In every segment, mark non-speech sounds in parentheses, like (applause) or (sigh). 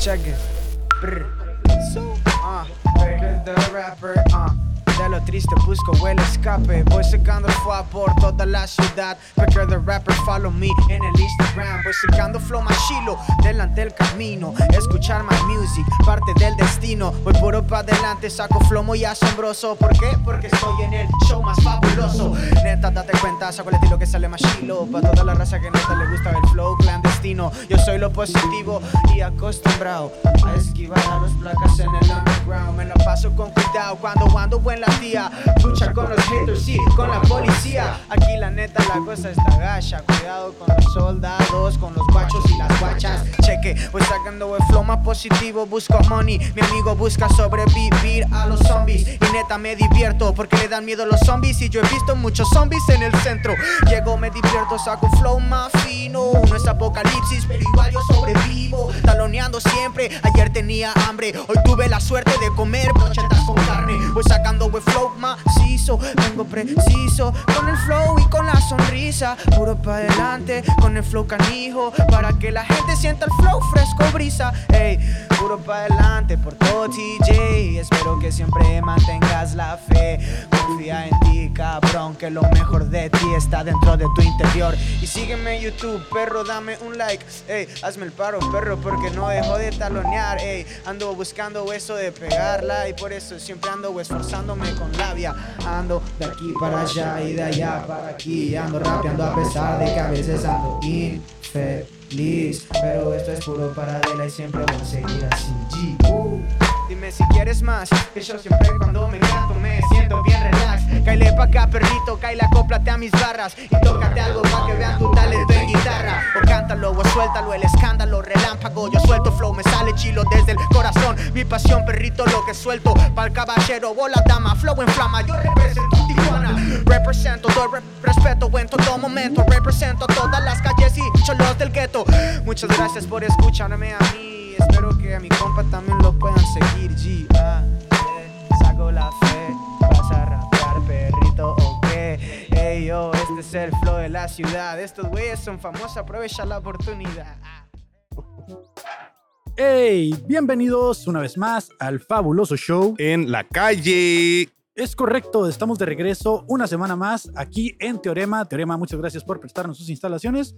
check it. Brr. So, ah, que the rapper, ah. De lo triste busco el escape Voy secando flow por toda la ciudad Porque the rapper follow me en el Instagram Voy secando flow más chilo delante del camino Escuchar más music, parte del destino Voy puro pa' adelante, saco flow muy asombroso ¿Por qué? Porque estoy en el show más fabuloso Neta, date cuenta, saco el estilo que sale más chilo Pa' toda la raza que neta le gusta el flow clandestino Yo soy lo positivo y acostumbrado A esquivar a los placas en el underground Me la paso con cuidado cuando ando en la tía Lucha con los haters, sí, con la policía Aquí la neta la cosa está gacha Cuidado con los soldados, con los guachos y las guachas Cheque, voy sacando el flow más positivo Busco money, mi amigo busca sobrevivir a los zombies Y neta me divierto porque le dan miedo los zombies Y yo he visto muchos zombies en el centro Llego, me divierto, saco un flow más fino No es apocalipsis, pero igual yo sobrevivo Taloneando siempre, ayer tenía hambre Hoy tuve la suerte de comer brochetas con carne Voy sacando buen flow macizo, vengo preciso Con el flow y con la sonrisa Puro pa' adelante, con el flow canijo Para que la gente sienta el flow fresco brisa Ey, puro pa' adelante por todo TJ Espero que siempre mantengas la fe Confía en ti cabrón, que lo mejor de ti está dentro de tu interior Y sígueme en YouTube, perro, dame un like Ey, hazme el paro, perro, porque no dejo de talonear Ey, ando buscando eso de pegarla Y por eso siempre ando esforzándome con labia Ando de aquí para allá y de allá para aquí Ando rapeando a pesar de que a veces ando infeliz Pero esto es puro paradela y siempre voy a seguir así Ah, G. Uh. Dime si quieres más, que yo siempre cuando me canto me siento bien relax Caile pa' acá perrito, caile acóplate a mis barras Y tócate algo pa' que vean tu talento en guitarra O cántalo o suéltalo, el escándalo relámpago Yo suelto flow, me sale chilo desde el corazón Mi pasión perrito lo que suelto Pa'l caballero o la dama, flow en flama Yo represento a Tijuana Represento, doy re- respeto en todo momento Represento todas las calles y cholos del gueto Muchas gracias por escucharme a mí Espero que a mi compa también lo puedan seguir G A T, saco la fe Vas a rapear perrito o qué Ey yo, este es el flow de la ciudad Estos güeyes son famosos, aprovecha la oportunidad ¡Hey! Bienvenidos una vez más al fabuloso show. En la calle. Es correcto, estamos de regreso una semana más aquí en Teorema. Teorema, muchas gracias por prestarnos sus instalaciones.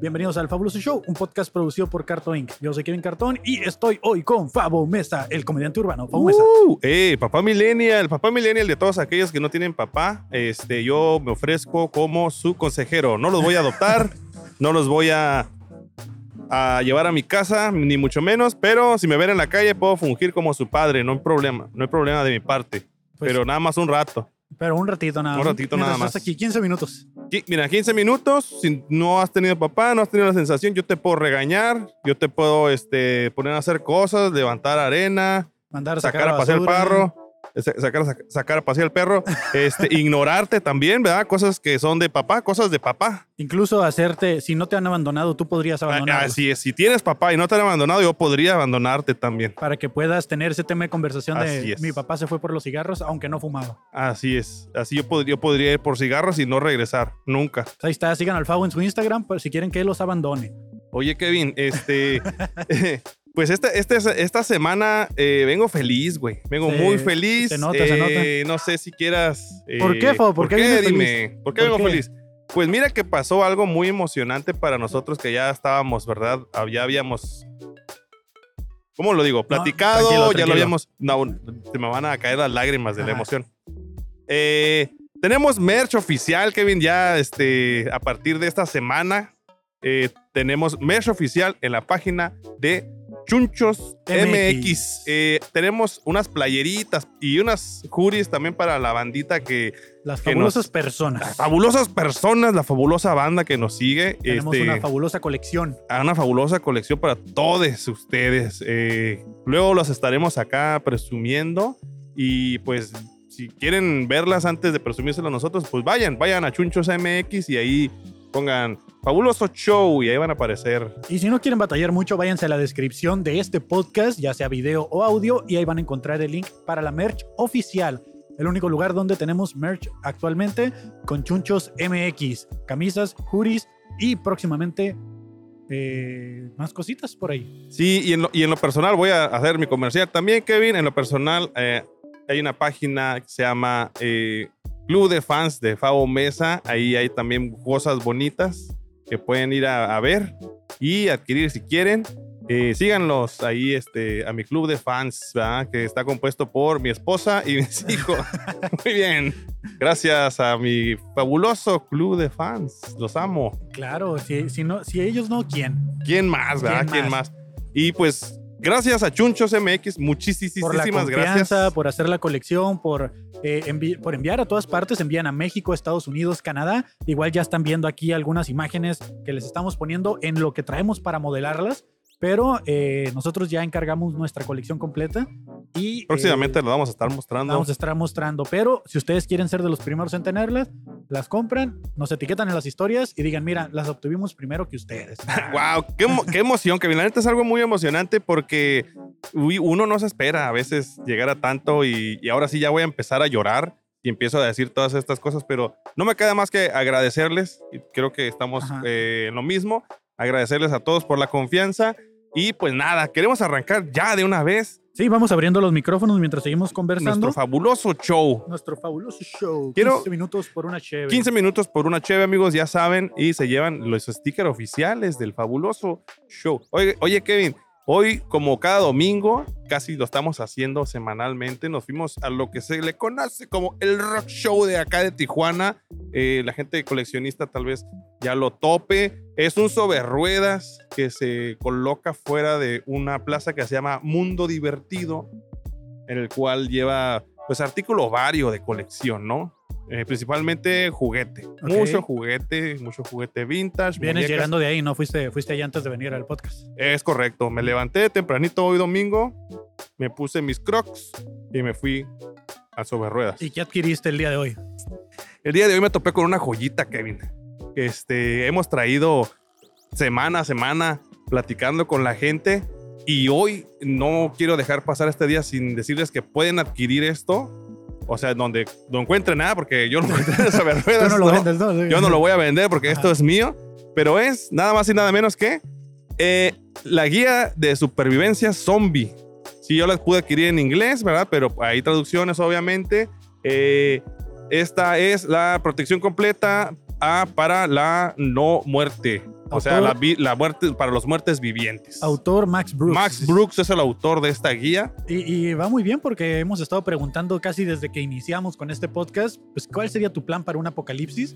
Bienvenidos al Fabuloso Show, un podcast producido por Carto Inc. Yo soy Kevin Cartón y estoy hoy con Fabo Mesa, el comediante urbano. Fabo Mesa. Uh, eh, papá millennial, papá millennial de todos aquellos que no tienen papá. Este, yo me ofrezco como su consejero. No los voy a adoptar, no los voy a, a llevar a mi casa, ni mucho menos. Pero si me ven en la calle puedo fungir como su padre, no hay problema, no hay problema de mi parte. Pues- pero nada más un rato. Pero un ratito nada Un más. ratito nada Mientras más. estás aquí 15 minutos. Qui- Mira, 15 minutos, si no has tenido papá, no has tenido la sensación, yo te puedo regañar, yo te puedo este, poner a hacer cosas, levantar arena, Mandar a sacar, sacar a la pasear el basura. perro, eh, sa- sacar, sac- sacar a pasear el (laughs) perro, este, ignorarte también, ¿verdad? Cosas que son de papá, cosas de papá. Incluso hacerte, si no te han abandonado, tú Ah, podrías abandonar. Así es, si tienes papá y no te han abandonado, yo podría abandonarte también. Para que puedas tener ese tema de conversación Así de es. mi papá se fue por los cigarros, aunque no fumaba. Así es, así yo podría, yo podría ir por cigarros y no regresar, nunca. Pues Ahí está, sigan al Fabo en su Instagram por si quieren que los abandone. Oye, Kevin, este. (laughs) Pues esta, esta, esta semana eh, vengo feliz, güey. Vengo Se- muy feliz. se nota, se Eh, No sé si quieras. eh, ¿Por qué, Fabo? ¿Por qué vienes Dime, ¿por qué ¿Por vengo qué? feliz? Pues mira que pasó algo muy emocionante para nosotros que ya estábamos, ¿verdad? Ah, Ya habíamos. ¿Cómo lo digo? Platicado, tranquilo, ya tranquilo. lo habíamos. No, se me van a caer las lágrimas de la Ajá. emoción. Eh, tenemos merch oficial, Kevin, ya este, a partir de esta semana. eh, tenemos merch oficial en la página de Chunchos MX. MX. Eh, tenemos unas playeritas y unas juris también para la bandita que. Las Que fabulosas nos- personas. Las fabulosas personas, la fabulosa banda que nos sigue. Tenemos este, una fabulosa colección. a una fabulosa colección para todos ustedes. Eh, luego los estaremos acá presumiendo y pues si quieren verlas antes de presumírselas a nosotros, pues vayan, vayan a Chunchos MX y ahí pongan fabuloso show y ahí van a aparecer. Y si no quieren batallar mucho, váyanse a la descripción de este podcast, ya sea video o audio, y ahí van a encontrar el link para la merch oficial. El único lugar donde tenemos merch actualmente con Chunchos MX, camisas, juris y próximamente eh, más cositas por ahí. Sí, y en, lo, y en lo personal voy a hacer mi comercial también, Kevin. En lo personal eh, hay una página que se llama eh, Club de Fans de Fabo Mesa. Ahí hay también cosas bonitas que pueden ir a, a ver y adquirir si quieren. Eh, síganlos ahí este, a mi club de fans, ¿verdad? que está compuesto por mi esposa y mis hijos. Muy bien. Gracias a mi fabuloso club de fans. Los amo. Claro, si, si, no, si ellos no, ¿quién? ¿Quién más, verdad? ¿Quién ¿Quién más? Y pues, gracias a Chunchos MX, muchísimas Por la gracias. confianza, por hacer la colección, por, eh, envi- por enviar a todas partes, envían a México, Estados Unidos, Canadá. Igual ya están viendo aquí algunas imágenes que les estamos poniendo en lo que traemos para modelarlas, pero eh, nosotros ya encargamos nuestra colección completa y... eh, Próximamente lo vamos a estar mostrando. Vamos a estar mostrando, pero si ustedes quieren ser de los primeros en tenerlas, las compran, nos etiquetan en las historias y digan, mira, las obtuvimos primero que ustedes. Wow, qué, emo- qué emoción, Kevin. La neta es algo muy emocionante porque uy, uno no se espera a veces llegar a tanto y, y ahora sí ya voy a empezar a llorar y empiezo a decir todas estas cosas, pero no me queda más que agradecerles. y Creo que estamos Ajá. eh, en lo mismo. Agradecerles a todos por la confianza y pues nada, queremos arrancar ya de una vez Sí, vamos abriendo los micrófonos mientras seguimos nuestro conversando. fabuloso show. Nuestro fabuloso show. Uh. Quiero- 15 minutos por una chévere. 15 minutos por una cheve, amigos, ya saben, y se llevan los stickers oficiales del fabuloso show. Oye, oye, Kevin, hoy, como cada domingo, casi lo estamos haciendo semanalmente, nos fuimos a lo que se le conoce como el rock show de acá de Tijuana. Eh, la gente coleccionista tal vez ya lo tope. Es un sobre ruedas que se coloca fuera de una plaza que se llama Mundo Divertido, en el cual lleva pues artículos varios de colección, ¿no? Eh, principalmente juguete, mucho juguete, mucho juguete vintage. Vienes muñecas. llegando de ahí, ¿no? Fuiste, fuiste allá antes de venir al podcast. Es correcto, me levanté tempranito hoy domingo, me puse mis crocs y me fui a sobre ruedas. ¿Y qué adquiriste el día de hoy? El día de hoy me topé con una joyita, Kevin. Este, hemos traído semana a semana platicando con la gente y hoy no quiero dejar pasar este día sin decirles que pueden adquirir esto. O sea, donde no encuentren nada, porque yo no encuentro en sobre ruedas. ¿no? ¿no? Sí. Yo no lo voy a vender porque Ajá. esto es mío, pero es nada más y nada menos que eh, la guía de supervivencia zombie. Sí, yo las pude adquirir en inglés, ¿verdad? Pero hay traducciones, obviamente. Eh, esta es la protección completa ah, para la no muerte. O sea, la, Autor. vi- la muerte para los muertes vivientes. (laughs) Autor Max Brooks. Max Brooks es el autor de esta guía. Y, y va muy bien porque hemos estado preguntando casi desde que iniciamos con este podcast, pues, ¿cuál sería tu plan para un apocalipsis?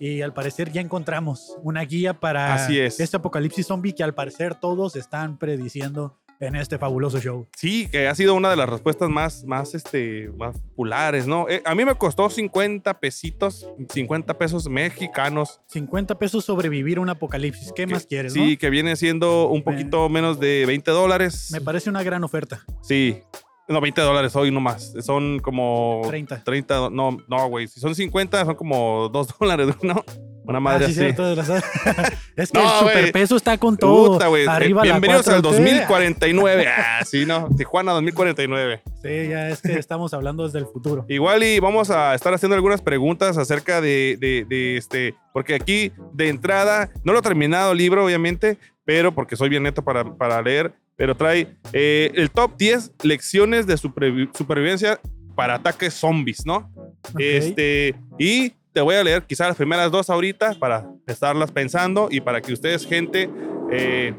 Y al parecer ya encontramos una guía para Así es. este apocalipsis zombie que al parecer todos están prediciendo en este fabuloso show. Sí, que ha sido una de las respuestas más, más, este, más populares, ¿no? Eh, a mí me costó 50 pesitos, 50 pesos mexicanos. 50 pesos sobrevivir a un apocalipsis. ¿Qué más Que- quieres? Sí, no? que viene siendo un poquito menos de 20 dólares. Me parece una gran oferta. Sí. No, 20 dólares hoy nomás. Son como 30. 30, do- no, no, güey. Si son 50, son como 2 (laughs) dólares, ¿no? Una madre Ah, sí, así. cierto, de las- (laughs) es que No, el güey. superpeso está con todo. Puta, güey. Arriba la Bienvenidos al 4T. 2049. Ah, sí, ¿no? Tijuana 2049. Sí, ya es que estamos hablando desde el futuro. Igual y vamos a estar haciendo algunas preguntas acerca de, de- de, este, porque aquí de entrada, no lo he terminado el libro obviamente, pero porque soy bien neto para, para leer, pero trae eh, el top 10 lecciones de supervi- supervivencia para ataques zombies, ¿no? Ok. Este, y te voy a leer quizás las primeras dos ahorita para estarlas pensando y para que ustedes, gente, eh,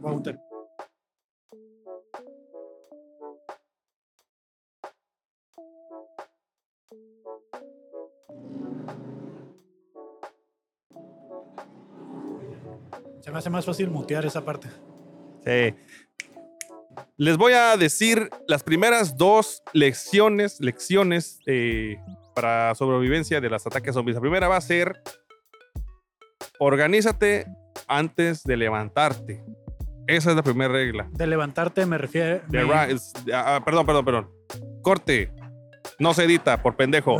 Counter. Se me hace más fácil mutear esa parte. Sí. Les voy a decir las primeras dos lecciones, lecciones eh, para sobrevivencia de los ataques zombies. La primera va a ser, organízate antes de levantarte. Esa es la primera regla. De levantarte me refiero. The me- ri- es- ah, ah, perdón, perdón, perdón. Corte. No se edita, por pendejo.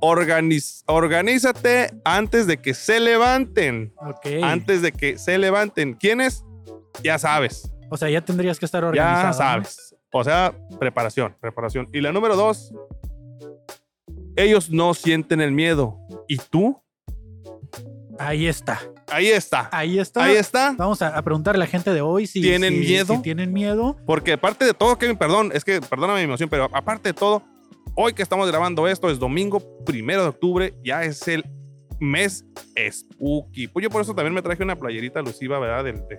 Organiz- organízate antes de que se levanten. ok. Antes de que se levanten. ¿Quiénes? Ya sabes. O sea, ya tendrías que estar organizado. Ya ¿no? sabes. O sea, preparación, preparación. Y la número dos, ellos no sienten el miedo. ¿Y tú? Ahí está. Ahí está. Ahí está. Ahí está. Vamos a, a preguntarle a la gente de hoy si ¿Tienen si- miedo? si tienen miedo. Porque aparte de todo, Kevin, perdón, es que perdóname mi emoción, pero aparte de todo, hoy que estamos grabando esto es domingo primero de octubre, ya es el mes spooky. Pues yo por eso también me traje una playerita alusiva, ¿verdad? Del- De,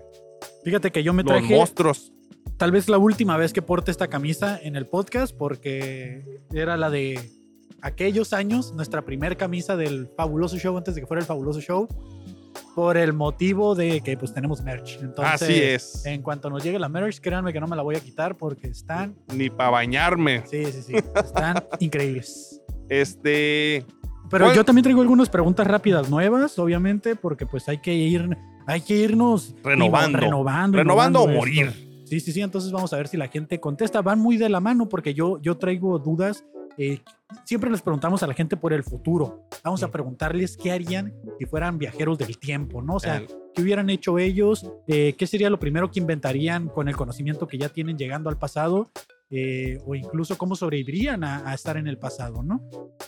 Fíjate que yo me los traje monstruos. tal vez la última vez que porte esta camisa en el podcast porque era la de aquellos años, nuestra primer camisa del fabuloso show antes de que fuera el fabuloso show por el motivo de que pues tenemos merch. Entonces, Así es. En cuanto nos llegue la merch, créanme que no me la voy a quitar porque están, Ni para bañarme. sí, sí, sí, están (laughs) increíbles. Este. Pero ¿Cuál? yo también traigo algunas preguntas rápidas nuevas, obviamente, porque pues hay que ir, hay que irnos Renovando. renovando, Renovando o innovando morir. esto. Sí, sí, sí. Entonces vamos a ver si la gente contesta. Van muy de la mano porque yo, yo traigo dudas. eh, siempre les preguntamos a la gente por el futuro. Vamos a Mm. preguntarles qué harían si fueran viajeros del tiempo, ¿no? O sea, el- qué hubieran hecho ellos, Eh, qué sería lo primero que inventarían con el conocimiento que ya tienen llegando al pasado, Eh, o incluso cómo sobrevivirían a, a estar en el pasado, ¿no?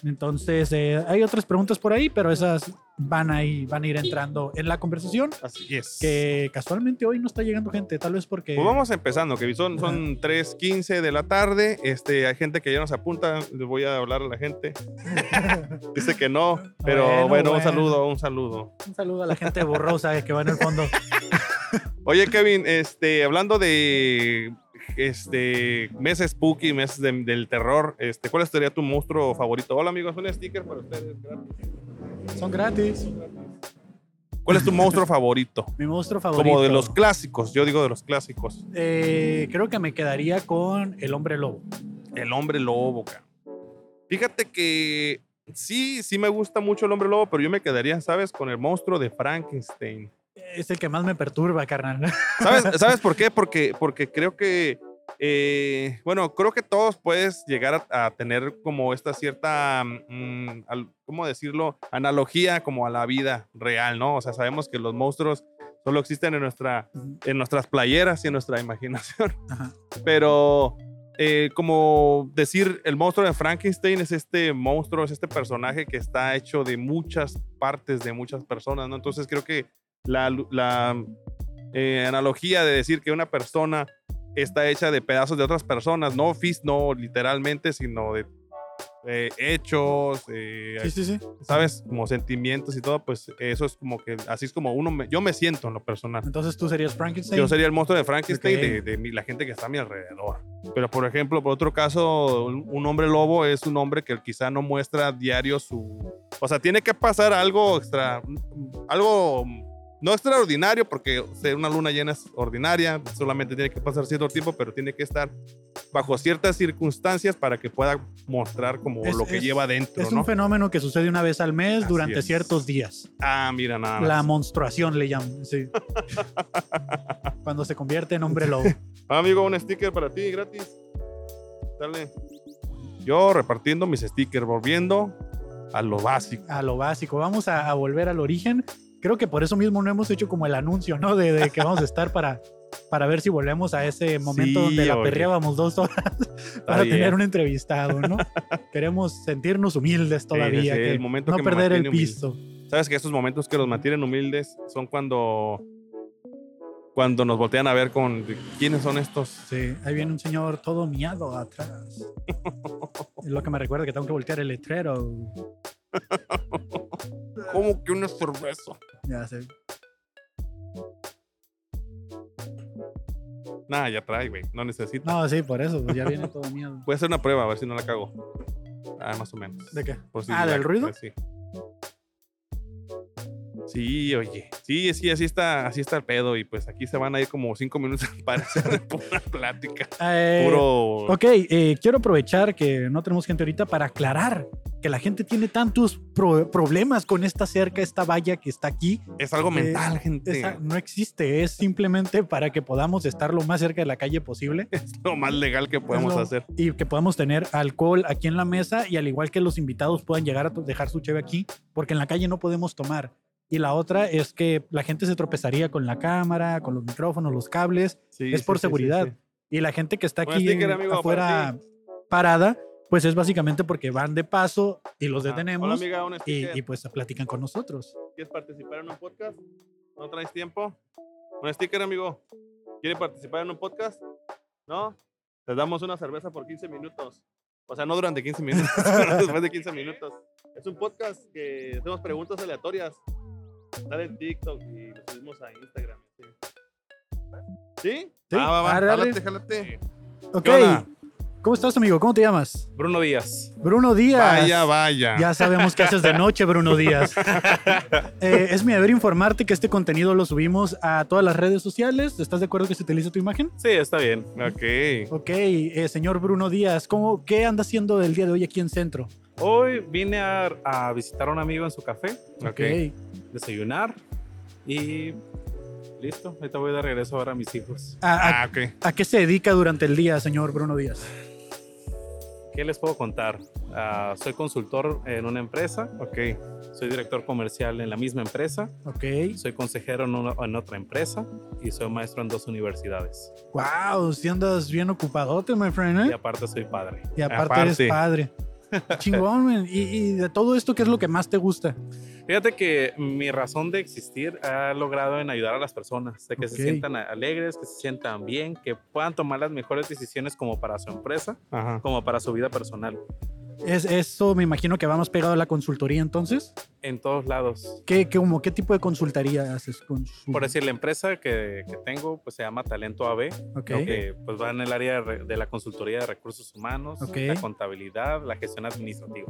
Entonces, eh, hay otras preguntas por ahí, pero esas van ahí, van a ir entrando en la conversación, así es. que casualmente hoy no está llegando gente, tal vez porque... Pues vamos empezando, que son, son 3.15 de la tarde. Este, hay gente que ya nos apunta, les voy a hablar a la (laughs) gente. Dice que no, pero bueno, Bueno, bueno. un saludo, un saludo. Un saludo a la gente borrosa eh, que va en el fondo. Oye, Kevin, este, hablando de este mes spooky, mes de- del terror, este, ¿cuál sería tu monstruo favorito? Hola, amigos, un sticker para ustedes. Son gratis. ¿Cuál (laughs) es tu monstruo favorito? Mi monstruo favorito. Como de los clásicos, yo digo de los clásicos. Eh, creo que me quedaría con el hombre lobo. El hombre lobo, cabrón. Fíjate que sí, sí me gusta mucho el hombre lobo, pero yo me quedaría, ¿sabes? Con el monstruo de Frankenstein. Es el que más me perturba, carnal. (laughs) ¿Sabes, ¿Sabes por qué? Porque, porque creo que, eh, bueno, creo que todos puedes llegar a, a tener como esta cierta, mm, al- ¿cómo decirlo? Analogía como a la vida real, ¿no? O sea, sabemos que los monstruos solo existen en, nuestra, en nuestras playeras y en nuestra imaginación, Ajá. pero... eh, como decir, el monstruo de Frankenstein es este monstruo, es este personaje que está hecho de muchas partes, de muchas personas, ¿no? Entonces creo que la, lu- la eh, analogía de decir que una persona está hecha de pedazos de otras personas, no fis, no literalmente, sino de eh, hechos, eh, Sí, sí, sí. ¿sabes? Como sentimientos y todo, pues eso es como que, así es como uno, me- yo me siento en lo personal. Entonces tú serías Frankenstein. Yo sería el monstruo de Frankenstein Ok. de, de mi- la gente que está a mi alrededor. Pero, por ejemplo, por otro caso, un, un hombre lobo es un hombre que quizá no muestra diario su... O sea, tiene que pasar algo extra... Algo no extraordinario, porque ser una luna llena es ordinaria, solamente tiene que pasar cierto tiempo, pero tiene que estar bajo ciertas circunstancias para que pueda mostrar como Es- lo que es- lleva dentro, es ¿no? un fenómeno que sucede una vez al mes Así durante es. ciertos días. Ah, mira, nada más. La monstruación le (laughs) llaman. sí. Cuando se convierte en hombre lobo. Ah, Amigo, un sticker para ti, gratis. Dale. Yo repartiendo mis stickers, volviendo a lo básico. A lo básico. Vamos a, a volver al origen. Creo que por eso mismo no hemos hecho como el anuncio, ¿no? De, de que vamos a estar para, para ver si volvemos a ese momento Sí, donde la oye. perreábamos dos horas (laughs) para bien. tener un entrevistado, (laughs) ¿no? Queremos sentirnos humildes todavía. sí, que el momento no que me perder el mantiene humilde. piso. Sabes que esos momentos que los mantienen humildes son cuando cuando nos voltean a ver con quiénes son estos. Sí, ahí viene un señor todo miado (laughs) atrás. Es lo que me recuerda que tengo que voltear el letrero. ¿Cómo que una cerveza? Ya sé. Nah, ya trae, güey. No necesito. No, sí, por eso, pues ya viene todo miado. Voy a hacer una prueba a ver si no la cago. Ah, más o menos. ¿De qué? Por si Ah, la- ¿del ruido? pues sí. Sí, oye. Sí, sí, así está, así está el pedo. Y pues aquí se van a ir como cinco minutos (laughs) para hacer una plática. Eh, Puro. Ok, eh, quiero aprovechar que no tenemos gente ahorita para aclarar que la gente tiene tantos pro- problemas con esta cerca, esta valla que está aquí. Es algo eh, mental, gente. Esa no existe, es simplemente para que podamos estar lo más cerca de la calle (laughs) posible. Es lo más legal que podemos Es lo- hacer. y que podamos tener alcohol aquí en la mesa y al igual que los invitados puedan llegar a to- dejar su cheve aquí, porque en la calle no podemos tomar. Y la otra es que la gente se tropezaría con la cámara, con los micrófonos, los cables, Sí, es sí, por sí, Pues sí, seguridad. sí. Y la gente que está Un aquí sticker, eh, amigo, para afuera parada pues es básicamente porque van de paso y los Ajá. detenemos Hola, amiga, un y, sticker. y pues platican con nosotros. ¿Quieres participar en un podcast? ¿No traes tiempo? Un sticker, amigo. ¿Quiere participar en un podcast? ¿No? Te damos una cerveza por 15 minutos. O sea, no durante 15 minutos, (laughs) pero después de 15 minutos. Es un podcast que hacemos preguntas aleatorias. Sale en TikTok y lo subimos a Instagram. ¿Sí? ¿Sí? Sí, Ah, va, va. arre, arre. Jálate, jálate. Ok. ¿Qué onda? ¿Cómo estás, amigo? ¿Cómo te llamas? Bruno Díaz. Bruno Díaz. Vaya, vaya. Ya sabemos que haces de noche, Bruno (laughs) Díaz. Eh, es mi deber informarte que este contenido lo subimos a todas las redes sociales. ¿Estás de acuerdo que se utilice tu imagen? (laughs) Sí, está bien. Ok. Ok, eh, señor Bruno Díaz, ¿cómo, ¿qué anda haciendo el día de hoy aquí en Centro? Hoy vine a, a visitar a un amigo en su café, Ok. desayunar y listo. Ahorita voy de regreso a ver a mis hijos. ¿A, a- Ah, ok. a qué se dedica durante el día, señor Bruno Díaz? ¿Qué les puedo contar? Ah, soy consultor en una empresa, Ok. soy director comercial en la misma empresa, Ok. soy consejero en, una- en otra empresa y soy maestro en dos universidades. Wow, si andas bien ocupadote, my friend, Y ¿eh? aparte soy padre. Y aparte, eres aparte. (laughs) padre. Chingón, man. Y, y de todo esto, ¿qué es lo que más te gusta? Fíjate que mi razón de existir ha logrado en ayudar a las personas, de que Ok. se sientan a- alegres, que se sientan bien, que puedan tomar las mejores decisiones como para su empresa, Ajá. como para su vida personal, Es, eso me imagino que va más pegado a la consultoría entonces. en todos lados. ¿Qué, qué, como, ¿Qué tipo de consultoría haces? Con su- Por decir, la empresa que, que tengo pues se llama Talento AB, Ok. que pues va en el área de, re- de la consultoría de recursos humanos, Ok. la contabilidad, la gestión administrativa.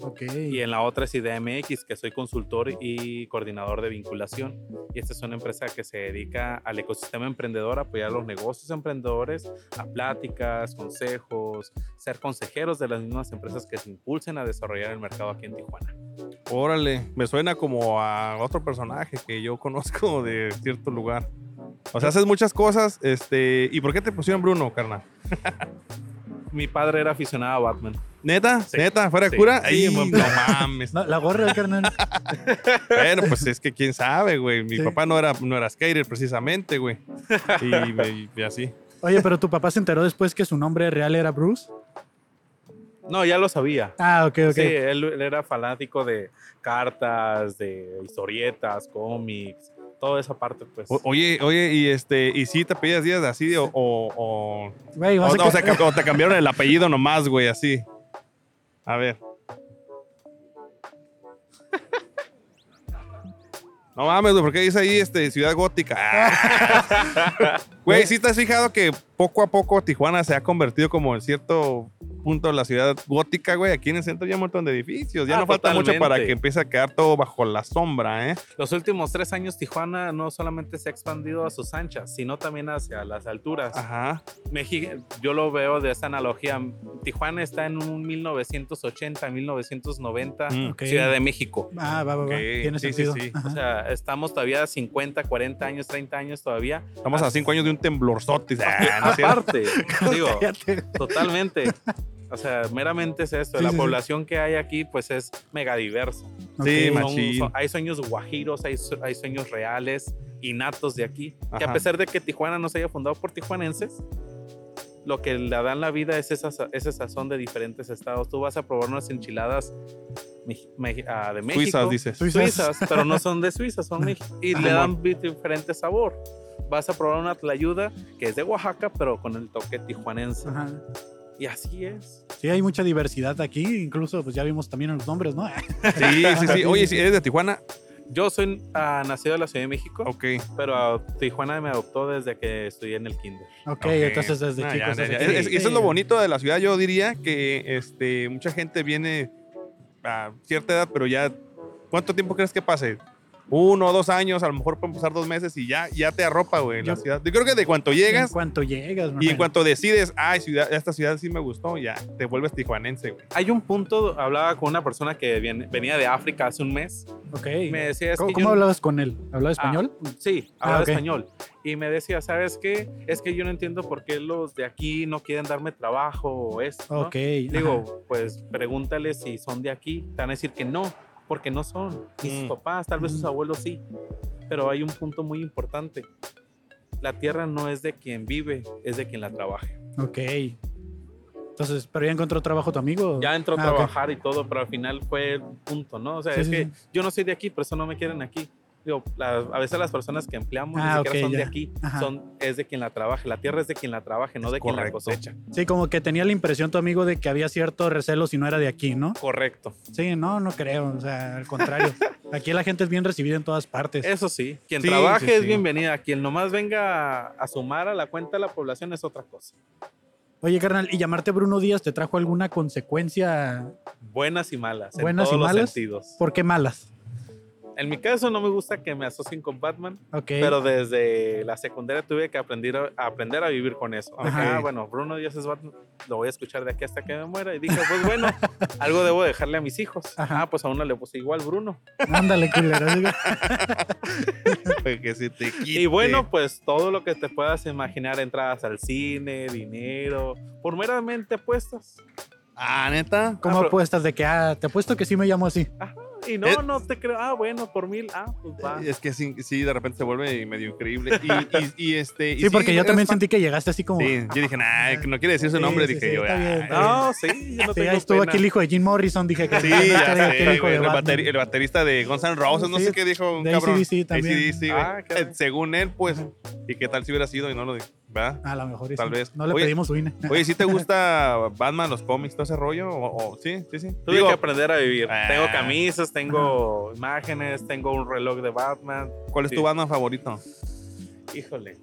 ok. Y en la otra es IDMX, que soy consultor y coordinador de vinculación. Y esta es una empresa que se dedica al ecosistema emprendedor, a apoyar a los negocios emprendedores, a pláticas, consejos, ser consejeros de las mismas empresas que se impulsen a desarrollar el mercado aquí en Tijuana. Órale, me suena como a otro personaje que yo conozco de cierto lugar. O sea, haces muchas cosas, este, ¿y por qué te pusieron Bruno, carnal? Mi padre era aficionado a Batman. ¿Neta? Sí. ¿Neta? ¿Fuera de Sí. cura? Sí, Ay, buen no mames. No, la gorra, carnal. (laughs) Bueno, pues es que quién sabe, güey. Mi Sí. papá no era, no era skater precisamente, güey. Y, me- y así. Oye, pero tu papá se enteró después que su nombre real era Bruce. No, ya lo sabía. Ah, ok, ok. Sí, él, él era fanático de cartas, de historietas, cómics, toda esa parte, pues. O- oye, oye, y este, y si te pedías días así de- o, o, o, Güey, vas o- a no, o sea, ca- que- o te cambiaron el apellido nomás, güey, así. A ver. No mames, güey, ¿por qué dice ahí este, ciudad (laughs) gótica? Ah. Güey, ¿sí te has fijado que poco a poco Tijuana se ha convertido como en cierto punto la ciudad gótica, güey? Aquí en el centro ya hay un montón de edificios. Ya Ah, no falta mucho para totalmente. que empiece a quedar todo bajo la sombra, ¿eh? Los últimos tres años Tijuana no solamente se ha expandido a sus anchas, sino también hacia las alturas. Ajá. Meji- yo lo veo de esa analogía. Tijuana está en un 1980, 1990 Mm. Ok. Ciudad de México. Ah, va, va, va. Ok, Tiene sí, sí, sentido. sí. Ajá. O sea, estamos todavía a 50, 40 años, 30 años todavía. Estamos a cinco años de un temblorzote. Ah, no es cierto. Eh, (laughs) Aparte, digo, Cállate. totalmente. O sea, meramente es esto. Sí, la sí, sí. población que hay aquí, pues es megadiversa. Sí, Ok. Son- machín. son- hay sueños guajiros, hay, su- hay sueños reales, innatos de aquí. Que Ajá. a pesar de que Tijuana no se haya fundado por tijuanenses, lo que le dan la vida es esa, sa- ese sazón de diferentes estados. Tú vas a probar unas enchiladas meji- meji- ah, de México. Suizas, dices. Suizas, pero no son de Suiza, son México. (laughs) Y le dan vi- diferente sabor. Vas a probar una tlayuda que es de Oaxaca, pero con el toque tijuanense. Ajá. Y así es. (laughs) Sí, hay mucha diversidad aquí. Incluso, pues ya vimos también en los nombres, ¿no? (laughs) Ah, Sí, sí, sí. Oye, si eres de Tijuana, Yo soy ah, nacido en la Ciudad de México. ok. Pero a Tijuana me adoptó desde que estudié en el kinder. Ok. Ok, entonces desde Ah, ya, chicos. ya, desde ya. chicos. Es- es- eso es lo bonito de la ciudad, yo diría que este, mucha gente viene a cierta edad, pero ya, ¿cuánto tiempo crees que pase? Uno o dos años, a lo mejor pueden pasar dos meses y ya, ya te arropa, güey, la Yo- ciudad. Yo creo que de cuanto En llegas cuanto llegas, y en man. cuanto decides, ay, ciudad, esta ciudad sí me gustó, ya, te vuelves tijuanense, güey. Hay un punto, hablaba con una persona que viene- venía de África hace un mes. Ok. Y me decía, es ¿Cómo, que cómo yo- hablabas con él? Ah. ¿Hablaba español? Ah, Ah, Sí, hablaba ok. español. Y me decía, ¿sabes qué? Es que yo no entiendo por qué los de aquí no quieren darme trabajo o esto. ¿no?". Ok. ajá. Digo, pues pregúntale si son de aquí. Te van a decir que no, porque no son. Y sus Mm. papás, tal vez sus Mm. abuelos sí. Pero hay un punto muy importante. La tierra no es de quien vive, es de quien la trabaja. Ok. Entonces, pero ya encontró trabajo tu amigo. Ya entró a Ah, ok. trabajar y todo, pero al final fue el punto, ¿no? O sea, Sí, es sí, que sí. yo no soy de aquí, por eso no me quieren aquí. Digo, la- a veces las personas que empleamos Ah, ni siquiera ok, son de ya. aquí, Ajá. son, es de quien la trabaje. La tierra es de quien la trabaje, no Es de quien la correcto. cosecha. Sí, como que tenía la impresión tu amigo de que había cierto recelo si no era de aquí, ¿no? Correcto. Sí, no, no creo. O sea, al contrario. (laughs) Aquí la gente es bien recibida en todas partes. Eso sí, quien Sí, trabaje sí, es sí. bienvenida. Quien nomás venga a, a sumar a la cuenta de la población es otra cosa. Oye, carnal, ¿y llamarte Bruno Díaz te trajo alguna consecuencia? Buenas y malas, Buenas y en todos malas. los sentidos. ¿Por qué malas? En mi caso no me gusta que me asocien con Batman, Ok. pero desde la secundaria tuve que aprender a, a aprender a vivir con eso. De que, Ajá. ah, bueno, Bruno Díaz es Batman, lo voy a escuchar de aquí hasta que me muera. Y dije, pues bueno, algo debo dejarle a mis hijos. Ajá. Ah, pues a uno le puse igual Bruno. Ándale, culero. (laughs) Así que- (laughs) que se te quite. Y bueno, pues todo lo que te puedas imaginar, entradas al cine, dinero, por meramente apuestas. Ah, neta. ¿Cómo Ah, pero- Ah, apuestas de que, ah, te apuesto que sí me llamo así? Y no, Eh. no te creo. Ah, bueno, por mil. Ah, pues va. Es que sí, sí, de repente se vuelve medio increíble. Y, y- y, este. y Sí, porque yo eres también fan- sentí que llegaste así como... "Eh, Sí, yo dije, nah, que no quiere decir su Sí, nombre. sí, dije sí, yo, está "Ah". bien, está No, sí, yo no Sí, tengo ahí estuvo pena. aquí el hijo de Jim Morrison, dije que (laughs) Sí, que ya era sé, el hijo güey, de el, Batman. bateri- el baterista de Guns N' Roses, no Sí, sé qué dijo un de cabrón. AC/DC también. AC/DC, güey. Ah, caray. Eh, Según él, pues. ¿Y qué tal si hubiera sido y no lo dijo? ¿Verdad? A lo mejor y Tal sí. vez. No le Oye- pedimos su INE. Oye, (laughs) ¿sí te gusta Batman, los cómics, todo ese rollo? O, o- sí, sí, sí. Tuve Digo, que aprender a vivir. Ah. Tengo camisas, tengo imágenes, tengo un reloj de Batman. ¿cuál es tu sí. Batman favorito? Híjole.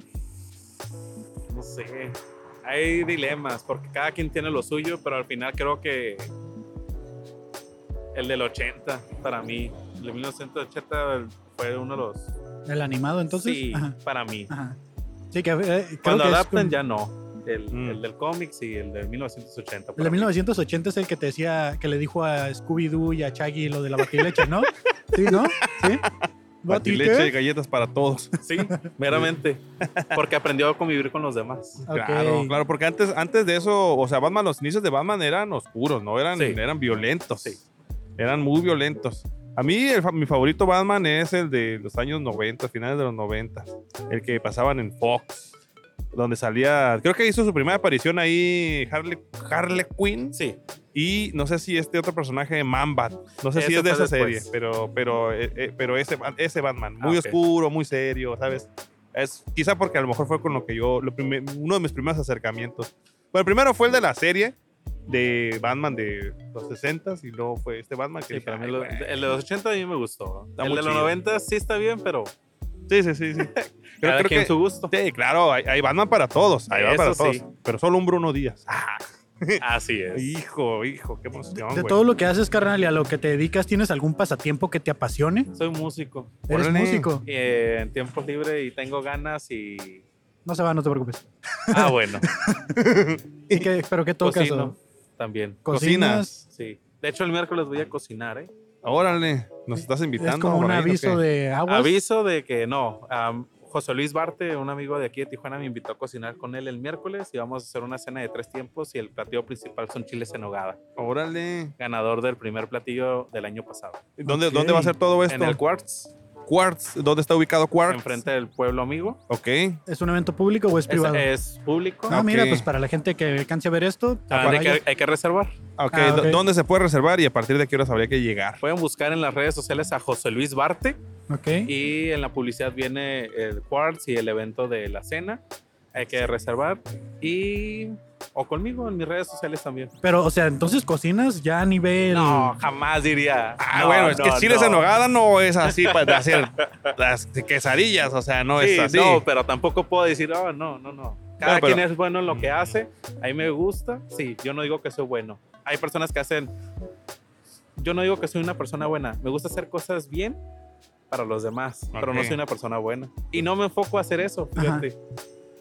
No sé. Hay dilemas, porque cada quien tiene lo suyo, pero al final creo que el del 80, para mí, el de 1980 fue uno de los... El animado, entonces. sí, Ajá, para mí. ajá. Sí, que eh, creo Cuando que es adaptan como- ya no. El, Mm. el del cómics y el de 1980. El de para mí. 1980 es el que te decía, que le dijo a Scooby-Doo y a Chaggy lo de la batileche, ¿no? Sí, ¿no? Sí. Batileche y galletas para todos. Sí, (laughs) meramente. Porque aprendió a convivir con los demás. Ok. Claro, claro, porque antes, antes de eso, o sea, Batman, los inicios de Batman eran oscuros, ¿no? Eran, Sí. eran violentos. Sí. Eran muy violentos. A mí, el fa- mi favorito Batman es el de los años 90, finales de los 90. El que pasaban en Fox. Donde salía, creo que hizo su primera aparición ahí Harley, Harley Quinn. Sí, Y no sé si este otro personaje, Mambat. No sé si Ese es de esa fue serie, después. pero, pero, eh, eh, pero ese, Ba- ese Batman, muy Ah, ok. oscuro, muy serio, ¿sabes? Es, quizá porque a lo mejor fue con lo que yo, lo primer- uno de mis primeros acercamientos. Bueno, el primero fue el de la serie de Batman de los 60s y luego fue este Batman que sí, dije, para mí "Ay, lo- güey". el de los 80 a mí me gustó. Está el muy de los chido. 90 sí está bien, pero sí, sí, sí. sí. Creo- cada creo quien que- su gusto. sí, claro, hay, hay Batman para todos, hay Batman para Eso sí. todos, pero solo un Bruno Díaz. Ah, (laughs) Así es. hijo, hijo, qué emoción, De güey. todo lo que haces, carnal, y a lo que te dedicas, ¿tienes algún pasatiempo que te apasione? Soy músico ¿Eres Órale. músico? y, eh, en tiempos libres y tengo ganas y... No se va, no te preocupes. Ah, bueno. (laughs) ¿Y qué- ¿Pero qué tocas? Cocino o- también. ¿Cocinas? (laughs) Sí. De hecho, el miércoles voy a cocinar, ¿eh? Órale, nos estás invitando. Es como un Brian, ¿o qué? aviso de aguas. Aviso de que no. am, José Luis Barte, un amigo de aquí de Tijuana, me invitó a cocinar con él el miércoles y vamos a hacer una cena de tres tiempos y el platillo principal son chiles en hogada, Órale. ganador del primer platillo del año pasado. ¿Dónde, Ok. ¿Dónde va a ser todo esto? En el Quartz, Quartz. ¿Dónde está ubicado Quartz? enfrente del pueblo amigo. Ok. ¿Es un evento público o es Es, privado? es público. no, ok. mira, pues para la gente que alcance a ver esto, Ah, para hay, ellos- que, hay que reservar. Ok, Ah, ¿dó- ok. ¿Dónde se puede reservar y a partir de qué horas habría que llegar? Pueden buscar en las redes sociales a José Luis Barte ok. y en la publicidad viene el Quartz y el evento de la cena. Hay que reservar y o conmigo en mis redes sociales también. Pero, o sea, entonces cocinas ya a nivel. No, jamás diría. Ah, No, bueno, es no, que chiles no. en hogada no es así para hacer las quesadillas, o sea, no Sí, es así. no, pero tampoco puedo decir, oh, no, no, no. Cada Claro, pero- quien es bueno en lo que hace. A mí me gusta. Sí, yo no digo que soy bueno. Hay personas que hacen. Yo no digo que soy una persona buena. Me gusta hacer cosas bien para los demás, pero no Ok. soy una persona buena. Y no me enfoco a hacer eso, Ajá. fíjate.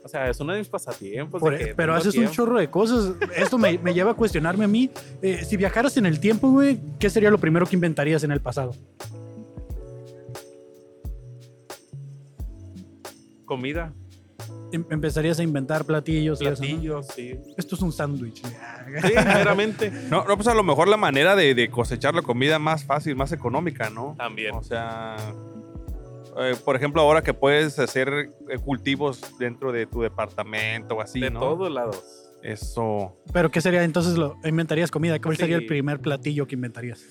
O sea, es uno de mis pasatiempos. pues, de Por- e- que pero tengo haces un tiempo. chorro de cosas. Esto me, me lleva a cuestionarme a mí. Eh, si viajaras en el tiempo, güey, ¿qué sería lo primero que inventarías en el pasado? Comida, Em- empezarías a inventar platillos. y eso, ¿no? platillos, sí. Esto es un sándwich. Sí, meramente. No, no, pues a lo mejor la manera de, de cosechar la comida más fácil, más económica, ¿no? También. O sea, eh, por ejemplo, ahora que puedes hacer eh, cultivos dentro de tu departamento o así, de ¿no? todos lados. Eso. Pero ¿qué sería entonces? Lo, ¿Inventarías comida? ¿Cuál sería el Sí. primer platillo que inventarías?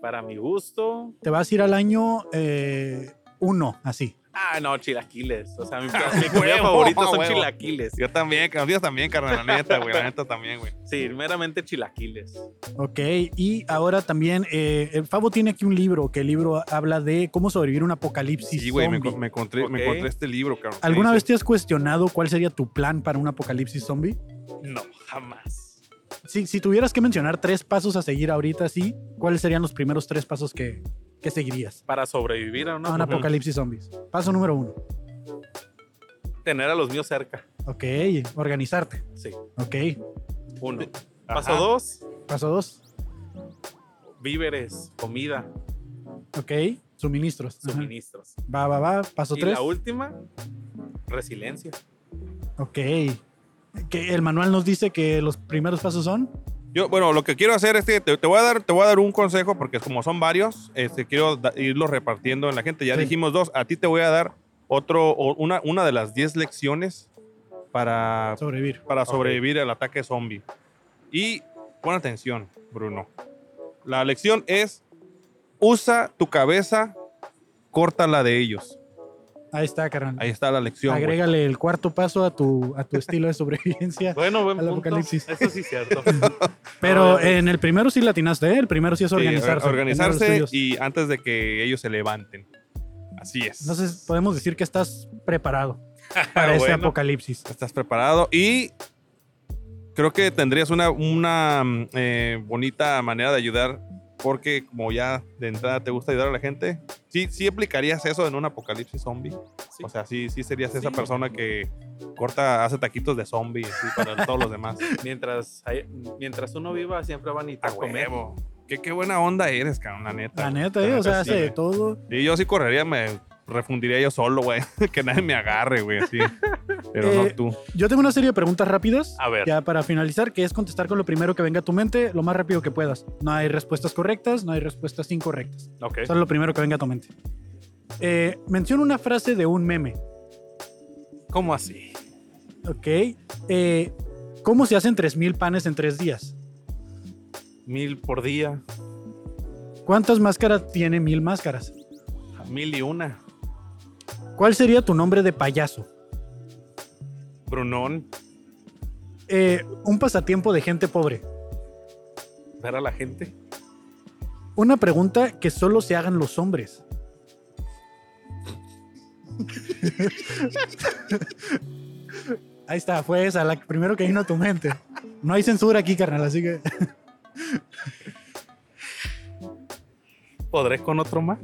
Para mi gusto. Te vas a ir al año eh, uno, así. Ah, no, chilaquiles. O sea, mi, (laughs) mi comida favorita son Ah, Huevo. chilaquiles. Yo también, que- yo también, carnal, la (laughs) neta, güey, la neta también, güey. Sí, meramente chilaquiles. Ok, y ahora también, eh, el Fabo tiene aquí un libro, que el libro habla de cómo sobrevivir a un apocalipsis Sí, güey, me, zombie. me encontré, me Ok. encontré este libro, cabrón. ¿Alguna Sí, vez te has cuestionado cuál sería tu plan para un apocalipsis zombie? No, jamás. Si, si tuvieras que mencionar tres pasos a seguir ahorita, sí, ¿cuáles serían los primeros tres pasos que, que seguirías Para sobrevivir a una, a Ah, un apocalipsis zombies? Paso número uno. tener a los míos cerca. Ok, organizarte. Sí. Ok, Uno. Ajá. Paso dos, paso dos. víveres, comida, Ok, suministros. Ajá. suministros. Va, va, va. Paso Y tres. la última, resiliencia. Ok. Que el manual nos dice que los primeros pasos son. Yo, bueno, lo que quiero hacer es que te, te voy a dar, te voy a dar un consejo, porque como son varios, este, quiero da- irlos repartiendo en la gente. Ya Sí. dijimos dos, a ti te voy a dar otro, o una, una de las 10 lecciones para, Sobrevivir. para sobrevivir al ataque zombie. Y pon atención, Bruno. La lección es, usa tu cabeza, córtala de ellos. Ahí está, carnal. Ahí está la lección. güey. Agrégale el cuarto paso a tu, a tu estilo de (laughs) sobrevivencia. Bueno, buen Al punto. apocalipsis. Eso sí es cierto. (laughs) Pero Ah, ya. en el primero sí latinaste, ¿eh? El primero sí es Sí, or- organizarse. organizarse tener los tuyos. y antes de que ellos se levanten. Así es. Entonces podemos decir que estás (laughs) preparado para este Bueno. apocalipsis. Estás preparado y creo que tendrías una, una mm, eh, bonita manera de ayudar porque como ya de entrada te gusta ayudar a la gente, sí, sí aplicarías eso en un apocalipsis zombie. Sí. O sea, sí, sí serías esa Sí. persona que corta, hace taquitos de zombie así, (laughs) para todos los demás. mientras, hay- mientras uno viva, siempre van a A comer. huevo. Qué, qué buena onda eres, cabrón, la neta. La neta, ¿eh? O sea, sí, hace de güey. todo. Y yo sí correría, me refundiría yo solo, güey. (laughs) que nadie me agarre, güey, así. Pero Eh, no tú. Yo tengo una serie de preguntas rápidas. A ver. Ya para finalizar, que es contestar con lo primero que venga a tu mente, lo más rápido que puedas. No hay respuestas correctas, no hay respuestas incorrectas. Ok. Eso es lo primero que venga a tu mente. Eh, menciona una frase de un meme, ¿Cómo así? ¿ok? Eh, ¿Cómo se hacen 3.000 panes en 3 días? Mil por día, ¿Cuántas máscaras tiene 1.000 máscaras? mil y una. ¿Cuál sería tu nombre de payaso? Brunón, Eh, un pasatiempo de gente pobre. ver a la gente. Una pregunta que solo se hagan los hombres. Ahí está, fue esa, la primero que vino a tu mente. No hay censura aquí, carnal, así que... (laughs) ¿Podré con otro más?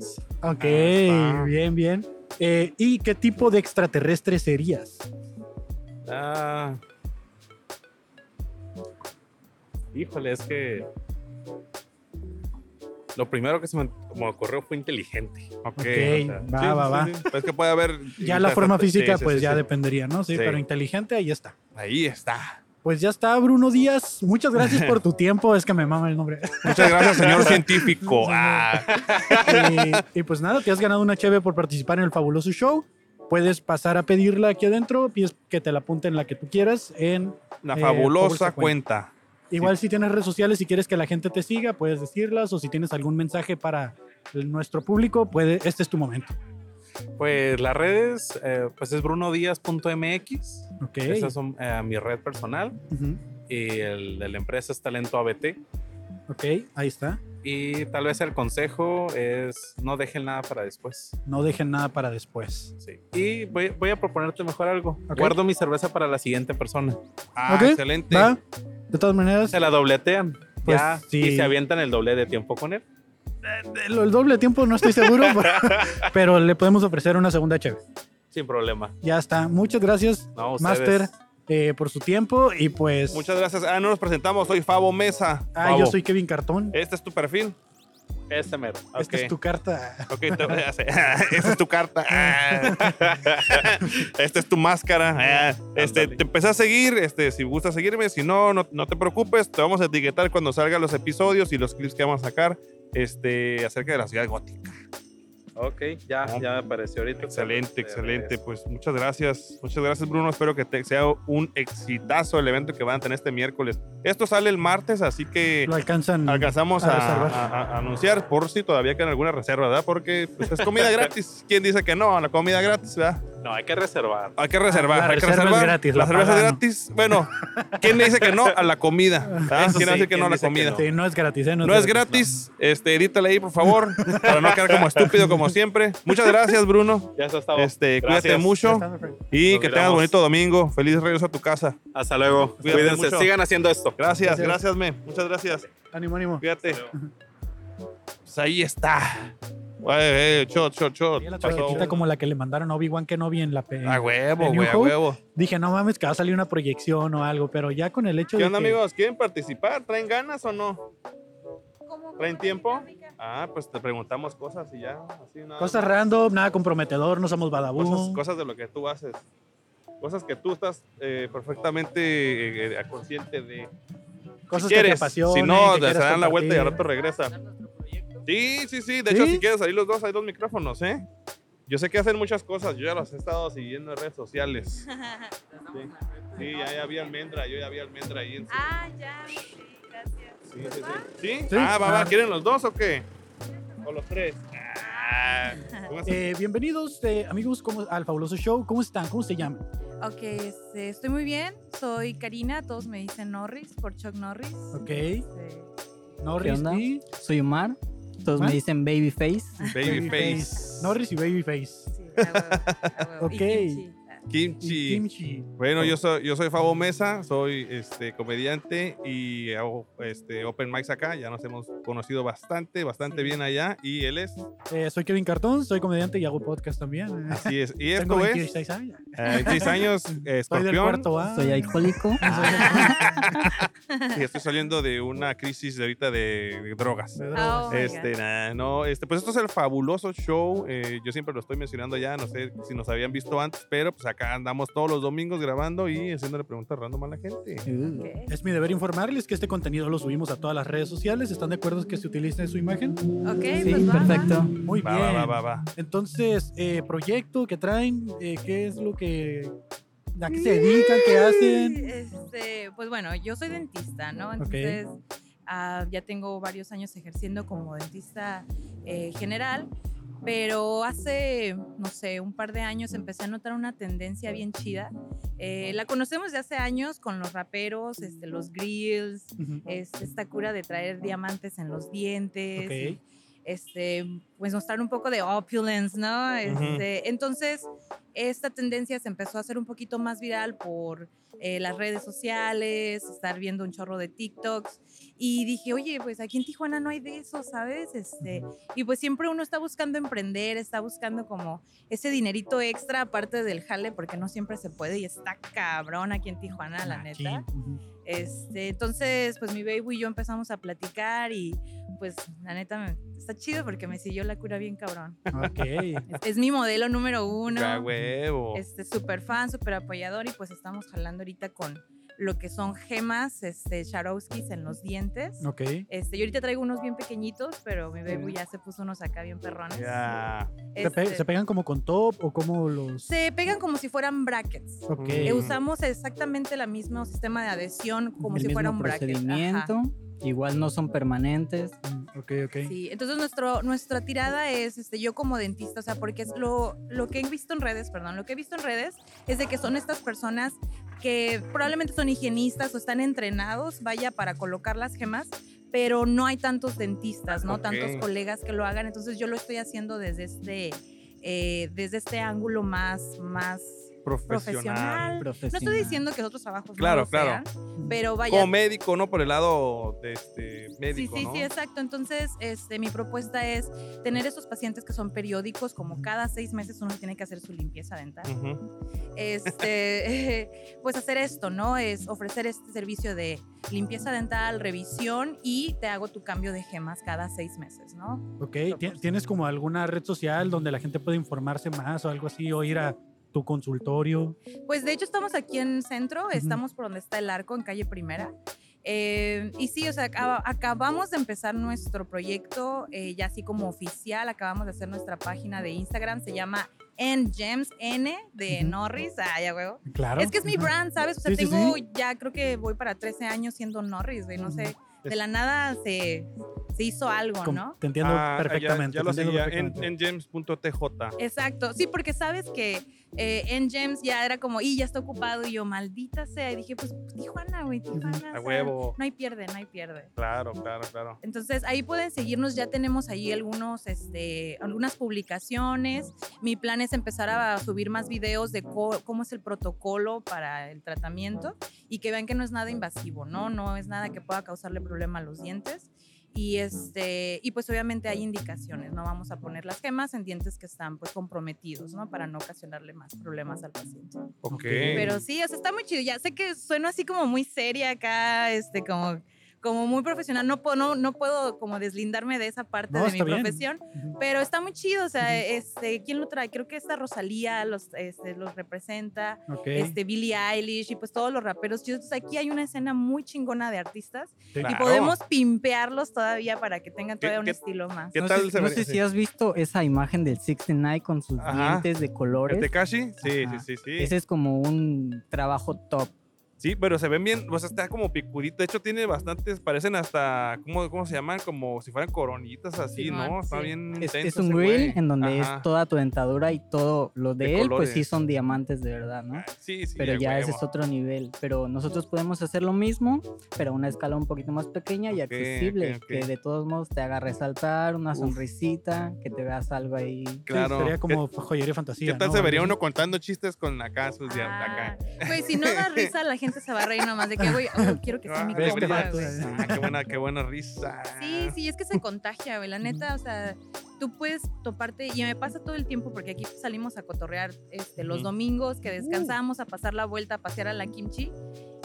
Ah, Ok, está. bien, bien. Eh, ¿Y qué tipo de extraterrestre serías? Ah. Híjole, es que. Lo primero que se me me ocurrió fue inteligente. Ok. Ok, va, va, va. Pues que puede haber. Ya la forma Sí, física, sí, pues sí, ya sí. dependería, ¿no? Sí, Sí. pero inteligente, ahí está. Ahí está. Pues ya está, Bruno Díaz. Muchas gracias (laughs) por tu tiempo. Es que me mama el nombre. Muchas gracias, (laughs) señor científico. Sí, Ah, Y, y pues nada, te has ganado una cheve por participar en el fabuloso show. Puedes pasar a pedirla aquí adentro, pides que te la apunten la que tú quieras. En, la Eh, fabulosa Power se cuenta. igual si tienes redes sociales, si quieres que la gente te siga, puedes decirlas. O si tienes algún mensaje para el- nuestro público, puede, este es tu momento. Pues las redes, eh, pues es brunodíaz.mx. Ok. Esa es eh, mi red personal. Ujú. Y el de la empresa es Talento ABT. Ok, ahí está. Y tal vez el consejo es no dejen nada para después. No dejen nada para después. Sí. Y voy, voy a proponerte mejor algo. Ok. Guardo mi cerveza para la siguiente persona. Ah, Ok, excelente. ¿Va? De todas maneras, Se la dobletean. Pues, ya, sí. Y se avientan el doble de tiempo con él. el, el doble tiempo no estoy seguro, (laughs) pero, pero le podemos ofrecer una segunda cheve. Sin problema. Ya está. Muchas gracias, No, ustedes. Master, eh, por su tiempo. Y pues, Muchas gracias. Ah, no nos presentamos. Soy Fabo Mesa. ah, Fabo, yo soy Kevin Cartón. Este es tu perfil. Este mero. Esta es tu carta. Ok, te voy a hacer- (laughs) Esta es tu (laughs) carta. Ah. Esta es tu máscara. Ah. Este, Ándale. te empecé a seguir. Este, si gustas seguirme, si no, no, no te preocupes. Te vamos a etiquetar cuando salgan los episodios y los clips que vamos a sacar este, acerca de la ciudad gótica. Ok, ya, Ah, ya apareció ahorita. Excelente, De excelente. regreso. Pues muchas gracias. Muchas gracias, Bruno. Espero que te sea un exitazo el evento que van a tener este miércoles. Esto sale el martes, así que Lo alcanzan. alcanzamos a a, reservar. a- a anunciar por si todavía quedan alguna reserva, ¿verdad? Porque pues, es comida gratis. ¿Quién dice que no? a La comida gratis, ¿verdad? No, hay que reservar. Hay que reservar. la hay que reserva es reservar. gratis, La, la cerveza es pagamos. gratis. Bueno, ¿quién dice que no a la comida? ¿verdad? Eso ¿Quién sí, dice que ¿quién no a la dice que comida? no? Sí, no es gratis, ¿eh? No es gratis. Este, edítale ahí, por favor, para no quedar como estúpido como siempre. Muchas gracias, Bruno. Ya eso está. Este, cuídate Gracias. mucho y Nos que tengas miramos. bonito domingo. Feliz regreso a tu casa. Hasta luego. Cuídate Cuídense. mucho. Sigan haciendo esto. Gracias, Gracias. gracias, me. Muchas gracias. Ánimo, ánimo. Cuídate. Pues ahí está. Güey, eh, shot, shot, shot. Sí, la Pasó. tarjetita como la que le mandaron a Obi-Wan Kenobi en la pe- A huevo, ¿En güey, a New Hope? huevo. Dije, no mames, que va a salir una proyección o algo, pero ya con el hecho ¿Qué de onda, que- amigos? ¿Quieren participar? ¿Traen ganas o no? ¿Traen tiempo? Ah, pues te preguntamos cosas y ya. Así, nada Cosas más. random, nada comprometedor, no somos badabú. cosas, cosas de lo que tú haces, cosas que tú estás eh, perfectamente eh, eh, consciente de. Cosas Si que te quieres, apasionan. si no, que te quieras dan la vuelta y al compartir. rato regresa. Sí, sí, sí. De hecho, ¿Sí? si quieres salir los dos, hay dos micrófonos, ¿eh? Yo sé que hacen muchas cosas. Yo ya los he estado siguiendo en redes sociales. Sí, Sí, ya, ya vi almendra. Yo ya vi almendra ahí en su- Ah, ya, sí, gracias. Sí, sí, sí. ¿Sí? Sí. Ah, va, va. Ah. ¿Quieren los dos o qué? O los tres. Ah, pónganse- Eh, bienvenidos, eh, amigos, ¿cómo- al fabuloso show. ¿Cómo están? ¿Cómo se llaman? Ok, este, estoy muy bien. Soy Karina, todos me dicen Norris por Chuck Norris. Ok. Este, Norris onda? y, Soy Omar. Todos ¿Omar? me dicen Babyface. Babyface. Norris y Babyface. sí, a huevo, a huevo. Y (laughs) Ok. kimchi. Ah, Y Kimchi. Bueno, yo soy, yo soy Fabo Mesa, soy este, comediante y hago este, open mics acá. Ya nos hemos conocido bastante, bastante bien allá. Y él es, Eh, soy Kevin Cartón, soy comediante y hago podcast también. eh. así es. Y Tengo esto es, 26 años. eh, 26 años, eh, (laughs) Soy del escorpión. cuarto A. Soy alcohólico. Ah, Y estoy saliendo de una crisis de ahorita de, de drogas. Oh my Este, God. nah, no, este, pues esto es el fabuloso show. eh, yo siempre lo estoy mencionando ya, no sé si nos habían visto antes, pero pues acá andamos todos los domingos grabando y haciéndole preguntas random a la gente. Uh, Ok, Es mi deber informarles que este contenido lo subimos a todas las redes sociales. ¿Están de acuerdo que se utilice su imagen? Ok, Sí, pues va, va. perfecto. Muy Va, bien. va, va, va, va. Entonces, eh, proyecto que traen, eh, ¿qué es lo que... ¿A qué se dedican? ¿Qué hacen? Este, pues bueno, yo soy dentista, ¿no? Entonces, ah, ya tengo varios años ejerciendo como dentista eh, general, pero hace, no sé, un par de años empecé a notar una tendencia bien chida. Eh, la conocemos de hace años con los raperos, este, los grills, Ujú. es- esta cura de traer diamantes en los dientes. Ok. Este, pues mostrar un poco de opulence, ¿no? Este, Entonces, esta tendencia se empezó a hacer un poquito más viral por eh, las redes sociales, estar viendo un chorro de TikToks. Y dije, oye, pues aquí en Tijuana no hay de eso, ¿sabes? Este, y pues siempre uno está buscando emprender, está buscando como ese dinerito extra aparte del jale, porque no siempre se puede y está cabrón aquí en Tijuana, Ah, la neta. Machín. Ujú. Este, entonces, pues mi baby y yo empezamos a platicar y pues la neta me- está chido porque me siguió la cura bien cabrón. Ok. Es, es mi modelo número uno. Ya, huevo. Este, súper fan, súper apoyador y pues estamos jalando ahorita con lo que son gemas, este, Swarovskis en los dientes. Ok. Este, yo ahorita traigo unos bien pequeñitos, pero mi baby ya se puso unos acá bien perrones. Ya. ¿Se, pe- Este, se pegan como con top o como los...? se pegan como si fueran brackets. Ok. Eh, Mm. usamos exactamente el mismo sistema de adhesión como el si mismo fuera un bracket. ajá. procedimiento. Igual no son permanentes. Mm, Ok, ok. Sí, entonces nuestro, nuestra tirada es, este, yo como dentista, o sea, porque es lo, lo que he visto en redes, perdón, lo que he visto en redes es de que son estas personas que probablemente son higienistas o están entrenados, vaya, para colocar las gemas, pero no hay tantos dentistas, ¿no? Ok. Tantos colegas que lo hagan, entonces yo lo estoy haciendo desde este, eh, desde este ángulo más, más Profesional. profesional. No Profesional. estoy diciendo que otros trabajos Claro, no lo claro. sean, pero vaya, Como médico, ¿no? Por el lado de este médico, sí, sí, ¿no? sí, exacto. Entonces, este, mi propuesta es tener esos pacientes que son periódicos, como cada seis meses uno tiene que hacer su limpieza dental. Ujú. (laughs) Este, (laughs) eh, pues hacer esto, ¿no? Es ofrecer este servicio de limpieza dental, revisión y te hago tu cambio de gemas cada seis meses, ¿no? Ok, ¿tien- ¿tienes como alguna red social donde la gente puede informarse más o algo así o ir a tu consultorio? Pues de hecho estamos aquí en centro, estamos por donde está el arco, en calle primera. Eh, y sí, o sea, acaba- acabamos de empezar nuestro proyecto, eh, ya así como oficial, acabamos de hacer nuestra página de Instagram, se llama NGEMS, N de Ujú. Norris, ah, ya huevo. Claro. Es que es mi brand, ¿sabes? O sea, Sí, sí, tengo, sí. ya creo que voy para 13 años siendo Norris, güey, no sé, Es- de la nada se, se hizo algo, Com- ¿no? Te entiendo Ah, ya- perfectamente. Ya, lo te entiendo seguía en, perfectamente. en james.tj. Exacto, sí, porque sabes que eh, en James ya era como, y ya está ocupado, y yo, maldita sea, y dije, pues Tijuana, güey, Tijuana. o sea, A huevo. No hay pierde, no hay pierde. Claro, claro, claro. Entonces ahí pueden seguirnos, ya tenemos ahí algunos, este, algunas publicaciones. Mi plan es empezar a subir más videos de co- cómo es el protocolo para el tratamiento y que vean que no es nada invasivo, ¿no? No es nada que pueda causarle problema a los dientes. Y, este, y pues obviamente hay indicaciones, no vamos a poner las gemas en dientes que están pues comprometidos, ¿no? Para no ocasionarle más problemas al paciente. Ok. Pero sí, o sea, está muy chido. Ya sé que sueno así como muy seria acá, este, como, como muy profesional. No puedo, no, no puedo como deslindarme de esa parte No, de mi está bien. profesión, Ujú. pero está muy chido. O sea, Ujú. este, ¿quién lo trae? Creo que esta Rosalía los, este, los representa, Ok. este, Billie Eilish y pues todos los raperos chidos. Entonces, aquí hay una escena muy chingona de artistas y Claro. podemos pimpearlos todavía para que tengan todavía un qué- estilo (laughs) más. ¿Qué no tal sé, se no ve? sé si has visto esa imagen del 69 con sus Ajá. dientes de ¿El colores. Tekashi? Sí, Ajá. sí, sí, sí. Ese es como un trabajo top. Sí, pero se ven bien, o sea, está como picudito. De hecho, tiene bastantes, parecen hasta, ¿cómo, cómo se llaman? Como si fueran coronitas así, Simón, ¿no? Está sí. bien Es, intenso es un ese grill güey. en donde Ajá. es toda tu dentadura y todo lo de, De él, colores. pues sí son diamantes de verdad, ¿no? Ah, Sí, sí, Pero a ya ese huevo. es otro nivel. Pero nosotros podemos hacer lo mismo, pero a una escala un poquito más pequeña y Ok, ok, accesible, ok. que de todos modos te haga resaltar una Uf. sonrisita, que te veas algo ahí. Claro. Sería ¿Qué- Eh, como joyería fantasía. ¿Qué tal ¿no? se Algo vería así. uno contando chistes con acá sus de acá? Ah, Güey, si no da (laughs) risa, la gente se va a reír nomás de que, güey, oh, quiero que sea mi Ah, Ve este compa, vato, güey. eh. Ah, qué buena, qué buena risa. Ah. Sí, sí, es que se contagia, güey. La neta, o sea, tú puedes toparte, y me pasa todo el tiempo porque aquí salimos a cotorrear este, los Ujú. domingos que descansamos, a pasar la vuelta, a pasear a la kimchi.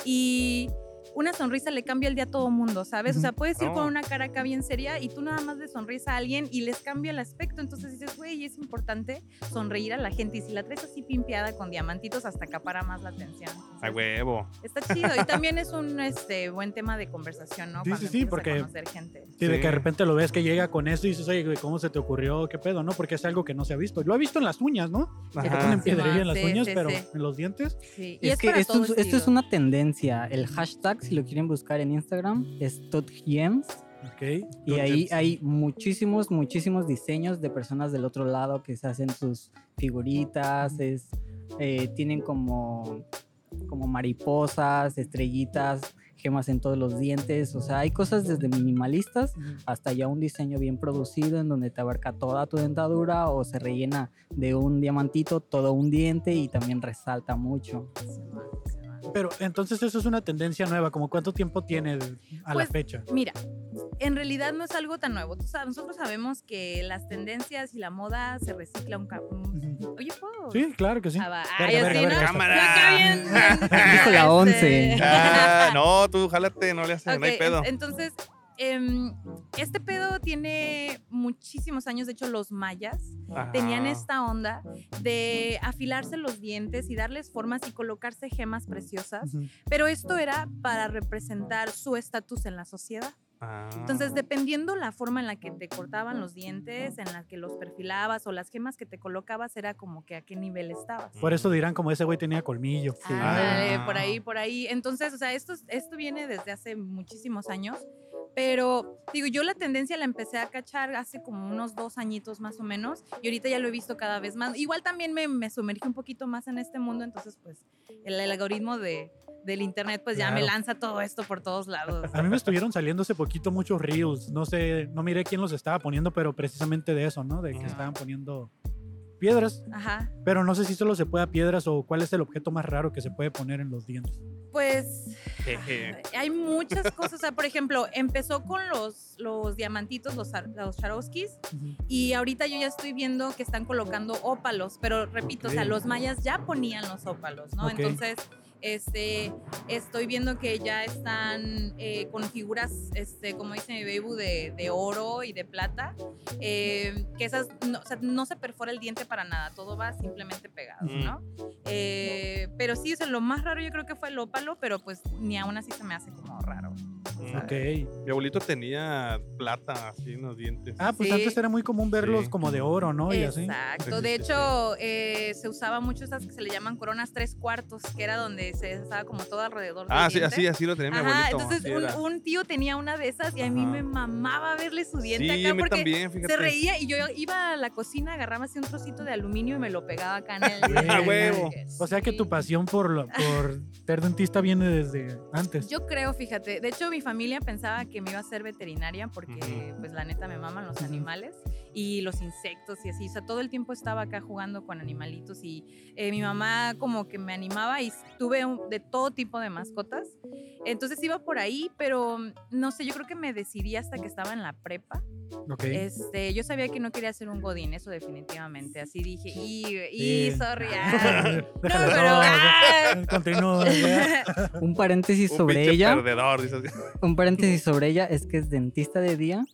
Y una sonrisa le cambia el día a todo mundo, ¿sabes? O sea, puedes ir No. Oh. con una cara acá bien seria y tú nada más de sonrisa a alguien y les cambia el aspecto. Entonces dices, güey, es importante sonreír a la gente. Y si la traes así pimpeada con diamantitos, hasta acapara más la atención. A Entonces, huevo. Está chido. Y también es un este, buen tema de conversación, ¿no? Sí, Cuando sí, sí, empiezas a porque- conocer gente. Sí, de Sí. que de repente lo ves que llega con eso y dices, oye, güey, ¿cómo se te ocurrió? ¿Qué pedo? ¿No? Porque es algo que no se ha visto. Lo he visto en las uñas, ¿no? Que te Ajá. ponen piedrería en Simón, las sí, uñas, sí, pero sí. en los dientes. Sí, y es, es, que para esto, todo es- esto es estilo. una tendencia. El hashtag, si lo quieren buscar en Instagram, es TodGems. Ok. Y ahí hay muchísimos, muchísimos diseños de personas del otro lado que se hacen sus figuritas, es, eh, tienen como, como mariposas, estrellitas, gemas en todos los dientes, o sea, hay cosas desde minimalistas hasta ya un diseño bien producido en donde te abarca toda tu dentadura o se rellena de un diamantito todo un diente y también resalta mucho. Pero entonces eso es una tendencia nueva, como cuánto tiempo tiene a la Pues, fecha. Mira, en realidad no es algo tan nuevo. Tú sabes, nosotros sabemos que las tendencias y la moda se recicla un ca- un- Ujú. Oye, ¿puedo? Sí, claro que sí. Ah, va. Verga, Ay, verga, así, ¿no? verga, cámara. Yo acá bien- Dijo (laughs) (laughs) la once. Este- Ah, no, tú jálate, no le haces, no hay Ok, pedo. en- Entonces, em, este pedo tiene muchísimos años. De hecho, los mayas Ajá. tenían esta onda de afilarse los dientes y darles formas y colocarse gemas preciosas. Ujú. Pero esto era para representar su estatus en la sociedad. Ah. Entonces, dependiendo la forma en la que te cortaban los dientes, en la que los perfilabas o las gemas que te colocabas, era como que a qué nivel estabas. Por eso dirán como ese güey tenía colmillo. Ándale, Ah. por ahí, por ahí. Entonces, o sea, esto, es- esto viene desde hace muchísimos años, pero digo, yo la tendencia la empecé a cachar hace como unos dos añitos más o menos, y ahorita ya lo he visto cada vez más. Igual también me, me sumergí un poquito más en este mundo, entonces, pues, el, el algoritmo de, del internet, pues ya me Claro. lanza todo esto por todos lados. A mí me estuvieron saliendo hace poquito muchos reels. No sé, no miré quién los estaba poniendo, pero precisamente de eso, ¿no? De que Ujú. estaban poniendo piedras. Ajá. Pero no sé si solo se puede a piedras o cuál es el objeto más raro que se puede poner en los dientes. Pues Jeje. Hay muchas cosas. O sea, por ejemplo, empezó con los, los diamantitos, los, Sar- los Swarovskis, y ahorita yo ya estoy viendo que están colocando ópalos, pero repito, o sea, Ok. los mayas ya ponían los ópalos, ¿no? Ok. Entonces, Este, estoy viendo que ya están eh, con figuras, este, como dice mi baby, de, de oro y de plata, eh, que esas no, o sea, no se perfora el diente para nada, todo va simplemente pegado, Mm. ¿no? Eh, pero sí, o sea, lo más raro yo creo que fue el ópalo, pero pues ni aún así se me hace como raro. Ok. Mm. Mi abuelito tenía plata así en los dientes. Ah, pues Sí. antes era muy común verlos Sí. como de oro, ¿no? Y así. Sí, sí, Exacto. De sí, hecho, eh, se usaba mucho esas que se le llaman coronas tres cuartos, que era donde se estaba como todo alrededor. del ah, sí, diente. así, así lo tenía mi Ajá, abuelito. entonces así un, era. un tío tenía una de esas y a mí Ajá. me mamaba verle su diente sí, a acá mí porque también, fíjate. se reía y yo iba a la cocina, agarraba así un trocito de aluminio y me lo pegaba acá en (laughs) (laughs) el diente. Ah, huevo. O sea que Sí. tu pasión por, lo- por ser dentista viene desde antes. Yo creo, fíjate, de hecho mi familia pensaba que me iba a ser veterinaria porque Ujú. pues la neta me maman los Ujú. animales y los insectos y así, o sea, todo el tiempo estaba acá jugando con animalitos y eh, mi mamá como que me animaba y tuve un- de todo tipo de mascotas, entonces iba por ahí, pero mm, no sé, yo creo que me decidí hasta que estaba en la prepa, ok. este, yo sabía que no quería ser un godín, eso definitivamente, así dije, y, Sí. y (laughs) sorry, ah". Déjalo, No, pero- ah. no, ya. (laughs) Continúa. ya. (laughs) Un paréntesis Ah. Un sobre pinche ella. perdedor, dices. Un paréntesis sobre ella es que es dentista de día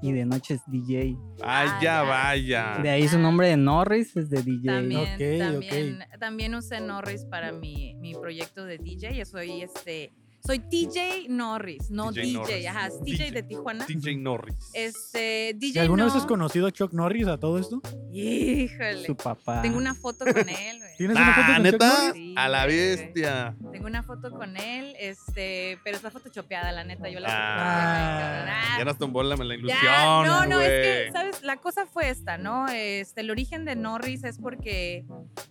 y de noche es DJ. Ah, Ah, ya ya. vaya. De ahí su Ah. nombre de Norris es de DJ. También, Ok, también, también usé Norris para mi, mi proyecto de DJ. Yo soy este, soy TJ Norris, no TJ DJ, Norris. ajá, es TJ, DJ. de Tijuana. DJ Norris. Este, ¿Y DJ alguna no. vez has conocido a Chuck Norris a todo esto? Híjole. Su papá. Tengo una foto con él. güey. (laughs) ¿Tienes una foto Ah, con Chuck neta. Norris? Sí, A la güey. bestia. Tengo una foto con él, este, pero es la foto chopeada, la neta, yo la Ah, fotochopeé, ya cabrón. nos tumbó la, la ilusión. Ya, no, no, es güey. que, ¿sabes? La cosa fue esta, ¿no? Este, el origen de Norris es porque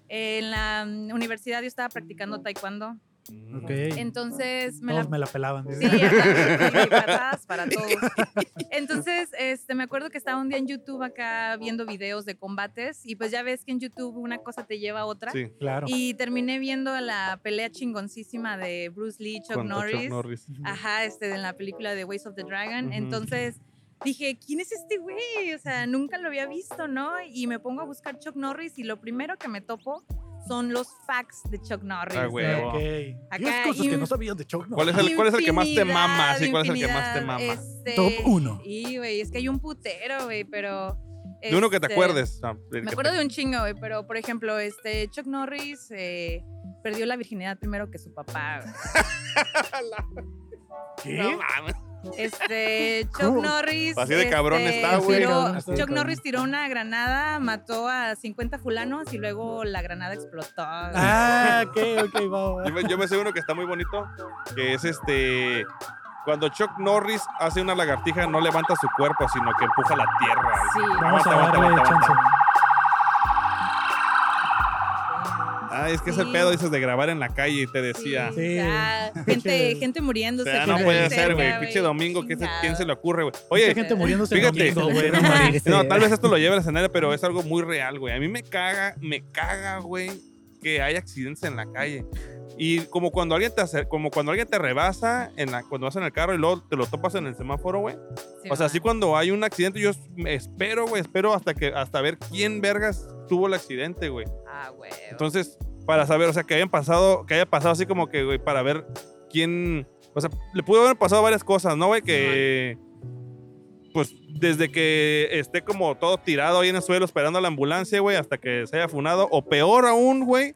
en la mm, universidad yo estaba practicando taekwondo. Ok. Entonces me Mm. Todos la... me la pelaban. Sí, ajá, sí, patadas para todos. (laughs) Entonces, este, me acuerdo que estaba un día en YouTube acá viendo videos de combates y pues ya ves que en YouTube una cosa te lleva a otra. Sí, Claro. Y terminé viendo la pelea chingoncísima de Bruce Lee, Chuck con Norris. Chuck Norris. Ajá, este, en la película de Ways of the Dragon. Ujú. Entonces dije, ¿quién es este güey? O sea, nunca lo había visto, ¿no? Y me pongo a buscar Chuck Norris y lo primero que me topo son los facts de Chuck Norris. Ah, ¿no? güey. huevo. Ok. Acá Diez cosas que y- no sabías de Chuck ¿Cuál Norris. es el, cuál es el que más te mama? Infinidad, Sí, ¿cuál es el que más te infinidad, mama? este, Top uno. Y, güey, es que hay un putero, güey, pero... De uno que te este, acuerdes. ah, del Me que acuerdo te- de un chingo, güey, pero, por ejemplo, este Chuck Norris eh, perdió la virginidad primero que su papá, (laughs) güey. No ¿Qué? mames. Este, Chuck ¿Cómo? Norris... Así de cabrón este, está, güey. tiró- Así de cabrón. Chuck Norris tiró una granada, mató a 50 fulanos y luego la granada explotó. güey. Ah, ok, ok, va, va. Yo me, yo me sé uno que está muy bonito, que es este... Cuando Chuck Norris hace una lagartija, no levanta su cuerpo, sino que empuja la tierra. Sí. Vamos a Aguanta, darle aguanta, chance. Ah, es que es el Sí. pedo, dices, de grabar en la calle, te decía. Sí. ya, gente, gente muriéndose. O por sea, Ah, no ahí puede cerca, ser, güey. Pinche domingo, ¿qué se- ¿quién se le ocurre, güey? Oye, Mucha gente muriéndose el Fíjate. domingo, (laughs) güey. no mames. Morirse. No, tal vez esto lo lleve al escenario, pero es algo muy real, güey. A mí me caga, me caga, güey, que hay accidentes en la calle. Y como cuando alguien te acer- como cuando alguien te rebasa en la, cuando vas en el carro y luego te lo topas en el semáforo, güey. Sí, o mamá. sea, así cuando hay un accidente, yo es- me espero, güey, espero hasta que hasta ver quién vergas tuvo el accidente, güey. Ah, güey. Entonces, para saber, o sea, que hayan pasado, que haya pasado así como que, güey, para ver quién. O sea, le pudo haber pasado varias cosas, ¿no, güey? Que. Pues desde que esté como todo tirado ahí en el suelo esperando a la ambulancia, güey, hasta que se haya funado. O peor aún, güey,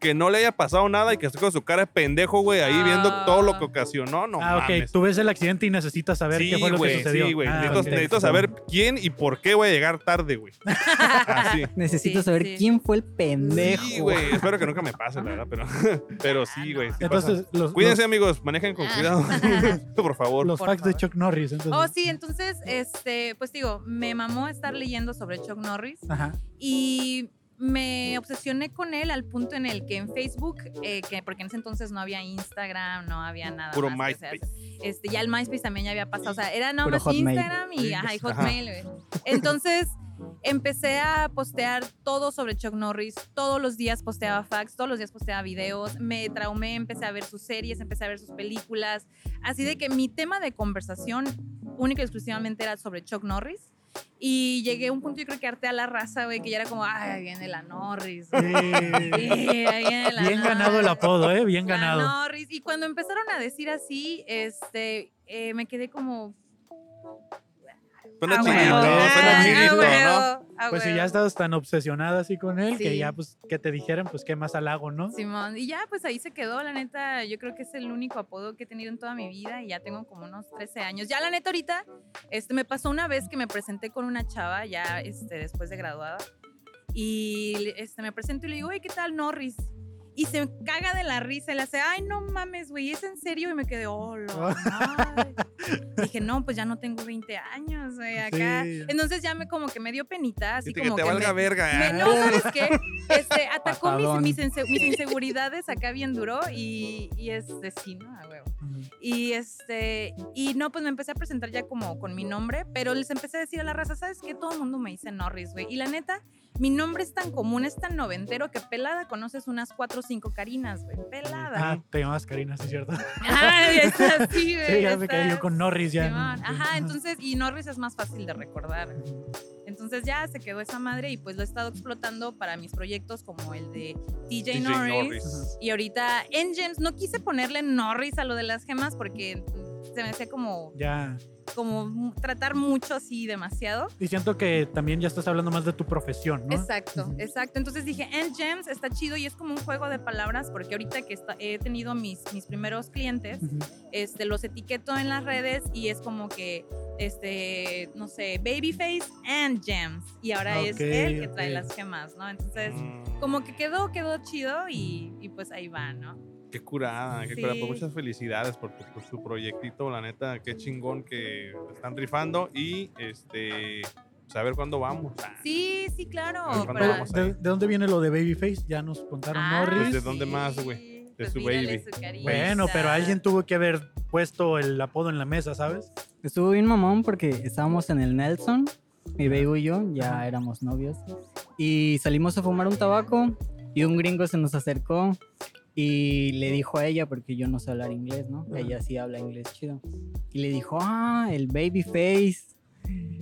que no le haya pasado nada y que esté con su cara de pendejo, güey, ahí viendo Ah. todo lo que ocasionó. No, Ah, ok. mames. Tú ves el accidente y necesitas saber sí, qué fue lo güey, que sucedió. Sí, güey. Ah, necesito, ok. necesito saber quién y por qué voy a llegar (laughs) tarde, güey. Así. Necesito Sí, saber sí. quién fue el Ah, Sí, pendejo. güey. Espero que nunca me pase, la verdad, pero, (laughs) pero sí, güey. sí pasa. Entonces, los, Cuídense, amigos. Manejen con Ah. (laughs) cuidado. (laughs) Por favor. los, los Por facts de favor. Chuck Norris. entonces. Oh, sí, entonces, este, pues digo, me mamó estar leyendo sobre Chuck Norris Ajá. y me obsesioné con él al punto en el que en Facebook, eh, que porque en ese entonces no había Instagram, no había nada. Puro más que se MySpace. hace. este, ya el MySpace también ya había pasado. O sea, era nada Puro más Hotmail. Instagram y, Sí. ajá, y Ajá. Hotmail. güey. Entonces. Empecé a postear todo sobre Chuck Norris, todos los días posteaba facts, todos los días posteaba videos, me traumé, empecé a ver sus series, empecé a ver sus películas, así de que mi tema de conversación única y exclusivamente era sobre Chuck Norris Y llegué a un punto, yo creo que harté a la raza, güey, que ya era como, ay, ahí viene la Norris. Sí. güey. Sí, ahí viene la Eh, Bien ganado el Norris". apodo, ¿eh? Bien La ganado. Norris. Y cuando empezaron a decir así, este, eh, me quedé como. Suena "A chidito, huevo, suena ah, chidito, a ¿no? huevo, a Pues si ya huevo". estabas tan obsesionada así con él, que Sí. ya, pues, que te dijeran, pues, qué más halago, ¿no? Simón, y ya pues ahí se quedó, la neta, yo creo que es el único apodo que he tenido en toda mi vida y ya tengo como unos 13 años. Ya la neta ahorita, este, me pasó una vez que me presenté con una chava ya este, después de graduada y le- este, me presento y le digo, oye, ¿qué tal Norris? Y se caga de la risa y le hace, ay, no mames, güey, ¿es en serio? Y me quedé, oh, la madre". Dije, no, pues ya no tengo 20 años, güey, acá. Sí. Entonces ya me como que me dio penita, así Y te- que como te que valga me- me- verga. ¿eh? no, ¿sabes qué? (laughs) Este, atacó mis, Patadón. mis inse- mis inseguridades acá bien duro y, y este, sí, ¿no? A huevo. Y este, y no, pues me empecé a presentar ya como con mi nombre, pero les empecé a decir a la raza, ¿sabes qué? Todo el mundo me dice Norris, güey. Y la neta, mi nombre es tan común, es tan noventero que pelada conoces unas cuatro o cinco carinas, güey. Pelada. Ah, te llamabas Karina, sí, es cierto. Ay, está así, güey. (laughs) Sí, ya me quedé está- yo con Norris ya. Simón. ¿no? Ajá, entonces, y Norris es más fácil de recordar. Entonces ya se quedó esa madre y pues lo he estado explotando para mis proyectos como el de TJ, DJ Norris. Norris. Y ahorita Engines, no quise ponerle Norris a lo de las gemas porque se me hacía como, Ya. como mu- tratar mucho así demasiado. Y siento que también ya estás hablando más de tu profesión, ¿no? Exacto, Ujú. exacto. Entonces dije, End Gems está chido y es como un juego de palabras porque ahorita que está- he tenido mis, mis primeros clientes, Ujú. este, los etiqueto en las redes y es como que, este, no sé, Babyface and Gems. Y ahora es Ah, Ok, él que trae ok. las gemas, ¿no? Entonces, Mm. como que quedó, quedó chido y, y pues ahí va, ¿no? Ah. Qué curada, qué curada. Pues Sí. muchas felicidades por, tu- por su proyectito, la neta, qué chingón que están rifando y este, pues a ver cuándo vamos. Ah, Sí, sí, A ver, claro. ¿cuándo para- vamos? ¿De, de dónde viene lo de Babyface? Ya nos contaron Ah, Norris. Pues, ¿de dónde más, güey? sí, Pues De su mírale baby. carita. Bueno, pero alguien tuvo que haber puesto el apodo en la mesa, ¿sabes? Estuvo bien mamón porque estábamos en el Nelson, mi baby y yo, ya éramos novios, y salimos a fumar un tabaco y un gringo se nos acercó y le dijo a ella, porque yo no sé hablar inglés, ¿no? Ajá. Ella sí habla inglés chido. Y le dijo, ah, el baby face.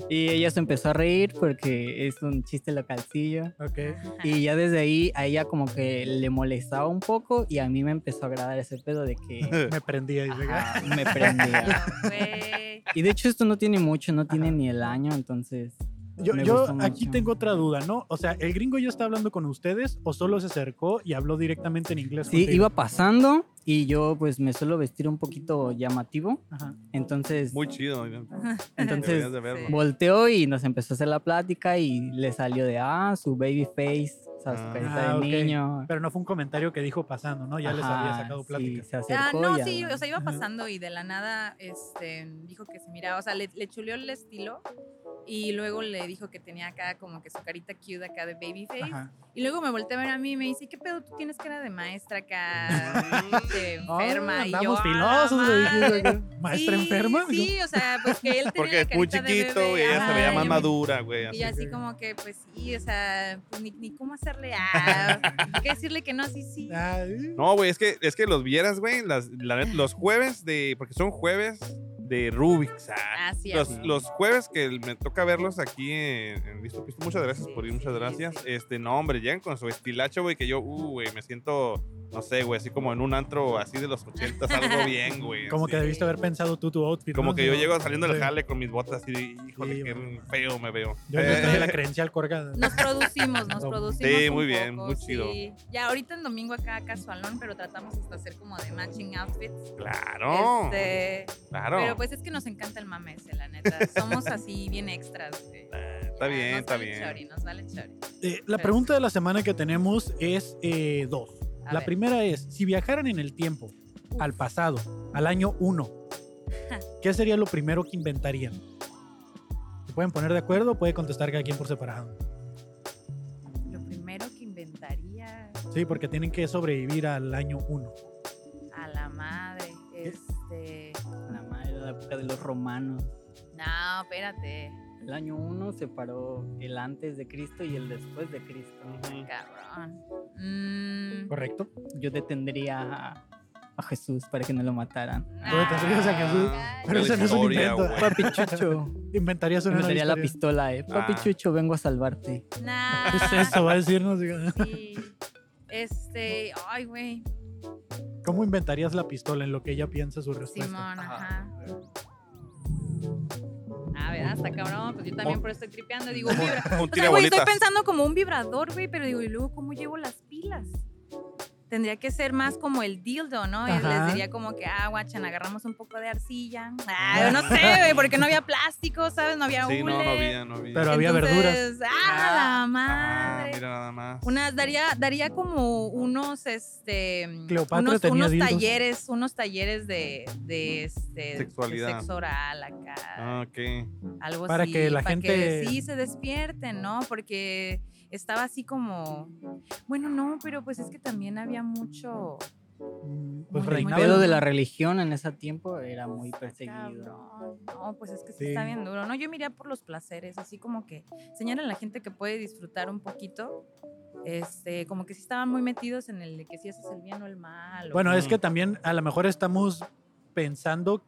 Y ella se empezó a reír porque es un chiste localcillo. Ok. Ajá. Y ya desde ahí a ella como que le molestaba un poco y a mí me empezó a agradar ese pedo de que (laughs) Me prendí ahí. dice, (laughs) ajá, me prendía. Güey. Y de hecho esto no tiene mucho, no tiene ni el año, entonces... Yo, me yo gusta aquí mucho. tengo otra duda, ¿no? O sea, ¿el gringo ya está hablando con ustedes o solo se acercó y habló directamente en inglés? Sí, contigo? iba pasando y yo pues me suelo vestir un poquito llamativo, Ajá. entonces... Muy chido. entonces Deberías de verlo. Sí. volteó y nos empezó a hacer la plática y le salió de, ah, su baby face, o sea, su Ah. carita Ah, de ok. niño. Pero no fue un comentario que dijo pasando, ¿no? Ya les había Ajá, sacado sí, plática. se Ah, acercó no, y sí, habló. o sea, iba Ajá. pasando y de la nada este, dijo que se miraba, o sea, le, le chuleó el estilo y luego le dijo que tenía acá como que su carita cute acá de baby face Ajá. y luego me volteé a ver a mí y me dice, ¿qué pedo? Tú tienes cara de maestra acá, de (laughs) enferma. Ah, y yo, andamos "A la filosos, le dije, madre". Maestra Sí, enferma. (laughs) Sí, o sea, pues que él tenía Porque la es muy carita de chiquito, bebé, güey, ella se ajá, veía más yo- madura, güey. Y así. yo así como que, pues sí, o sea, pues ni, ni cómo hacerle (laughs) a... que decirle que no, sí, sí. Yo, ay, No, güey, es que, es que los vieras, güey, las- la neta, los jueves de, porque son jueves de Rubik's. ah. Ah, sí, los, así. los jueves que me toca verlos aquí en, en Listo Pisto, muchas gracias por ir, Sí, muchas sí, gracias. sí. Este, no, hombre, llegan con su estilacho, güey, que yo, uh, güey, me siento, no sé, güey, así como en un antro así de los (laughs) ochentas, algo bien, güey. Como así. que debiste haber pensado tú tu outfit. Como ¿no? que yo Sí. llego saliendo del Sí. jale con mis botas y de, híjole, Sí, qué güey. feo me veo. Yo Eh, (laughs) tenía la credencial colgada. Nos producimos, nos No. producimos. Sí, un muy bien, poco, muy chido. sí. Ya ahorita en domingo acá casualón, pero tratamos hasta hacer como de matching outfits. claro, Este, claro. Pero pues es que nos encanta el mame ese, la neta. Somos así bien extras. güey. está Ya, bien, nos está vale bien. chori, nos vale chori. (laughs) Eh, la Pero- pregunta de la semana que tenemos es eh, dos. A la ver. primera es, si viajaran en el tiempo, Uf. al pasado, al año (laughs) 1, ¿qué sería lo primero que inventarían? ¿Se pueden poner de acuerdo o puede contestar cada quien por separado? Lo primero que inventaría Sí, porque tienen que sobrevivir al año 1. a la madre. Este. La madre era la época de los romanos. No, espérate. El año 1 separó el antes de Cristo y el después de Cristo. Ujú. Cabrón. Mm, ¿Correcto? Yo detendría a Jesús para que no lo mataran. Luego tendrías a Jesús. Pero Qué ese no es un historia, invento. güey. Papi (laughs) Chucho. Inventarías Me una nueva daría la historia. pistola, eh. Papi Ah. Chucho, vengo a salvarte. (laughs) Nah. ¿Qué es (laughs) eso? Va a decirnos. diga. Sí. Este, ay, güey. (laughs) ¿Cómo inventarías la pistola en lo que ella piensa su respuesta? Simón, ajá. A ver, hasta Ah, cabrón, pues yo Oh. también por eso estoy tripeando. Digo, un vibra. Un O sea, güey, tirabolitas. estoy pensando como un vibrador, güey, pero digo, ¿y luego cómo llevo las pilas? Tendría que ser más como el dildo, ¿no? Y Ajá. Les diría como que, ah, guachan, agarramos un poco de arcilla. Ah, yo no sé, güey, porque no había plástico, ¿sabes? No había Sí, no, no hule. había, no había. Pero había verduras. Entonces, Ah, la madre. Ah, mira nada más. Unas daría, daría como unos este Cleopatra unos, tenía unos dildos. talleres, unos talleres de, de este de Sexualidad. sexo oral acá. Ah, ok. algo para así, que la para gente- que sí se despierten, ¿no? Porque estaba así como bueno, no, pero pues es que también había mucho Pues Muy El reinaba. pedo bien. de la religión en ese tiempo era muy perseguido. Pues Cabrón, No, pues es que sí Sí. está bien duro. No, yo miraría por los placeres, así como que señalan a la gente que puede disfrutar un poquito. Este, como que sí estaban muy metidos en el de que si haces el bien o el mal. o- Bueno, es Mm. que también a lo mejor estamos pensando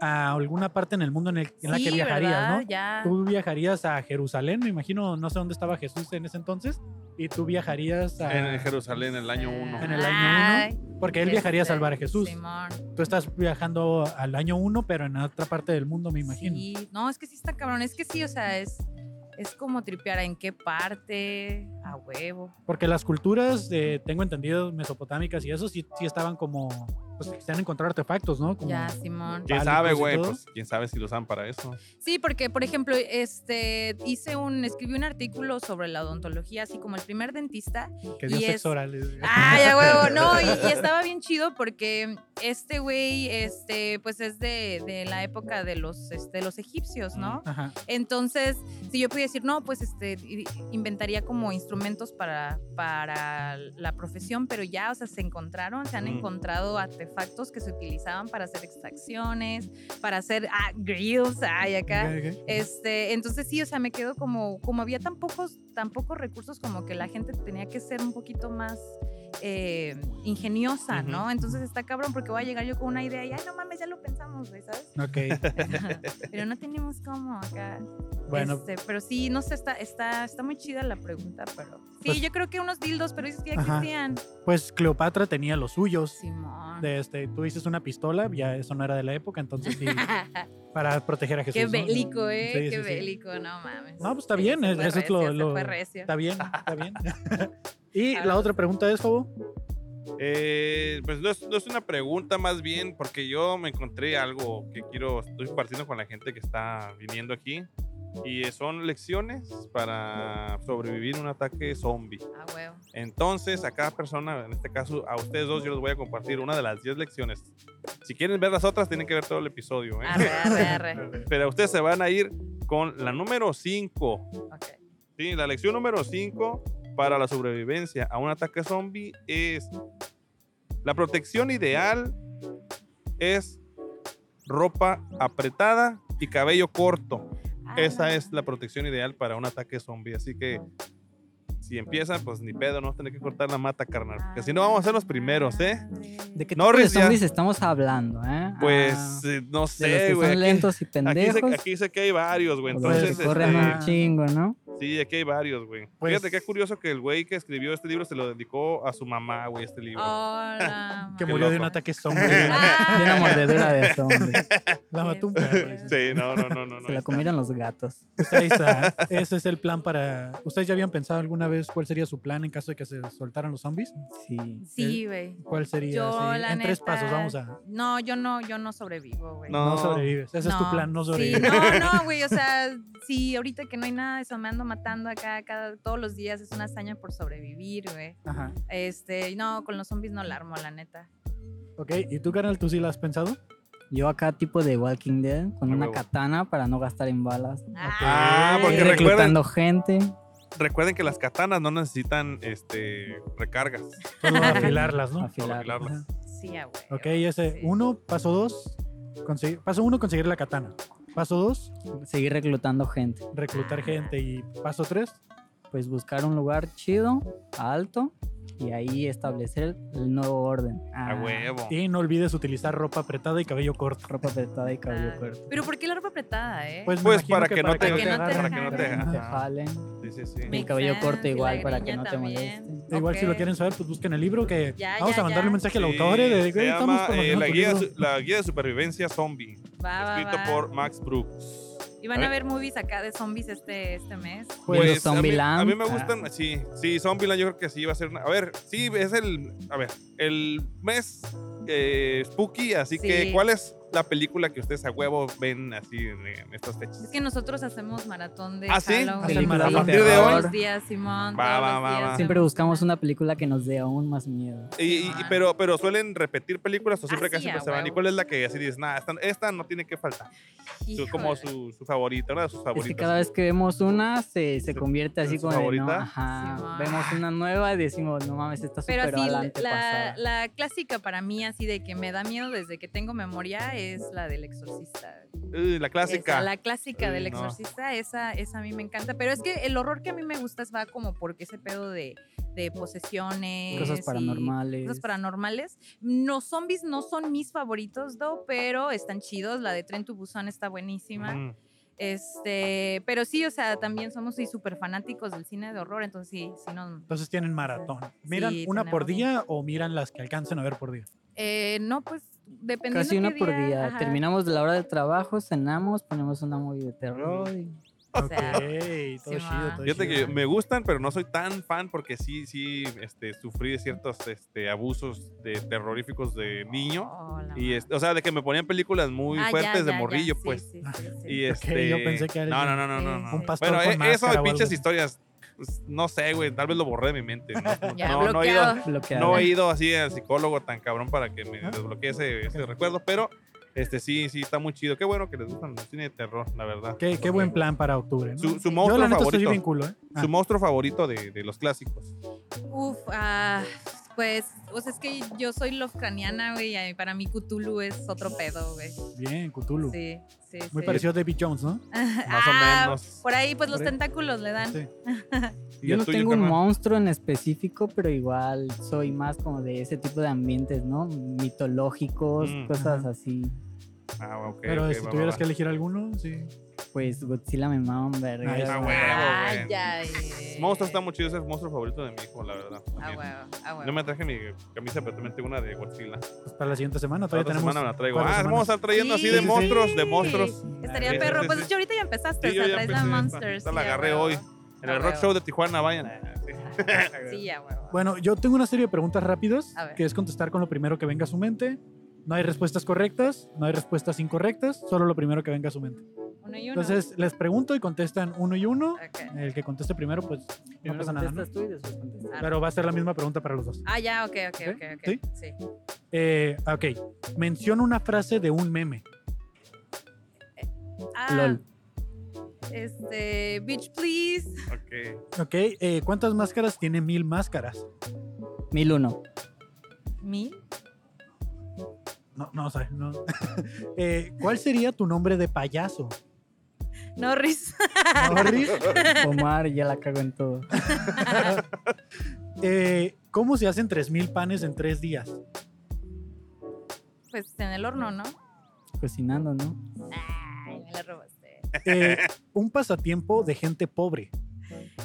a alguna parte en el mundo en, el- en la que Sí, viajarías, ¿verdad? ¿no? Ya. Tú viajarías a Jerusalén, me imagino, no sé dónde estaba Jesús en ese entonces, y tú viajarías a... En Jerusalén, el año 1. En el año Ay, porque él viajaría a este, salvar a Jesús. Simón. Tú estás viajando al año uno, pero en otra parte del mundo, me imagino. Sí, no, es que sí está cabrón. Es que sí, o sea, es, es como tripear en qué parte, a huevo. Porque las culturas, eh, tengo entendido, mesopotámicas y eso, sí, sí estaban como... Pues se han encontrado artefactos, ¿no? Como, Ya, Simón. ¿Quién Pálidos sabe, y güey? todo. Pues quién sabe si lo usan para eso. Sí, porque por ejemplo, este hice un escribí un artículo sobre la odontología, así como el primer dentista. que dio y sexo es- oral. eh. Ay, a huevo, no, y, (laughs) y estaba bien chido porque este güey este pues es de, de la época de los este, los egipcios, ¿no? Ajá. Entonces, si yo pudiera decir, no, pues este, i- inventaría como instrumentos para, para la profesión, pero ya, o sea, se encontraron, se han Mm. encontrado artefactos que se utilizaban para hacer extracciones, para hacer ah, grills, ay, acá. Ok, ok. Este, entonces sí, o sea, me quedo como, como había tan pocos, tan pocos recursos, como que la gente tenía que ser un poquito más eh, ingeniosa, Ujú. ¿no? Entonces está cabrón porque voy a llegar yo con una idea y, ay, no mames, ya lo pensamos, güey, ¿sabes? Ok. Pero no tenemos cómo acá. Bueno, Este, pero sí, no sé, está, está, está muy chida la pregunta, pero. Sí, Pues- yo creo que unos dildos, pero dices que ya Ajá. existían. pues Cleopatra tenía los suyos. Simón. De este, tú dices una pistola, ya eso no era de la época, entonces (laughs) sí, para proteger a Jesús. Qué ¿no? bélico, ¿eh? Sí, Qué sí, sí. bélico, no mames. No, pues, está bien, se es- fue eso es recio, lo- se lo- fue recio. Está bien, (laughs) está bien. y A la ver. otra pregunta es, Fabo. (laughs) Eh, pues no es, no es una pregunta más bien, porque yo me encontré algo que quiero, estoy compartiendo con la gente que está viniendo aquí. Y eh, son lecciones para sobrevivir a un ataque zombie. Ah, huevo. Entonces, a cada persona, en este caso a ustedes dos, yo les voy a compartir una de las 10 lecciones. Si quieren ver las otras, tienen que ver todo el episodio. ¿eh? Arre, arre, arre. (laughs) Pero ustedes se van a ir con la número 5. Ok. Sí, la lección número 5 para la sobrevivencia a un ataque zombie es la protección ideal es ropa apretada y cabello corto. Ah, Esa es la protección ideal para un ataque zombie. Así que si empiezan, pues ni pedo, no vas a tener que cortar la mata, carnal. Porque si no, vamos a ser los primeros, ¿eh? madre. ¿De qué tipo Norris de ya. zombies estamos hablando, eh? Pues Ah, eh, no de los sé, que güey. son lentos y Aquí, aquí, pendejos. sé- aquí sé que hay varios, güey. o de los Entonces, que corren este, un chingo, ¿no? Sí, aquí hay varios, güey. Pues- Fíjate qué curioso que el güey que escribió este libro se lo dedicó a su mamá, güey, este libro. Hola. Que Qué murió de un loco. ataque zombie. (laughs) (laughs) De una Ah, mordedura de zombies. (laughs) la mató un Qué perro. feo. Sí, no, no, no, no. no. Se la comieron los gatos. Pues ahí está. Ese es el plan para... ¿Ustedes ya habían pensado alguna vez cuál sería su plan en caso de que se soltaran los zombies? Eh, Sí. sí, güey. ¿Cuál sería? Yo, Sí, la en tres neta, pasos, vamos a... No, yo no, yo no sobrevivo, güey. No. No, sobrevives. Ese es tu plan, no sí, sobrevives. (laughs) no, no, güey, o sea, sí, ahorita que no hay nada de eso, me ando matando acá cada, todos los días, es una hazaña por sobrevivir, güey. Ajá. Este, no, con los zombies no la armo, la neta. Ok, ¿y tú, carnal, tú sí la has pensado? Yo acá tipo de Walking Dead con A una huevo. katana para no gastar en balas. Ah, porque Y Ay, recuerda- reclutando gente. Recuerden que las katanas no necesitan este recargas. Solo afilarlas, ¿no? Afilarlas. afilarlas. Sí, a huevo. Ok, ese Sí. uno, paso dos, conseguir, paso uno, conseguir la katana. Paso dos, Seguir reclutando gente. Ah. reclutar gente. Y paso tres, Pues buscar un lugar chido, alto, y ahí establecer el nuevo orden. A Ah, huevo. Y no olvides utilizar ropa apretada y cabello corto. Ropa apretada y cabello Ah, corto. Pero ¿por qué la ropa apretada, eh? me Pues imagino para que no te- para que no te jalen. te Ajá. jalen. Sí, sí, sí. El Makes cabello sense, corto y igual la para que greña no te también. moleste. E Igual si lo Ok. quieren saber, pues busquen el libro que Ya, vamos ya, a mandarle ya. un mensaje al Sí, autor eh, de se "Güey, estamos llama, eh, promocionando la, tu guía, libro". la guía de supervivencia zombie, Va, va, escrito va. por Max Brooks. Y van a a ver movies acá de zombies este, este mes. Pues, los a, mí, Zombieland. a mí me Ah. gustan, sí, sí, Zombieland yo creo que sí va a ser una- A ver, sí, es el, a ver, el mes eh, spooky, así Sí. que ¿cuál es la película que ustedes a huevo ven así en, en estas fechas? Es que nosotros hacemos maratón de ¿Ah, sí? Halloween. Hacen maratón. Sí, A partir de todos hoy. los días, Simón. Va, todos va, los va, días. va. Siempre buscamos una película que nos dé aún más miedo. Y- y- y- pero, pero suelen repetir películas o siempre Pues, Ah, sí, casi siempre a se van. ¿Y huevo. cuál es la que así dices, nada, esta, esta no tiene que faltar? Su- como Híjole. su, su favorita, una de sus Es favoritas. que cada vez que vemos una se, se convierte así ¿Es tu como de, no, favorita? ajá. Sí, va. vemos una nueva y decimos, no mames, está súper Pero así, adelante la, pasada. la clásica para mí, así de que me da miedo desde que tengo memoria, es la del exorcista. Uy, la clásica. Esa, la clásica Uy, del no. exorcista, esa, esa a mí me encanta. Pero es que el horror que a mí me gusta es va como porque ese pedo de, de posesiones. Cosas y paranormales. eh, Cosas paranormales. Los zombies no son mis favoritos, though, pero están chidos. La de Tren to Busan está buenísima. Mm. Este, pero sí, o sea, también somos sí, súper fanáticos del cine de horror, entonces sí, sí no, Entonces tienen maratón. ¿Miran Sí, una por tenemos. día o miran las que alcancen a ver por día? eh, no, pues dependiendo Casi una qué por día. ajá, Terminamos de la hora del trabajo, cenamos, ponemos una movie de terror. y- o sea, Ey, todo sí, chido, va. todo Fíjate que chido. me gustan, pero no soy tan fan porque sí, sí, este, sufrí de ciertos este, abusos de, terroríficos de niño. hola, Y ma. es- o sea, de que me ponían películas muy Oh, Ah, ya, fuertes de ya, ya, morrillo, sí, pues. sí, sí, sí. Y Ok, este, yo pensé que era no, no, alguien- no, no, no, Sí, no. sí. Un pastor Bueno, con e- eso máscara de o pinches algo. historias, pues, no sé, güey, tal vez lo borré de mi mente. (laughs) No, No- Ya, no, no he ido, bloqueado. bloqueado. no he ido así al psicólogo tan cabrón para que me desbloquee ese, ese recuerdo, pero este sí, sí, está muy chido. Qué bueno que les gustan los cine de terror, la verdad. Qué, qué buen plan para octubre. ¿no? Su, su Yo la monstruo neta estoy favorito. bien culo, ¿eh? Ah, Su monstruo favorito de, de los clásicos. Uf, ah, pues, o sea, es que yo soy lofcraniana, güey, y para mí Cthulhu es otro pedo, güey. bien, Cthullu. Sí, sí, Muy sí. parecido a David Jones, ¿no? Más (laughs) Ah, o menos. Por ahí, pues los Por ahí. tentáculos le dan. Sí. ¿Y Yo el no tuyo, tengo un carnal? monstruo en específico, pero igual soy más como de ese tipo de ambientes, ¿no? Mitológicos, Mm, cosas ajá. así. Ah, ok. Pero ok, si va, va, tuvieras va. que elegir alguno, sí. Pues Godzilla me mama un verga. Ahí está, güey. güey. Ah, Ay, Ah, güey. ay, Monstruo está muy chido, ese es el monstruo favorito de mi hijo, la verdad. Ah, también. huevo, ah, huevo. No me traje mi camisa, pero también tengo una de Godzilla. Pues para la siguiente semana La todavía otra tenemos. semana me la traigo. Ah, cuatro vamos a semanas. estar trayendo así Sí, de sí, monstruos, de sí. monstruos. Estaría Sí, perro. sí, Pues sí. de hecho ahorita ya empezaste. Sí, o yo sea, ya traes empecé la esta. Monsters. Esta la sí, a agarré huevo. hoy. En Ah, el rock huevo. show de Tijuana, vayan. Ah, (laughs) sí. (laughs) Sí, ya, huevo. Bueno, yo tengo una serie de preguntas rápidas A ver. que es contestar con lo primero que venga a su mente. No hay respuestas correctas, no hay respuestas incorrectas, solo lo primero que venga a su mente. Uno y uno. Entonces les pregunto y contestan uno y uno. Ok. El que conteste primero, pues no pasa nada. ¿no? contestas tú y después contestas. Ah, Pero va a ser la misma pregunta para los dos. Ah, ya, ok, ok, ¿Ok? ok. ok. ¿Sí? Sí. Eh, ok, menciona una frase de un meme. Ah, LOL. Este, bitch, please. Ok. Ok, eh, ¿cuántas máscaras tiene mil máscaras? Mil uno. ¿Mi? No, no, sé, no. (laughs) Eh, ¿Cuál sería tu nombre de payaso? Norris. (laughs) Morris. (laughs) Omar ya la cago en todo. (laughs) Eh, ¿Cómo se hacen 3000 panes en tres días? Pues en el horno, ¿no? Cocinando, ¿no? Ay, me la robaste. Eh, un pasatiempo de gente pobre.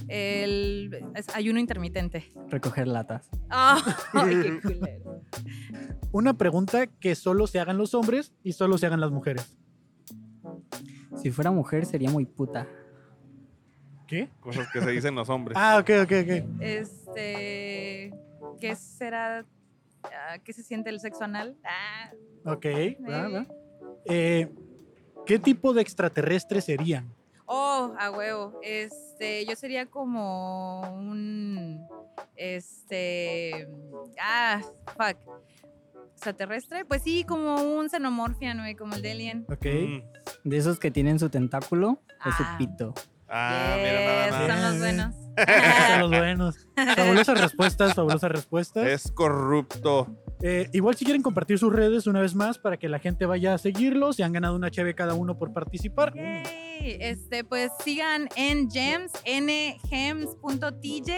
El es ayuno intermitente. (laughs) Recoger latas. Ah, ay, qué culero. Una pregunta que solo se hagan los hombres y solo se hagan las mujeres. Si fuera mujer sería muy puta. ¿Qué? Cosas que se dicen los hombres. Ah, ok, ok, ok. Este, ¿qué será? Ah, ¿Qué se siente el sexo anal? Ah, Ok. va, maybe. va. Eh, ¿Qué tipo de extraterrestres serían? Oh, a huevo. Este, yo sería como un. Este. Ah, fuck. ¿Extraterrestre? Pues sí, como un xenomorfian, güey, como el de Alien. Ok. Mm. De esos que tienen su tentáculo o su Ah. pito. Ah, mira, Yes, nada, más. Son los buenos. Bien. Eh, (laughs) Son los buenos. (laughs) Fabulosas respuestas, fabulosas respuestas. Es corrupto. Eh, igual si quieren compartir sus redes una vez más para que la gente vaya a seguirlos. Se han ganado una cheve cada uno por participar. Uh, Yay. Este, pues sigan en gems, ngems.tj,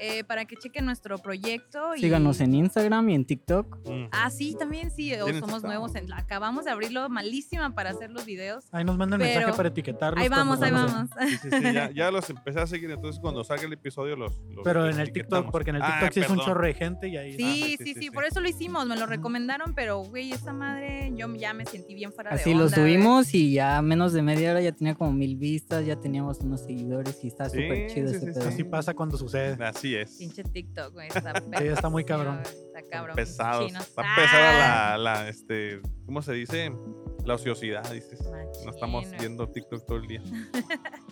eh, para que chequen nuestro proyecto. y- Síganos en Instagram y en TikTok. Mm. Ah, sí, también sí, o Bien, somos está. nuevos. en- acabamos de abrirlo malísima para hacer los videos. Ahí nos mandan Pero- mensaje para etiquetarlos. Ahí cuando vamos, ahí van a- vamos. Sí, sí, sí, (laughs) ya, ya los empecé a seguir, entonces cuando salga el episodio los... los Pero en el etiquetamos. TikTok, porque en el Ah, TikTok sí es un perdón. chorro de gente y ahí... Sí, sí, sí, sí, sí. sí, por eso lo hicimos, me lo recomendaron, pero güey, esa madre, yo ya me sentí bien fuera de Así onda. ¿eh? lo güey. subimos y ya menos de media hora ya tenía como mil vistas, ya teníamos unos seguidores y está Sí, súper chido sí, ese sí, pedo. Así pasa cuando sucede. Así es. Pinche TikTok, güey, (laughs) está Sí, está muy perrísimo, cabrón. güey, Está cabrón. pinches Pesados. chinos. Está pesada Ah, la, la, este, ¿cómo se dice? La ociosidad, dices. No estamos machín, güey. viendo TikTok todo el (laughs) día. Qué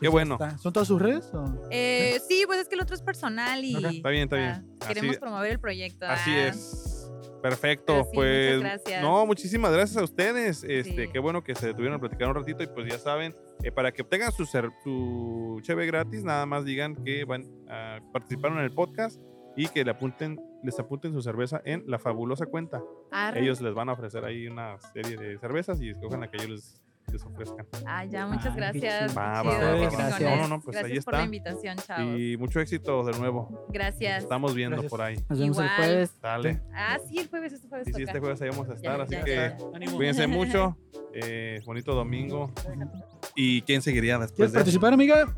Pues bueno. está. ¿Son todas sus redes? o? Eh, sí, pues es que el otro es personal y Ok, Está bien, está bien. ah, Así- queremos promover el proyecto. Así ah. es. Perfecto, Pero sí, muchas pues. gracias. No, muchísimas gracias a ustedes. Este, Sí. qué bueno que se detuvieron a platicar un ratito y pues ya saben, eh, para que obtengan su, ser- su cheve gratis, nada más digan que van a participaron en el podcast y que le apunten, les apunten su cerveza en la fabulosa cuenta. Arre. Ellos les van a ofrecer ahí una serie de cervezas y escojan la que ellos les, les ofrezcan. Ah, ya, muchas Ay, gracias. qué Va, qué va, chido, va, va, qué va. chingones. No, no, no, pues ahí gracias por la está. invitación, chavos. Y mucho éxito de nuevo. Gracias. Estamos viendo Gracias. por ahí. Nos vemos el Igual. jueves. Dale. Ah, sí, el jueves, este jueves Y si toca. este jueves ahí vamos a estar, así ya, que ya. (laughs) Ánimo. cuídense mucho. eh, bonito domingo. ¿Y quién seguiría después ¿Quieres de participar, amiga?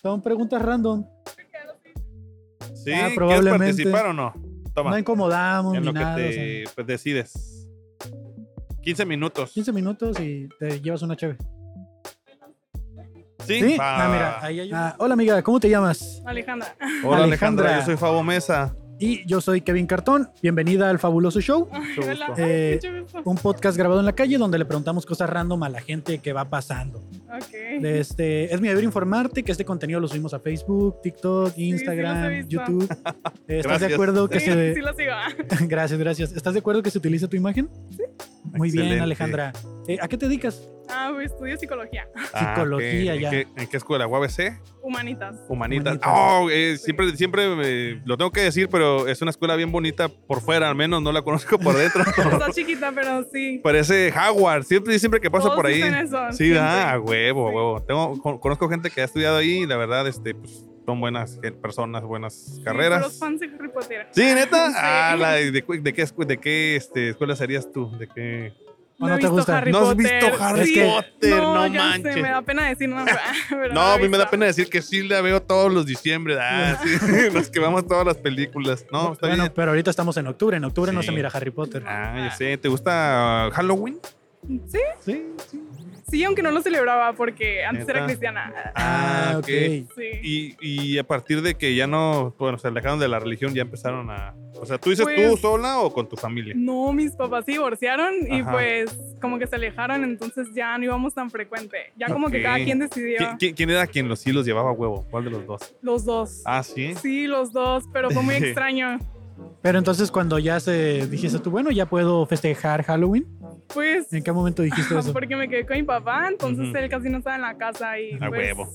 Son preguntas random. Sí, Ah, ¿quieres probablemente. participar o no? No Toma, incomodamos en ni lo que nada. o te sea, pues, decides. 15 minutos. 15 minutos y te llevas una chévere. Sí, ¿Sí? va. Ah, mira, ahí hay una- Ah, hola, amiga, ¿cómo te llamas? Alejandra. Hola Alejandra. Alejandra. yo soy Fabo Mesa. Y yo soy Kevin Cartón. Bienvenida al fabuloso show. Ay, hola. gusto. Eh, Ay, mucho gusto. Un podcast grabado en la calle donde le preguntamos cosas random a la gente que va pasando. Ok. De Este, es mi deber informarte que este contenido lo subimos a Facebook, sí TikTok, los he Instagram, visto. (laughs) YouTube. Eh, ¿Estás Gracias. de acuerdo que Sí, se... (laughs) sí lo sigo. Ah, gracias, gracias. ¿Estás de acuerdo que se utilice tu imagen? Muy bien, Excelente. Alejandra. Eh, ¿A qué te dedicas? Ah, pues, estudio psicología. Ah, Psicología ok. ya. ¿En qué, en qué escuela? ¿UABC? Humanitas. Humanitas. Humanitas. Oh, eh, siempre siempre eh, lo tengo que decir, pero es una escuela bien bonita por fuera, al menos no la conozco por (laughs) dentro. Está chiquita, pero sí. Parece Howard. Siempre, siempre que paso Todos por ahí. dicen eso, Sí, da, siempre. a huevo, a Sí. huevo. Tengo, con- conozco gente que ha estudiado ahí y la verdad, este, pues, son buenas gen- personas, buenas Los carreras. fans de Harry Potter. Sí, neta. Sí. Ah, la- ¿De, cu- de qué, escu- de qué este, escuela serías tú? ¿De qué? ¿O no te gusta? Harry ¿No has visto Potter. Harry Sí. Potter? No ya sé, manches. me da pena decir no. (laughs) pero No, a mí me da visto. pena decir que sí la veo todos los diciembre. (laughs) Ah, sí. (laughs) Nos quemamos todas las películas. No, está bueno, bien. pero ahorita estamos en octubre. En octubre no Sí. se mira Harry Potter. Ah, ya sé. ¿Te gusta uh, Halloween? Sí, Sí, sí. sí, aunque no lo celebraba porque antes ¿Neta? era cristiana. Ah, ok. Sí. Y, y a partir de que ya no, bueno, se alejaron de la religión, ya empezaron a... O sea, ¿tú dices tú Pues- sola o con tu familia? No, mis papás se divorciaron y Ajá. pues como que se alejaron, entonces ya no íbamos tan frecuente. Ya como Ok. que cada quien decidió. ¿Qui- qui- ¿Quién era quien los hilos llevaba a huevo? ¿Cuál de los dos? Los dos. Ah, sí. Sí, los dos, pero (laughs) fue muy extraño. Pero entonces cuando ya se dijiste tú, bueno, ya puedo festejar Halloween. Pues ¿En qué momento dijiste (laughs) eso? porque me quedé con mi papá, entonces Ujú. él casi no estaba en la casa y A pues, huevo.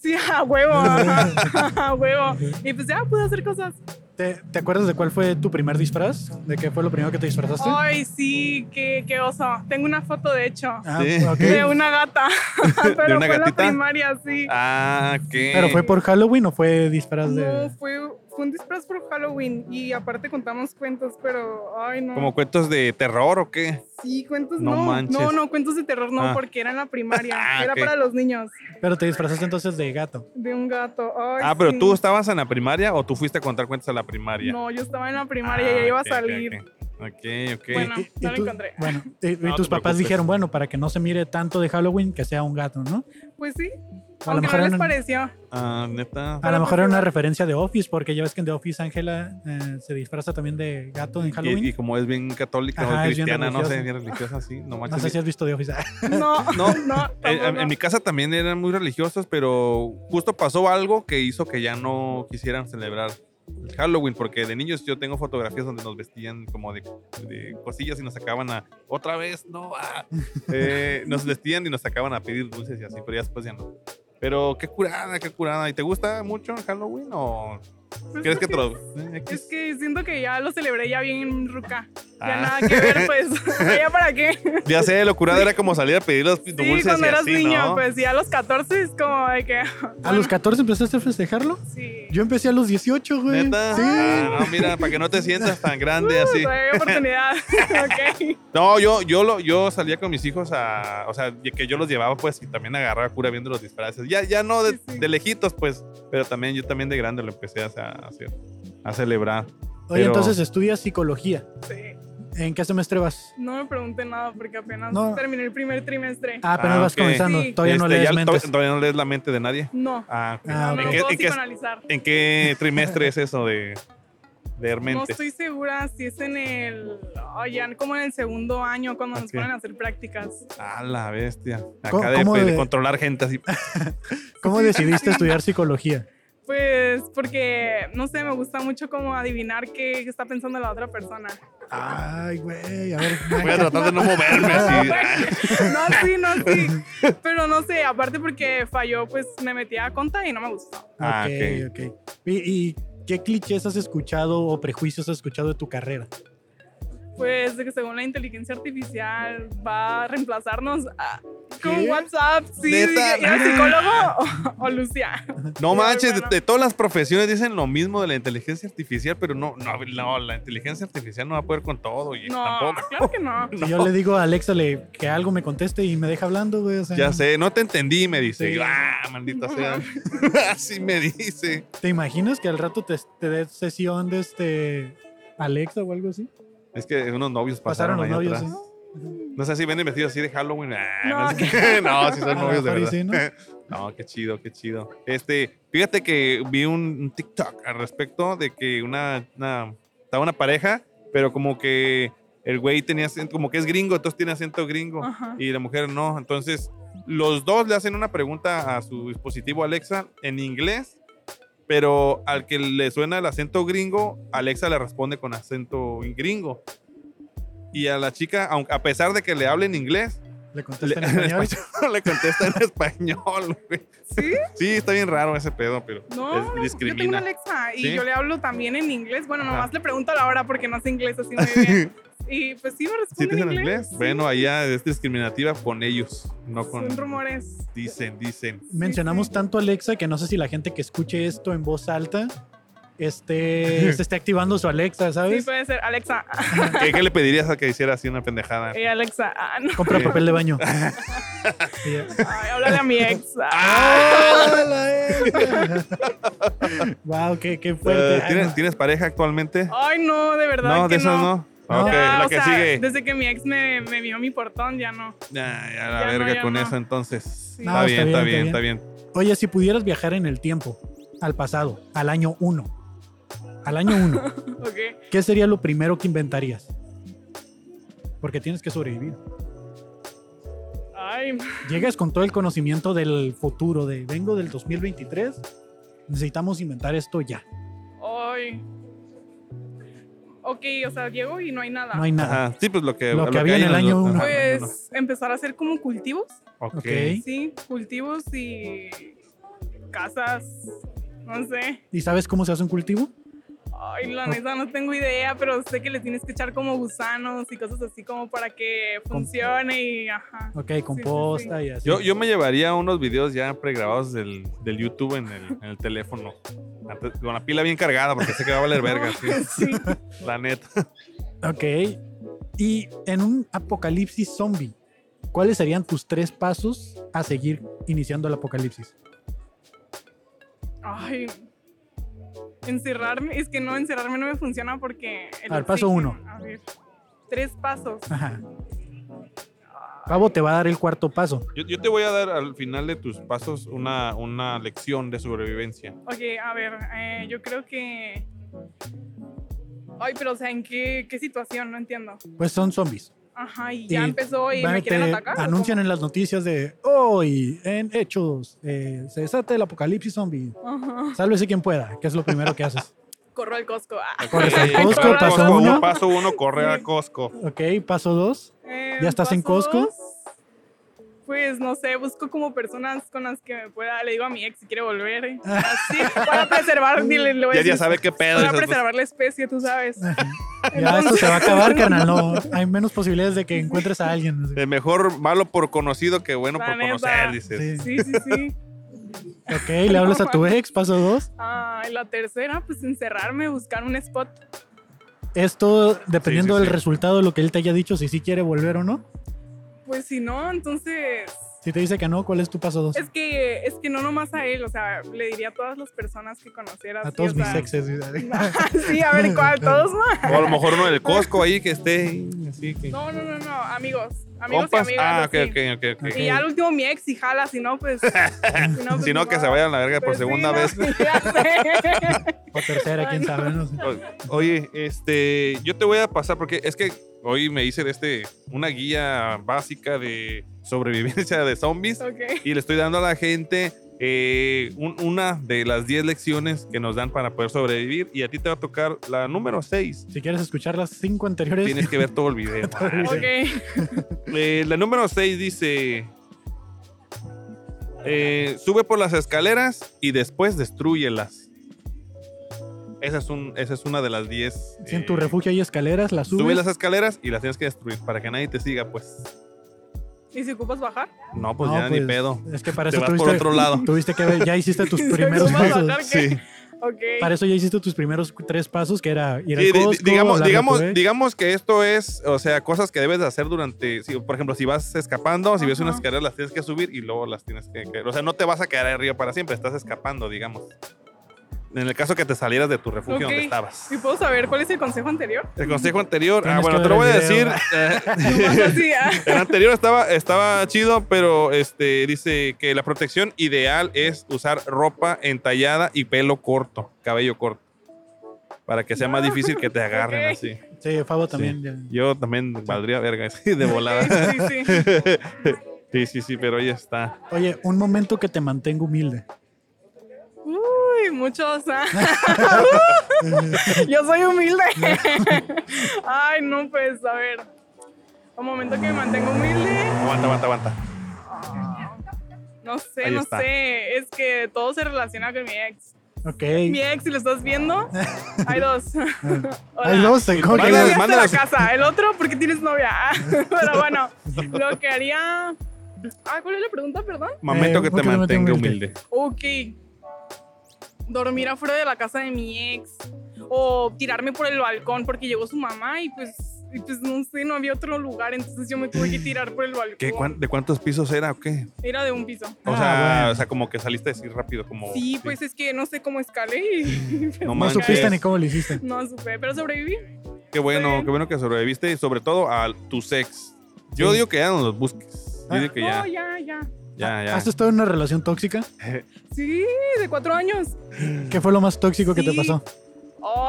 Sí, (laughs) (laughs) a huevo, ajá, (laughs) a huevo. Y pues ya pude hacer cosas. ¿Te, te acuerdas de cuál fue tu primer disfraz? ¿De qué fue lo primero que te disfrazaste? Ay, sí, qué, qué oso. Tengo una foto de hecho Ah, Sí. ok. de una gata, (laughs) pero (laughs) ¿De una fue en la gatita? primaria, sí. Ah, ¿qué? ¿Pero fue por Halloween o fue disfraz No, de...? fue, fue un disfraz por Halloween y aparte contamos cuentos, pero ay no. ¿Como cuentos de terror o qué? Sí, cuentos No no. manches. No, no, cuentos de terror no, Ah. porque era en la primaria. (laughs) Ah, era ok. para los niños. Pero te disfrazaste entonces de gato. De un gato. Ay, Ah, pero sí. tú estabas en la primaria o tú fuiste a contar cuentos a la primaria. No, yo estaba en la Ah, primaria y ya iba a ok, ok, salir. Ok, Eh, ok. Bueno, Y- y no lo tú- encontré. (laughs) Bueno, y, y No tus te papás preocupes. dijeron, bueno, para que no se mire tanto de Halloween, que sea un gato, ¿no? Pues sí. A lo Aunque mejor no era les un- pareció. Ah, neta. A Pero lo mejor era pues una igual. referencia de Office, porque ya ves que en The Office Ángela eh, se disfraza también de gato en Halloween. Y, y como es bien católica Ajá, o es bien cristiana, no sé, religiosa. bien religiosa, sí. No no manches. sé si has visto (laughs) The Office. No, No, no, no. En, en- tampoco. en mi casa también eran muy religiosos, pero justo pasó algo que hizo que ya no quisieran celebrar el Halloween, porque de niños yo tengo fotografías donde nos vestían como de, de cosillas y nos sacaban a (laughs) otra vez, no, ah". Eh, nos vestían y nos sacaban a pedir dulces y así, pero ya después ya no. Pero qué curada, qué curada. ¿Y te gusta mucho Halloween o Pues crees que te porque- lo... Eh, Es que siento que ya lo celebré ya bien ruca. Ya Ah. nada que ver, pues. (laughs) ¿Ya para qué? (laughs) Ya sé, lo curada era como salir a pedir los Sí, dulces cuando y eras así, niño, ¿no? pues ya a los 14 es como de que. ¿A los 14 empezaste a festejarlo? Sí. Yo empecé a los 18, güey. ¿Neta? Sí. Ah, no, mira, para que no te sientas tan grande así. (laughs) (laughs) Todavía hay oportunidad. (laughs) ok. No, yo, yo, lo, yo salía con mis hijos a. O sea, que yo los llevaba, pues, y también agarraba cura viendo los disfraces. Ya, ya no de, Sí, sí. de lejitos, pues. Pero también, yo también de grande lo empecé a, a hacer, a celebrar. Oye, Pero- entonces estudias psicología. Sí. ¿En qué semestre vas? No me pregunten nada porque apenas No. terminé el primer trimestre. Ah, apenas Ah, vas ok. comenzando. Sí. Todavía no Este, lees ya to- mentes. Todavía no lees la mente de nadie. No. Ah, ok. Ah, No, no ¿En, ok. qué, puedo en qué- psicoanalizar. en qué trimestre es eso de leer No mentes? estoy segura si es en el. Oigan, como en el segundo año cuando nos Ok. ponen a hacer prácticas. Ah, la bestia. ¿Cómo- Acá de, pues, cómo de de- controlar gente así. ¿Cómo (laughs) decidiste estudiar psicología? Pues porque, no sé, me gusta mucho como adivinar qué está pensando la otra (laughs) persona. Ay, güey. A ver. Ah, Voy a tratar de no moverme (laughs) así. No, sí, no, sí. Pero no sé, aparte porque falló, pues me metí a conta y no me gustó. Ah, ok, ok. ¿Y, y qué clichés has escuchado o prejuicios has escuchado de tu carrera? Pues de que según la inteligencia artificial va a reemplazarnos a- con ¿Qué? WhatsApp. Sí, ¿Neta? (laughs) dije, ¿era psicólogo o, o Lucía? No Muy manches, bueno. de, de todas las profesiones dicen lo mismo de la inteligencia artificial, pero no, no, no, la inteligencia artificial no va a poder con todo y No, tampoco. Ah, claro que no. Si yo le digo a Alexa le- que algo me conteste y me deja hablando, güey. o sea, Ya sé, (laughs) no te entendí, me dice. Sí. Y yo, ah, maldita No sea. Así (laughs) me dice. ¿Te imaginas que al rato te, te dé sesión de este Alexa o algo así? Es que unos novios pasaron, Pasaron los ahí novios. atrás. sí. No sé si venden vestidos así de Halloween. Ah, no, No, sé. (laughs) No, sí A son lo novios de mejor y verdad. sí, (laughs) ¿no? No, qué chido, qué chido. Este, fíjate que vi un, un TikTok al respecto de que una, una- estaba una pareja, pero como que el güey tenía acento, como que es gringo, entonces tiene acento gringo Ajá. y la mujer no. Entonces, los dos le hacen una pregunta a su dispositivo Alexa en inglés, pero al que le suena el acento gringo, Alexa le responde con acento gringo. Y a la chica, aun- a pesar de que le hable en inglés, le, Le (laughs) contesta en español. le contesta en español, güey. ¿Sí? Sí, está bien raro ese pedo, pero No, es- yo tengo una discrimina. Alexa y ¿Sí? yo le hablo también en inglés. Bueno, Ajá. nomás le pregunto a la hora porque no sé inglés (laughs) así muy bien. Y pues sí me ¿Sí responde te en dicen inglés. sí. Bueno, allá es discriminativa con ellos, no con... Son rumores. Dicen, dicen. (laughs) Mencionamos sí. tanto Alexa que no sé si la gente que escuche esto en voz alta (laughs) esté, se esté activando su Alexa, Sí, ¿sabes? puede ser. Alexa. ¿Qué, qué le pedirías a que hiciera así una pendejada? (laughs) Eh, Alexa. ah, no. Compra papel (laughs) de baño. Sí, ya. Ay, háblale a mi ex. wow, qué, qué Eh, fuerte. Ay, ¿tienes, no. ¿Tienes pareja actualmente? Ay, no, de verdad. No, que de esas no. no. No. Ok, Ya, la o que sea, sigue. Desde que mi ex me, me vio mi portón, ya no. Nah, ya la Ya no, verga ya con no. eso entonces. No, está, bien, está bien, está bien. Oye, si pudieras viajar en el tiempo, al pasado, al año 1, al (laughs) año 1, Ok. ¿qué sería lo primero que inventarías? Porque tienes que sobrevivir. Ay, Llegas con todo el conocimiento del futuro, de vengo del 2023, necesitamos inventar esto ya. ay. Ok, o sea, llego y no hay nada. No hay nada. Ajá, Sí, pues lo que, Lo que había en el ajá, año uno. pues empezar a hacer como cultivos. Ok. Ok. Sí, cultivos y casas. No sé. ¿Y sabes cómo se hace un cultivo? Ay, la neta, no tengo idea, pero sé que le tienes que echar como gusanos y cosas así como para que Com- funcione y ajá. Ok, composta y así. Yo, yo me llevaría unos videos ya pregrabados del, del YouTube en el, en el teléfono. Antes- con la pila bien cargada, porque sé que va a valer verga, sí, (laughs) Sí. la neta. Ok. Y en un apocalipsis zombie, ¿cuáles serían tus tres pasos a seguir iniciando el apocalipsis? Ay. Encerrarme, es que no, encerrarme no me funciona porque. el A ver, paso oxígeno- uno. A ver, tres pasos. Ajá. Pavo te va a dar el cuarto paso. Yo, yo te voy a dar al final de tus pasos una, una lección de sobrevivencia. Ok, a ver, eh, yo creo que. Ay, pero o sea, ¿en qué, qué situación? No entiendo. Pues son zombies. Ajá, y ya Y empezó y Van- me quieren te atacar. ¿o anuncian en las noticias de hoy, en hechos, eh, se desata el apocalipsis zombie. cómo? Ajá. Sálvese quien pueda, que es lo primero (laughs) que haces. Corro al Costco. ah. Corres al Sí, Costco, corre al paso Costco, uno. Paso uno, corre Sí. al Costco. Ok, paso dos. Eh, ¿Ya estás en paso Costco? dos, pues no sé, busco como personas con las que me pueda, le digo a mi ex si quiere volver, (laughs) ¿eh? así, para preservar, dile, le voy a Ya, ya decir, sabe qué pedo. para esas cosas. preservar la especie, tú (laughs) sabes. Ya esto se va a acabar, (laughs) carnal. No, hay menos posibilidades de que encuentres a alguien. pues, El mejor malo por conocido que bueno La por neta. conocer, dices. Sí. Sí, sí, sí. Ok, le hablas a tu ex, paso dos. Ah, y la tercera, pues encerrarme, buscar un spot. Esto dependiendo Sí, sí, del sí. resultado de lo que él te haya dicho, si sí quiere volver o no. Pues si no, entonces Si te dice que no, ¿cuál es tu paso dos? es que es que no nomás a él, o sea, le diría a todas las personas que conociera. A sí, todos o mis sea, exes. (laughs) sí, a ver (laughs) cuál, todos no. O a lo mejor uno del Costco ahí que esté. ahí, Así que. (laughs) No, no, no, no, amigos, amigos Compas. y amigas. Ah, ok, así. ok, ok. ok. Y ya al último mi ex y jala, si no, (laughs) pues. Si no, pues, Si no, ni que se modo. vayan a la verga por Pues sí, segunda no, vez. ya sé. O tercera, quién sabe. no sé. O- Oye, este, yo te voy a pasar porque es que hoy me hice de este una guía básica de sobrevivencia de zombies Ok. y le estoy dando a la gente eh, un- una de las 10 lecciones que nos dan para poder sobrevivir y a ti te va a tocar la número 6. Si quieres escuchar las cinco anteriores, Tienes que ver todo el (laughs) video. (laughs) Ok. Eh, la número 6 dice, eh, sube por las escaleras y después destruyelas. Esa es, un, esa es una de las 10. si en eh, tu refugio hay escaleras, las subes. Sube las escaleras y las tienes que destruir para que nadie te siga, pues. (laughs) ¿Y si ocupas bajar? No, pues No, ya ni pues, pedo. Es que para Te eso vas tuviste, por otro lado. tuviste que ver, ya (laughs) hiciste tus Si primeros ocupas pasos. bajar, ¿qué? Sí. Ok. Para eso ya hiciste tus primeros tres pasos, que era ir Sí, di- al di- Costco, digamos, hablar de tu digamos, ex. digamos que esto es, o sea, cosas que debes de hacer durante, si, por ejemplo, si vas escapando, si ves Ajá. unas escaleras, las tienes que subir y luego las tienes que, que- O sea, no te vas a quedar ahí arriba para siempre, estás escapando, digamos. En el caso que te salieras de tu refugio donde Ok. estabas. ¿Y puedo saber cuál es el consejo anterior? El consejo anterior, ah, Mm, Tienes bueno, que te lo voy ver a el decir. video. (laughs) Nomás eh, así, ah. El anterior estaba, estaba chido, pero este dice que la protección ideal es usar ropa entallada y pelo corto, cabello corto. Para que sea más difícil que te agarren Ok. así. Sí, Fabo también. ya. Yo también valdría verga (laughs) así de volada. Sí, sí. (laughs) Sí, sí, sí, pero ya está. Oye, un momento que te mantengo humilde. Uy, muchos. ah. (laughs) Yo soy humilde. (laughs) Ay, no, pues, a ver. Un momento que me mantengo humilde. Aguanta, aguanta, aguanta. No sé, Ahí no está. sé. Es que todo se relaciona con mi ex. Ok. Mi ex, si lo estás viendo, hay dos. (laughs) Hola. Ay, no sé, ¿cómo que- Mándalas, Bueno, ya está la mándalas. casa. El otro, porque tienes novia? (laughs) Ah, Pero bueno, lo que haría. Ah, ¿cuál es la pregunta, perdón? Momento Eh, que te porque me mantenga mantengo humilde. Ok. Dormir afuera de la casa de mi ex. O tirarme por el balcón porque llegó su mamá y pues, y pues no sé, no había otro lugar. Entonces yo me tuve que tirar por el balcón. ¿Qué, cuán- ¿De cuántos pisos era o qué? Era de un piso. O, Ah, sea, bueno. o sea, como que saliste así rápido, como. Sí, pues es que no sé cómo escalé. y- (laughs) No No manches. supiste ni cómo lo hiciste. No supe, pero sobreviví. Qué bueno, bien. qué bueno que sobreviviste y sobre todo a tu sex. Yo Sí. digo que ya no los busques. Yo Ah. digo que No, ya, Oh, ya, ya. ya, ya. ¿Has estado en una (laughs) relación tóxica? Sí, de cuatro años. ¿Qué fue lo más tóxico que te Sí. pasó?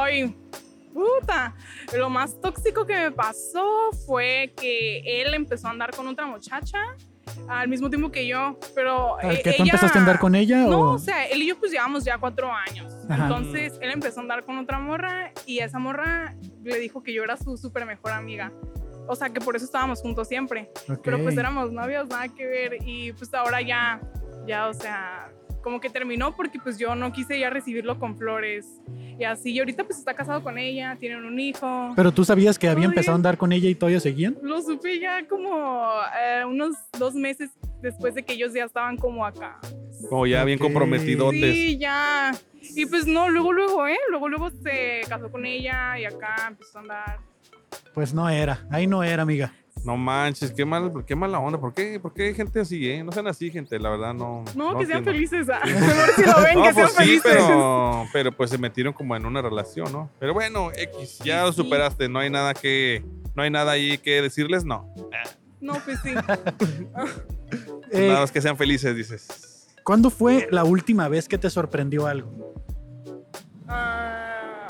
Ay, puta. Lo más tóxico que me pasó fue que él empezó a andar con otra muchacha al mismo tiempo que yo, pero ¿Al eh, que tú ella- empezaste a andar con ella? No, o... o sea, él y yo pues llevamos ya cuatro años. Ajá. Entonces él empezó a andar con otra morra y esa morra le dijo que yo era su súper mejor amiga. O sea, que por eso estábamos juntos siempre. Ok. Pero pues éramos novios, nada que ver. Y pues ahora ya, ya, o sea, como que terminó porque pues yo no quise ya recibirlo con flores. Y así, y ahorita pues está casado con ella, tienen un hijo. Pero tú sabías que había Todo empezado a bien. andar con ella y todavía seguían. Lo supe ya como eh, unos dos meses después de que ellos ya estaban como acá. Como ya bien Ok. comprometidotes. Sí, ya. Y pues no, luego, luego, ¿eh? Luego, luego se casó con ella y acá empezó a andar. Pues no era. Ahí no era, amiga. No manches, qué mal, qué mala onda. ¿Por qué, por qué hay gente así, eh? No sean así, gente, la verdad no. No, que sean entiendo. felices. (laughs) ah. (laughs) Mejor si lo ven, No, que pues sean sí, felices. pero, pero pues se metieron como en una relación, ¿no? Pero bueno, X, ya lo superaste, no hay nada que, no hay nada ahí que decirles, no. No, pues (laughs) sí. (laughs) Eh, Pues nada más que sean felices, dices. ¿Cuándo fue la última vez que te sorprendió algo? Ah,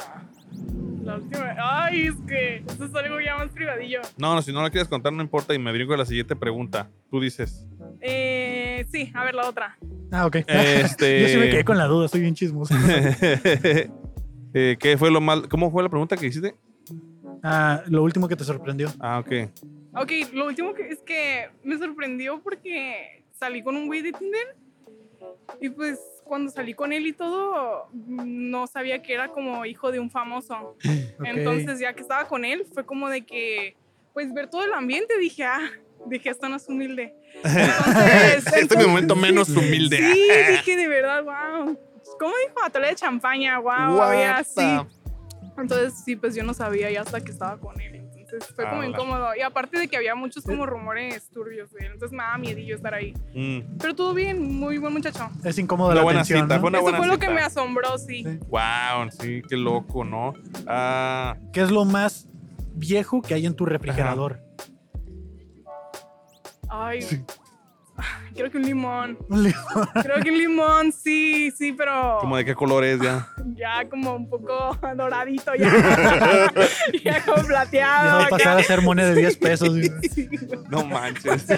la última. Ay, es que esto es algo ya más privadillo. No, no, si no lo quieres contar, no importa, y me brinco a la siguiente pregunta. Tú (laughs) dices. Eh, sí, a ver la otra. Ah, ok. (laughs) Este- Yo sí me quedé con la duda, estoy bien chismoso. (laughs) Eh, ¿Qué fue lo mal? ¿Cómo fue la pregunta que hiciste? Ah, lo último que te sorprendió. Ah, ok. Ok, lo último que es que me sorprendió porque salí con un güey de Tinder y pues cuando salí con él y todo, no sabía que era como hijo de un famoso. Ok. Entonces ya que estaba con él, fue como de que, pues ver todo el ambiente, dije, ah, dije, esto no es humilde. Entonces, (laughs) Este es mi momento menos humilde. (laughs) Sí, dije de verdad, wow. ¿Cómo dijo? Atole de champaña, (laughs) wow. What Había así. the- Entonces, sí, pues yo no sabía ya hasta que estaba con él. Entonces fue como Ah, la- incómodo. Y aparte de que había muchos como rumores turbios de él. Entonces me daba miedillo estar ahí. Mm. Pero todo bien, muy buen muchacho. Es incómodo Una la buena atención, cita, ¿no? fue una Eso buena fue lo que cita. me asombró, sí. Sí. Wow, sí, qué loco, ¿no? Ah, ¿Qué es lo más viejo que hay en tu refrigerador? Ay. (sighs) Creo que un limón. (laughs) Un limón. Creo que un limón, sí, sí, pero ¿cómo de qué color es ya? ya como un poco (laughs) doradito (laughs) ya. ya como (laughs) Ya plateado. va a acá. pasar a ser moneda de 10 pesos. Sí. No manches. de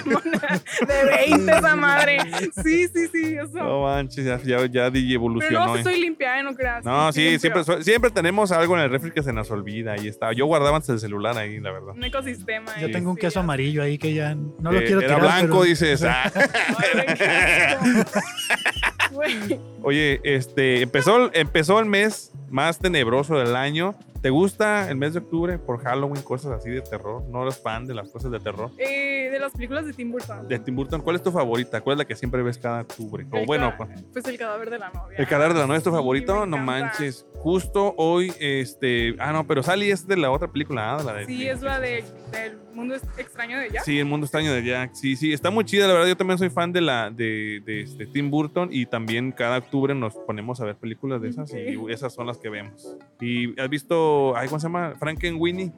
20 esa madre. Sí, sí, sí, eso. No manches, ya, ya, ya DJ pero evolucionó. no, sí ¿eh? soy limpia, ¿eh? no creas. No, soy sí, limpia. siempre, so- siempre tenemos algo en el refri que se nos olvida. Ahí está. Yo guardaba antes el celular ahí, la verdad. Un ecosistema. Yo ¿eh? tengo un Sí, queso ya. amarillo ahí que ya no lo Eh, quiero Era tirar. blanco, pero- dices. ah. Ay, qué asco. (laughs) Güey, (laughs) Oye, este, empezó, el- empezó el mes más tenebroso del año. ¿Te gusta el mes de octubre por Halloween, cosas así de terror? ¿No eres fan de las cosas de terror? eh, de las películas de Tim Burton. De Tim Burton, ¿cuál es tu favorita? ¿Cuál es la que siempre ves cada octubre? O El bueno, ca- Pues el cadáver de la novia. El cadáver de la novia es tu Sí, favorito, me no encanta. manches. Justo hoy, este. Ah, no, pero Sally es de la otra película, ¿ah? De la de- Sí, es la de, del mundo extraño de Jack. Sí, El mundo extraño de Jack. Sí, sí, está muy chida, la verdad. Yo también soy fan de la de, de, este, Tim Burton y también cada octubre nos ponemos a ver películas de esas Ok. y esas son las que vemos. ¿Y has visto, ay, cómo se llama? Frankenweenie.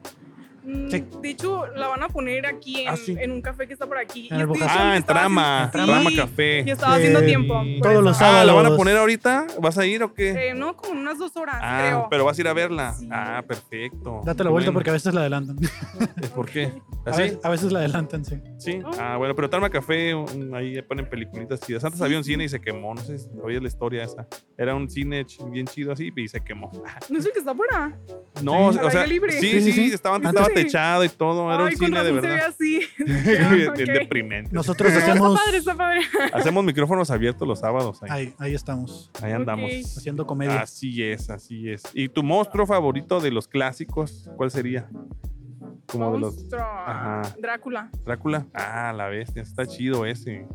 Mm, Sí. De hecho, la van a poner aquí en, Ah, sí. en un café que está por aquí. En Y el es que Boca- yo Ah, en estaba trama, haciendo- trama Sí, Yo café. estaba haciendo Eh, tiempo. por todos eso. los Ah, ¿la van a sábados. poner ahorita? ¿Vas a ir o qué? Eh, no, como unas dos horas, Ah, creo. pero vas a ir a verla. Sí. Ah, perfecto. (laughs) Date la vuelta porque Bueno, a veces la adelantan. (laughs) ¿Por qué? A ¿Así? veces, a veces la adelantan, sí. Sí. Oh. Ah, bueno, pero Tarma Café, un- ahí ya ponen peliculitas chidas. Antes había un cine y se quemó, no sé si sabías la historia esa. Era un cine ch- bien chido así y se quemó. (laughs) No es el que está afuera. No, Sí. o sea, Al aire libre. sí, sí, Sí, sí. estaban- Sí, estaba sí. techado y todo, era Ay, un con cine de razón se ve verdad. (laughs) así. Ah, Bien Ok. deprimente. Nosotros Pero hacemos. Está padre, está padre. Hacemos micrófonos abiertos los sábados, ahí, Ahí, ahí estamos, ahí andamos. Ok. haciendo comedia. Así es, así es. ¿Y tu monstruo favorito de los clásicos? ¿Cuál sería? Como de los Monstruo. Ajá. Drácula. Drácula. Ah, la bestia, está chido ese.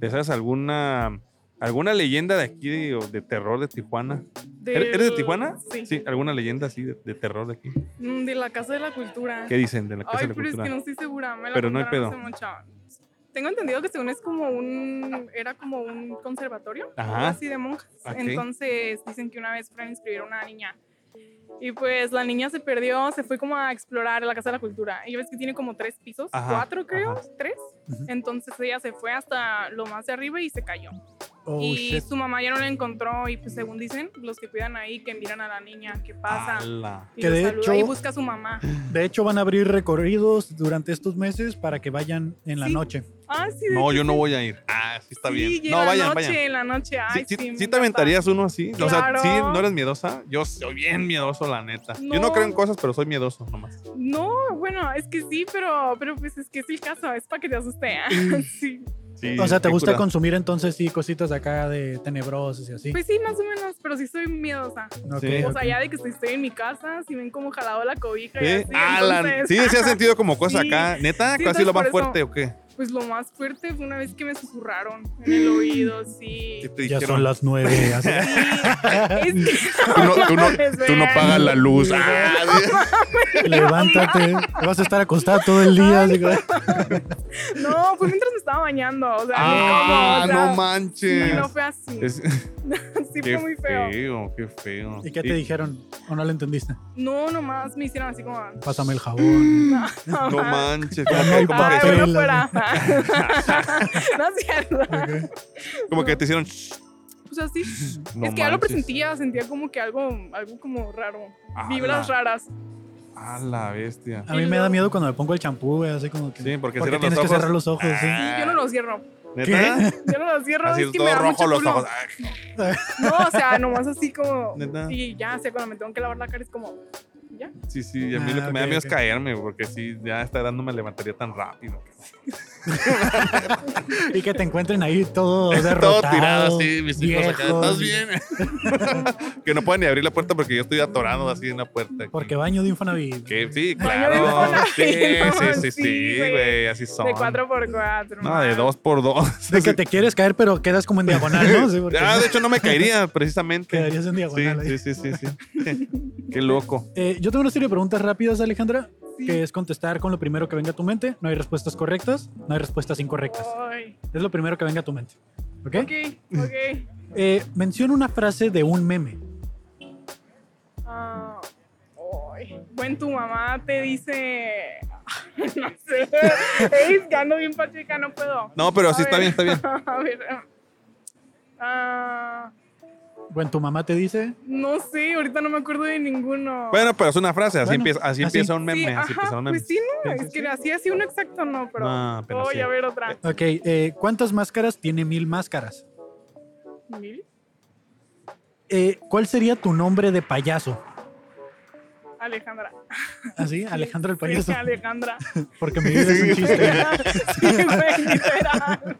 ¿Te sabes alguna alguna leyenda de aquí de, o de terror de Tijuana? Del- ¿Eres de Tijuana? Sí. alguna leyenda así de, de terror de aquí. Mm, De la Casa de la Cultura. ¿Qué dicen de la Casa Ay, de la pero es Cultura? que no estoy segura. Me la Pero no hay contaron pedo. hace mucho. Tengo entendido que según es como un. Era como un conservatorio. Ajá. algo Así de monjas. Ok. Entonces dicen que una vez fueron a inscribir a una niña. Y pues la niña se perdió, se fue como a explorar la Casa de la Cultura. Y ves que tiene como tres pisos, Ajá, cuatro creo, ajá. tres. Ujú. Entonces ella se fue hasta lo más de arriba y se cayó Oh, y shit. su mamá ya no la encontró y pues según dicen los que cuidan ahí que miran a la niña que Ah, pasa ¡Hala! y Que los de saluda hecho- y busca a su mamá. De hecho, van a abrir recorridos durante estos meses para que vayan en la Sí. noche. Ah, sí. de No, hecho, yo no sí. voy a ir. Ah, sí está Sí, y bien. en No, la vayan, noche, vayan. En la noche, Sí, ay, sí, sí, me sí te encanta. aventarías uno así. O sea, Claro. sí, no eres miedosa. Yo soy bien miedoso, la neta. Yo no No. creo en cosas, pero soy miedoso nomás. No, bueno, es que sí, pero, pero pues es que es el caso, es para que te asuste. ah, (laughs) sí. Sí, o sea, ¿te qué gusta cura. consumir entonces sí cositas acá de tenebrosas y así? Pues sí, más o menos, pero sí soy miedosa. Ok, sí. O ok. sea, ya de que estoy, estoy en mi casa, si ven como jalado la cobija y ¿Sí? así, Ah, la- entonces, sí, se ha sentido (laughs) como cosas Sí. acá. ¿Neta? Sí, ¿Casi entonces lo más por eso- fuerte o qué? Pues lo más fuerte fue una vez que me susurraron en el oído, (laughs) sí. ¿Qué te Ya dijeron? son las nueve. así. Sí, es que (laughs) Tú no, tú (laughs) no- mames, tú no vean. pagas la luz. Ah, (laughs) Levántate. Vas a estar acostada todo el día. así que- No, fue mientras me estaba bañando. O sea, Ah, ni cómo, o sea, no manches. sí, no fue así. (laughs) (laughs) Es- sí, qué fue muy feo. feo, qué feo. ¿Y qué te dijeron? ¿O no lo entendiste? No, nomás me hicieron así como. "Ah, Pásame (laughs) el jabón. No manches, Ya como, no hay que, como Ah, que- papel. bueno, fuera. (laughs) no es cierto. Ok. (laughs) como que te (laughs) hicieron. "Shh". Pues así. No es que ya lo manches. presentía, sentía como que algo, algo como raro. Ah, Vibras la- raras. A la bestia. A mí Y me da luego- miedo cuando me pongo el champú, güey, así como que. Sí, porque, porque cierras Ah. tienes que cerrar los ojos, sí. Sí, yo no los cierro. ¿Neta? Yo no los cierro. Así es que me todo da rojo mucho los culo. ojos. Ah, No, o sea, nomás así como. ¿Neta? Y ya, o sea, cuando me tengo que lavar la cara es como. ya. Sí, sí, a mí Ah, lo que me da ok, miedo ok. es caerme, porque si ya a esta edad no me levantaría tan rápido. Y que te encuentren ahí (laughs) todo Todo (laughs) derrotado. tirado así, mis hijos acá, viejo, ¿estás bien? (laughs) (laughs) que no pueden ni abrir la puerta porque yo estoy atorado así en la puerta. Porque baño de (laughs) Infonavit. Que sí, Baño de claro. Infonavit, Sí, sí, no, sí, sí, sí, güey. güey, así son. De 4x4. No, de dos por dos. De que te quieres caer, pero quedas como en diagonal, ¿no? Sí, porque Ah, de hecho no me (laughs) caería precisamente. quedarías en Sí, diagonal. ahí. sí, sí, sí, sí. (laughs) Qué loco. Eh, yo tengo una serie de preguntas rápidas, Alejandra, que es contestar con lo primero que venga a tu mente. No hay respuestas correctas, no hay respuestas incorrectas. Ay, Es lo primero que venga a tu mente. ¿Ok? Ok, ok. Eh, menciona una frase de un meme. Ah, ay, Buen tu mamá te dice. (laughs) No sé. Ey, que ando bien pacheca, no puedo. No, pero A sí está ver. bien, está (laughs) bien. A ver. em, ah, Bueno, tu mamá te dice. no sé, ahorita no me acuerdo de ninguno. Bueno, pero es una frase, así, Bueno, empieza, así, así. empieza un meme, sí, así empieza ajá, un meme. pues sí, no, Sí, sí, es que así, así uno exacto no, pero. No, pero voy sí. a ver otra. Ok, eh, ¿cuántas máscaras tiene mil máscaras? ¿Mil? Eh, ¿Cuál sería tu nombre de payaso? Alejandra. (laughs) Así, Alejandra (laughs) el Sí, payaso. (laughs) Alejandra. (laughs) Porque mi vida es un chiste. Sí, güey, literal.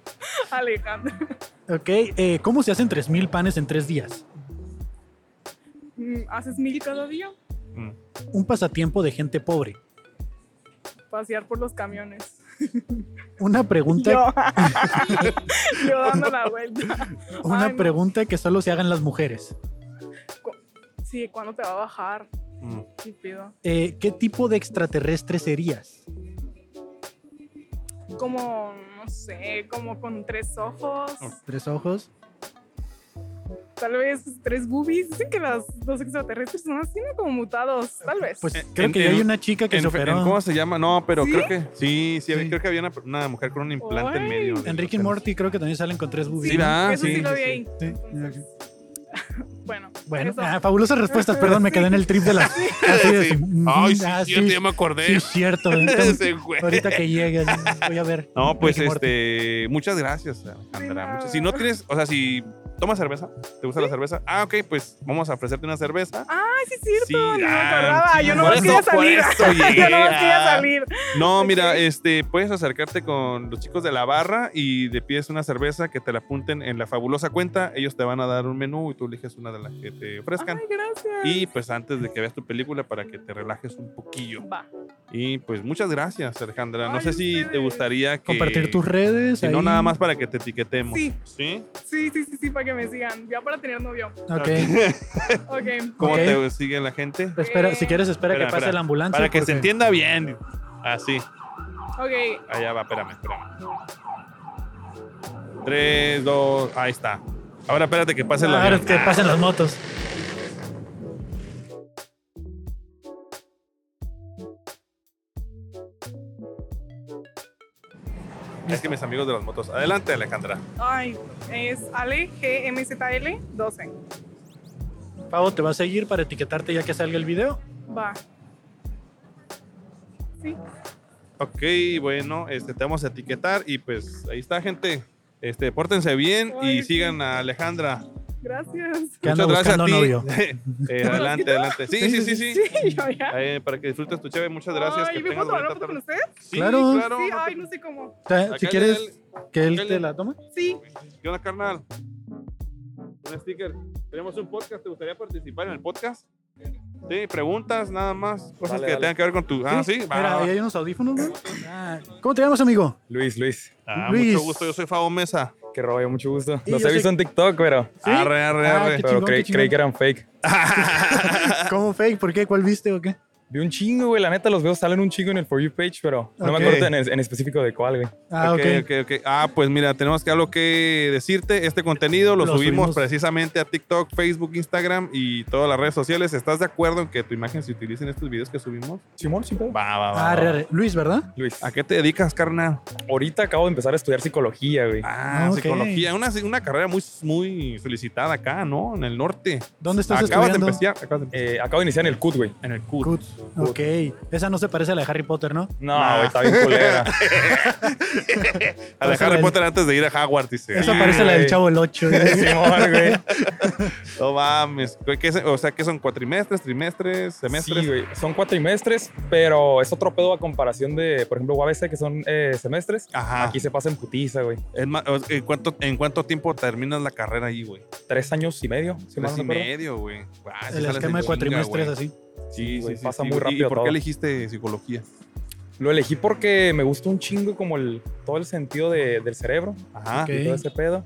Alejandra. (laughs) (laughs) Ok, eh, ¿cómo se hacen tres mil panes en tres días? Mm, ¿Haces mil cada día? Mm. Un pasatiempo de gente pobre. Pasear por los camiones. Una pregunta, (laughs) Yo. Yo dando la vuelta. una ay, no. pregunta que solo se hagan las mujeres. Sí, ¿cuándo te va a bajar? Mm. Sí, pido. Eh, ¿Qué tipo de extraterrestre serías? Como, no sé, como con tres ojos. Tres ojos. Tal vez tres boobies. Dicen que las, los extraterrestres son así, ¿no? Como mutados. Tal vez. Pues Eh, creo en- que ya hay en- una chica que En- se en- operó. ¿Cómo se llama? No, pero ¿Sí? creo que sí, sí, Sí. creo que había una, una mujer con un implante en Ay. medio. de- Enrique y Morty creo que también salen con tres boobies. Sí, ¿no? va, Eso sí, sí, lo sí, vi sí. ahí. Sí, Entonces, (laughs) bueno, Bueno, eso. ah, fabulosas respuestas, (laughs) perdón, me quedé en el trip de las. (laughs) Así de, Sí. mm, Ay, sí, ah, cierto, ya me acordé. (laughs) sí, cierto. Ese güey. Ahorita que llegues, (laughs) voy a ver. No, pues Rick y Morty. este, muchas gracias, Alejandra. nada. Muchas- Si no tienes, o sea, si tomas cerveza, ¿te gusta la cerveza? Ah, ok, pues vamos a ofrecerte una cerveza. Ay, sí es cierto, Sí, ni me ah, acordaba. sí, yo no por más eso- quería por salir. eso (laughs) yo no más llegué. quería salir. Pues No, Ok. mira, este, puedes acercarte con los chicos de la barra y le pides una cerveza que te la apunten en la fabulosa cuenta. Ellos te van a dar un menú y tú eliges una de las que te ofrezcan. Ay, gracias. Y pues antes de que veas tu película para que te relajes un poquillo. Va. Y pues muchas gracias, Alejandra. No Ay, sé si te ustedes. gustaría que Compartir tus redes. Si no, ahí. nada más para que te etiquetemos. Sí. ¿Sí? Sí, sí, sí, sí, para que me sigan. Ya para tener novio. (laughs) Ok. Ok. ¿Cómo Ok. te sigue la gente? Espera, si quieres, espera, Espera, que pase espera. la ambulancia. Para que se porque- entienda bien. Así. Ok. Allá va, espérame, espérame. Tres, dos, ahí está. Ahora espérate que pase la. Ahora es que pasen las motos. Es que mis amigos de las motos. Adelante, Alejandra. Ay, es Ale GMZL 12. Pavo, te va a seguir para etiquetarte ya que salga el video. Va. Sí. Ok, bueno, este, te vamos a etiquetar y pues ahí está, gente. Este, pórtense bien y Ay, sí. sigan a Alejandra. Gracias. Que anda buscando novio. (laughs) Eh, adelante, adelante. Sí, sí, sí, sí. Sí, yo ya. Eh, para que disfrutes tu chave, muchas gracias. Ay, que ¿me tengas puedo tomar bonita una foto con tarde. ustedes? Sí, Claro. claro. Sí, no te ay, no sé cómo. O sea, si Acá quieres el- que él acá te el- la tome. Sí. ¿Qué onda, carnal? Un sticker. Tenemos un podcast. ¿Te gustaría participar en el podcast? Sí, preguntas, nada más. Cosas Dale, que dale. tengan que ver con tu. Ah, sí. va, Mira, va. ahí hay unos audífonos, ¿no? Ah, ¿Cómo te llamas, amigo? Luis, Luis, Ah, Luis. mucho gusto. Yo soy Fabo Mesa. que rollo, mucho gusto. Y Los yo he sé- visto en TikTok, pero, ¿Sí? Arre, arre, Ah, arre. qué pero chingón, creí, qué creí que chingón. eran (laughs) fake. ¿Cómo fake? ¿Por qué? ¿Cuál viste o qué? Vi un chingo, güey, la neta, los veo, salen un chingo en el For You page, pero no Ok. me acuerdo en, en específico de cuál, güey. Ah, ok. ok, ok, ok. Ah, pues mira, tenemos que algo que decirte. Este contenido lo, Lo subimos, subimos. precisamente a TikTok, Facebook, Instagram y todas las redes sociales. ¿Estás de acuerdo en que tu imagen se utilice en estos videos que subimos? Simón, sí, pero- Va, va, va, va. Arre, arre. Ah, Luis, ¿verdad? Luis, ¿A qué te dedicas, carnal? ahorita acabo de empezar a estudiar psicología, güey. Ah, Ah, ok. psicología. Una, una carrera muy, muy solicitada acá, ¿no? En el norte. ¿Dónde estás Acabas de estudiando? empezar. acabas de empezar. Eh, acabo de iniciar en el CUT, güey. En el CUT. Cuts. Ok, esa no se parece a la de Harry Potter, ¿no? No, güey, está bien (laughs) culera. A Pásale dejar Pues, el- Potter antes de ir a Howard, dice. Esa parece la del güey. Chavo el 8. (laughs) (laughs) Simón, güey. No mames. ¿Qué- qué es- o sea, que son cuatrimestres, trimestres, semestres. Sí, güey, son cuatrimestres, pero es otro pedo a comparación de, por ejemplo, UABC, que son eh, semestres. Ajá. Aquí se pasa en putiza, güey. Es ma- o- ¿en, cuánto, ¿En cuánto tiempo terminas la carrera ahí, güey? Tres años y medio, si mal Tres no y me acuerdo. medio, güey. Ah, sí El sales en esquema de chinga, cuatrimestres, güey. así. Sí, sí, güey, sí, pasa sí, güey. muy ¿Y rápido por qué todo. elegiste psicología? Lo elegí porque me gusta un chingo como el, todo el sentido de- del cerebro Ajá. Ok. y todo ese pedo.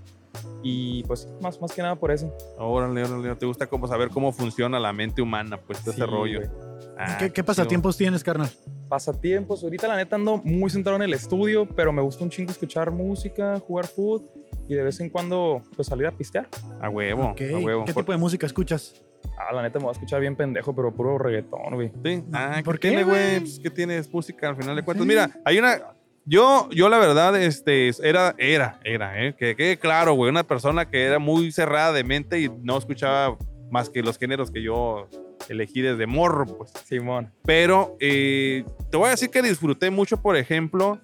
Y pues más, más que nada por eso. Órale, órale. Te gusta como saber cómo funciona la mente humana, pues, todo ese Sí, rollo. güey. Ah, ¿Qué, qué chido. pasatiempos tienes, carnal? Pasatiempos. Ahorita la neta ando muy centrado en el estudio, pero me gusta un chingo escuchar música, jugar fútbol y de vez en cuando pues salir a pistear. A huevo, Ok, a huevo. ¿Qué Por- tipo de música escuchas? Ah, la neta me va a escuchar bien pendejo, pero puro reggaetón, güey. Sí. Ah, ¿por ¿por qué, qué, tiene, güey? güey? Pues, ¿Qué tienes? Música al final de cuentas. Sí. Pues Mira, hay una. Yo, yo la verdad, este, era, era, era, ¿eh? Que quede claro, güey, una persona que era muy cerrada de mente y no escuchaba más que los géneros que yo elegí desde morro, pues. Simón. Pero eh, te voy a decir que disfruté mucho, por ejemplo,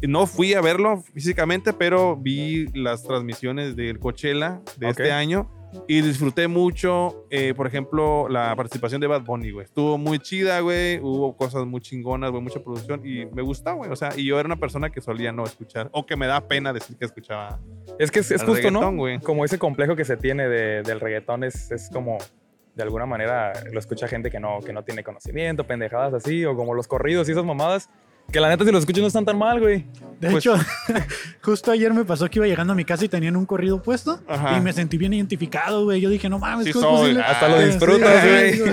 no fui a verlo físicamente, pero vi las transmisiones del Coachella de Ok. este año y disfruté mucho, eh, por ejemplo, la participación de Bad Bunny, güey. Estuvo muy chida, güey. Hubo cosas muy chingonas, güey, mucha producción y me gustaba, güey. O sea, y yo era una persona que solía no escuchar o que me da pena decir que escuchaba. Es que es, es Al justo, ¿no? reggaetón, güey. Como ese complejo que se tiene de- del reggaetón es, es como, de alguna manera, lo escucha gente que no, que no tiene conocimiento, pendejadas así, o como los corridos y esas mamadas, que la neta si los escuchas no están tan mal, güey. De Pues- (laughs) hecho, justo ayer me pasó que iba llegando a mi casa y tenían un corrido puesto Ajá. y me sentí bien identificado, güey. Yo dije, no mames, Sí ¿cómo soy, es posible? hasta lo Sí, disfrutas, sí, (laughs) güey. digo,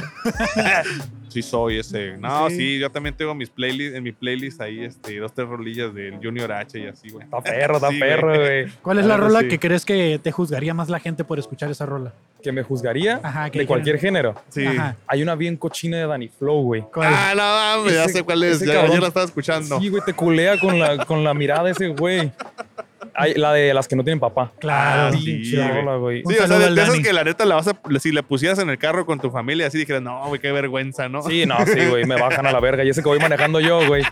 Sí soy ese. No, Sí. sí, yo también tengo mis playlists, en mi playlist ahí, este, dos, tres rolillas del Junior H y así, güey. Está perro, está Sí, güey. perro, güey. ¿Cuál es la pues Claro, rola sí. que crees que te juzgaría más la gente por escuchar esa (laughs) rola? (laughs) Que me juzgaría Ajá, que de dijeran- cualquier género. Sí. Ajá. Hay una bien cochina de Danny Flow, güey. ¿Cuál? Ah, no, mames, ya Ese- sé cuál es. ese Ya, cabrón. ayer la estaba escuchando. Sí, güey, te culea con la, con la mirada ese güey. Hay- la de las que no tienen papá. claro. Ah, sí. sí, Pinche güey. rola, güey. Un Sí, o sea, saludo de, al de esas Dani. que la neta la vas a. Si la pusieras en el carro con tu familia, así dijeras, no, güey, qué vergüenza, ¿no? Sí, no, sí, güey, me bajan a la verga. Y ese que voy manejando yo, güey.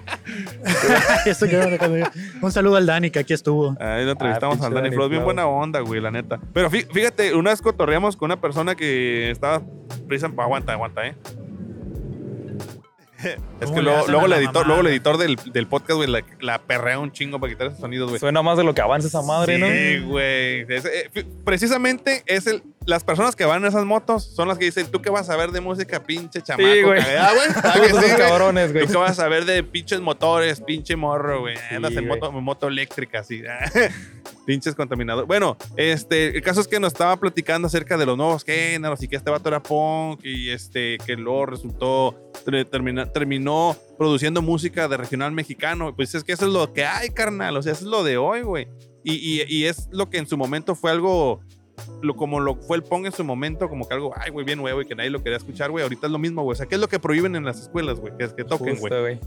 Eso que iba dejando yo. Un saludo al Dani que aquí estuvo. Ahí lo entrevistamos Ah, al pinche Dani Dani Flow. Bien Flow. buena onda, güey, la neta. Pero fí- fíjate, una vez cotorreamos con una persona que estaba. Prisa, aguanta, aguanta, ¿eh? Es (laughs) ¿Cómo que le luego, hacen luego a el la editor, luego el mamada? editor del, del podcast, güey, la, la perrea un chingo para quitar esos sonidos, güey. Suena más de lo que avanza esa madre, ¿no? Sí, güey. Es- eh, fi- Precisamente es el, las personas que van en esas motos son las que dicen, ¿tú qué vas a ver de música, pinche chamaco? güey. cagada, (laughs) güey? ¿Sabes que sí, Todos esos güey? cabrones, güey. ¿Tú qué vas a ver de pinches motores, pinche morro, güey? Andas en güey. moto, moto eléctrica, así. (laughs) pinches contaminadores. Bueno, este, el caso es que nos estaba platicando acerca de los nuevos géneros y que este vato era punk y este, que luego resultó, tre- termina- terminó produciendo música de regional mexicano. Pues es que eso es lo que hay, carnal. O sea, eso es lo de hoy, güey. Y, y- y es lo que en su momento fue algo, lo, como lo fue el punk en su momento, como que algo, ay, güey, bien nuevo y que nadie lo quería escuchar, güey. Ahorita es lo mismo, güey. O sea, ¿qué es lo que prohíben en las escuelas, güey? Que, es que toquen, güey. Justo, güey.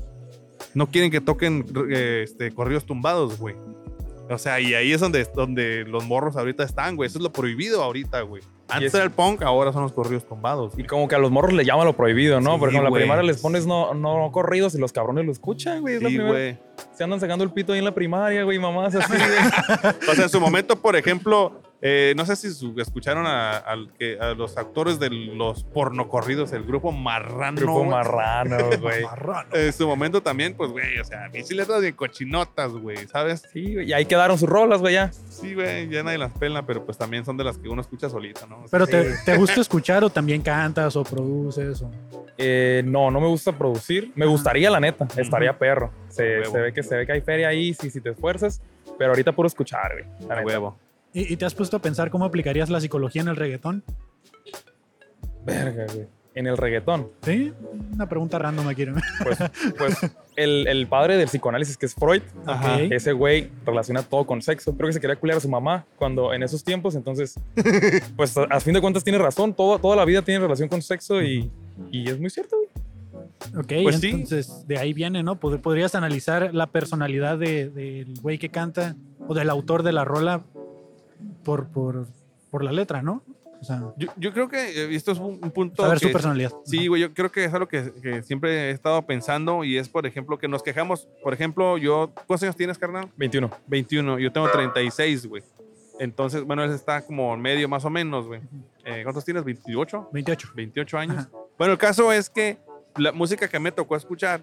No quieren que toquen eh, este, corridos tumbados, güey. O sea, y ahí es donde, donde los morros ahorita están, güey. Eso es lo prohibido ahorita, güey. Antes es- era el punk, ahora son los corridos tumbados. Y güey. como que a los morros le llaman lo prohibido, ¿no? Sí, Por ejemplo, en la güey. primaria les pones no, no corridos y los cabrones lo escuchan, güey. Es la Sí, primera- güey. Se andan sacando el pito ahí en la primaria, güey, mamás así, (laughs) güey. O sea, en su momento, por ejemplo, eh, no sé si su- escucharon a, al que- a los actores de los pornocorridos, el grupo Marrano. Grupo güey. (laughs) marrano, Ah, güey. En su momento también, pues, güey, o sea, mis letras de cochinotas, güey, ¿sabes? Sí, güey. Y ahí quedaron sus rolas, güey, ya. Sí, güey, ya nadie las pela, pero pues también son de las que uno escucha solita, ¿no? O sea, Pero te, te gusta escuchar o también cantas o produces. o- Eh, no, no me gusta producir. Me gustaría, la neta. Estaría perro. Se, huevo. se ve que se ve que hay feria ahí, sí, si te esfuerzas. Pero ahorita puro escuchar, güey. la a neta. huevo. ¿Y, y te has puesto a pensar cómo aplicarías la psicología en el reggaetón? Verga, güey. En el reggaetón. Sí, una pregunta random aquí. ¿no? Pues, pues el, el padre del psicoanálisis, que es Freud, Ajá. Ok. Ese güey relaciona todo con sexo. Creo que se quería culiar a su mamá cuando en esos (laughs) tiempos. Entonces, pues a, a fin de cuentas tiene razón. Todo, toda la vida tiene relación con sexo y, y es muy cierto, güey. (laughs) Ok, Pues sí. entonces de ahí viene, ¿no? Pod- Podrías analizar la personalidad de- del güey que canta o del autor de la rola por, por, por la letra, ¿no? O sea, Yo, yo creo que eh, esto es un, un punto. saber su que- personalidad. Sí, güey, yo creo que es algo que, que siempre he estado pensando y es, por ejemplo, que nos quejamos. Por ejemplo, yo, ¿cuántos años tienes, carnal? 21. 21, yo tengo 36, güey. Entonces, bueno, él está como en medio más o menos, güey. Eh, ¿Cuántos tienes? ¿28? 28. 28 años. Bueno, el caso es que la música que me tocó escuchar,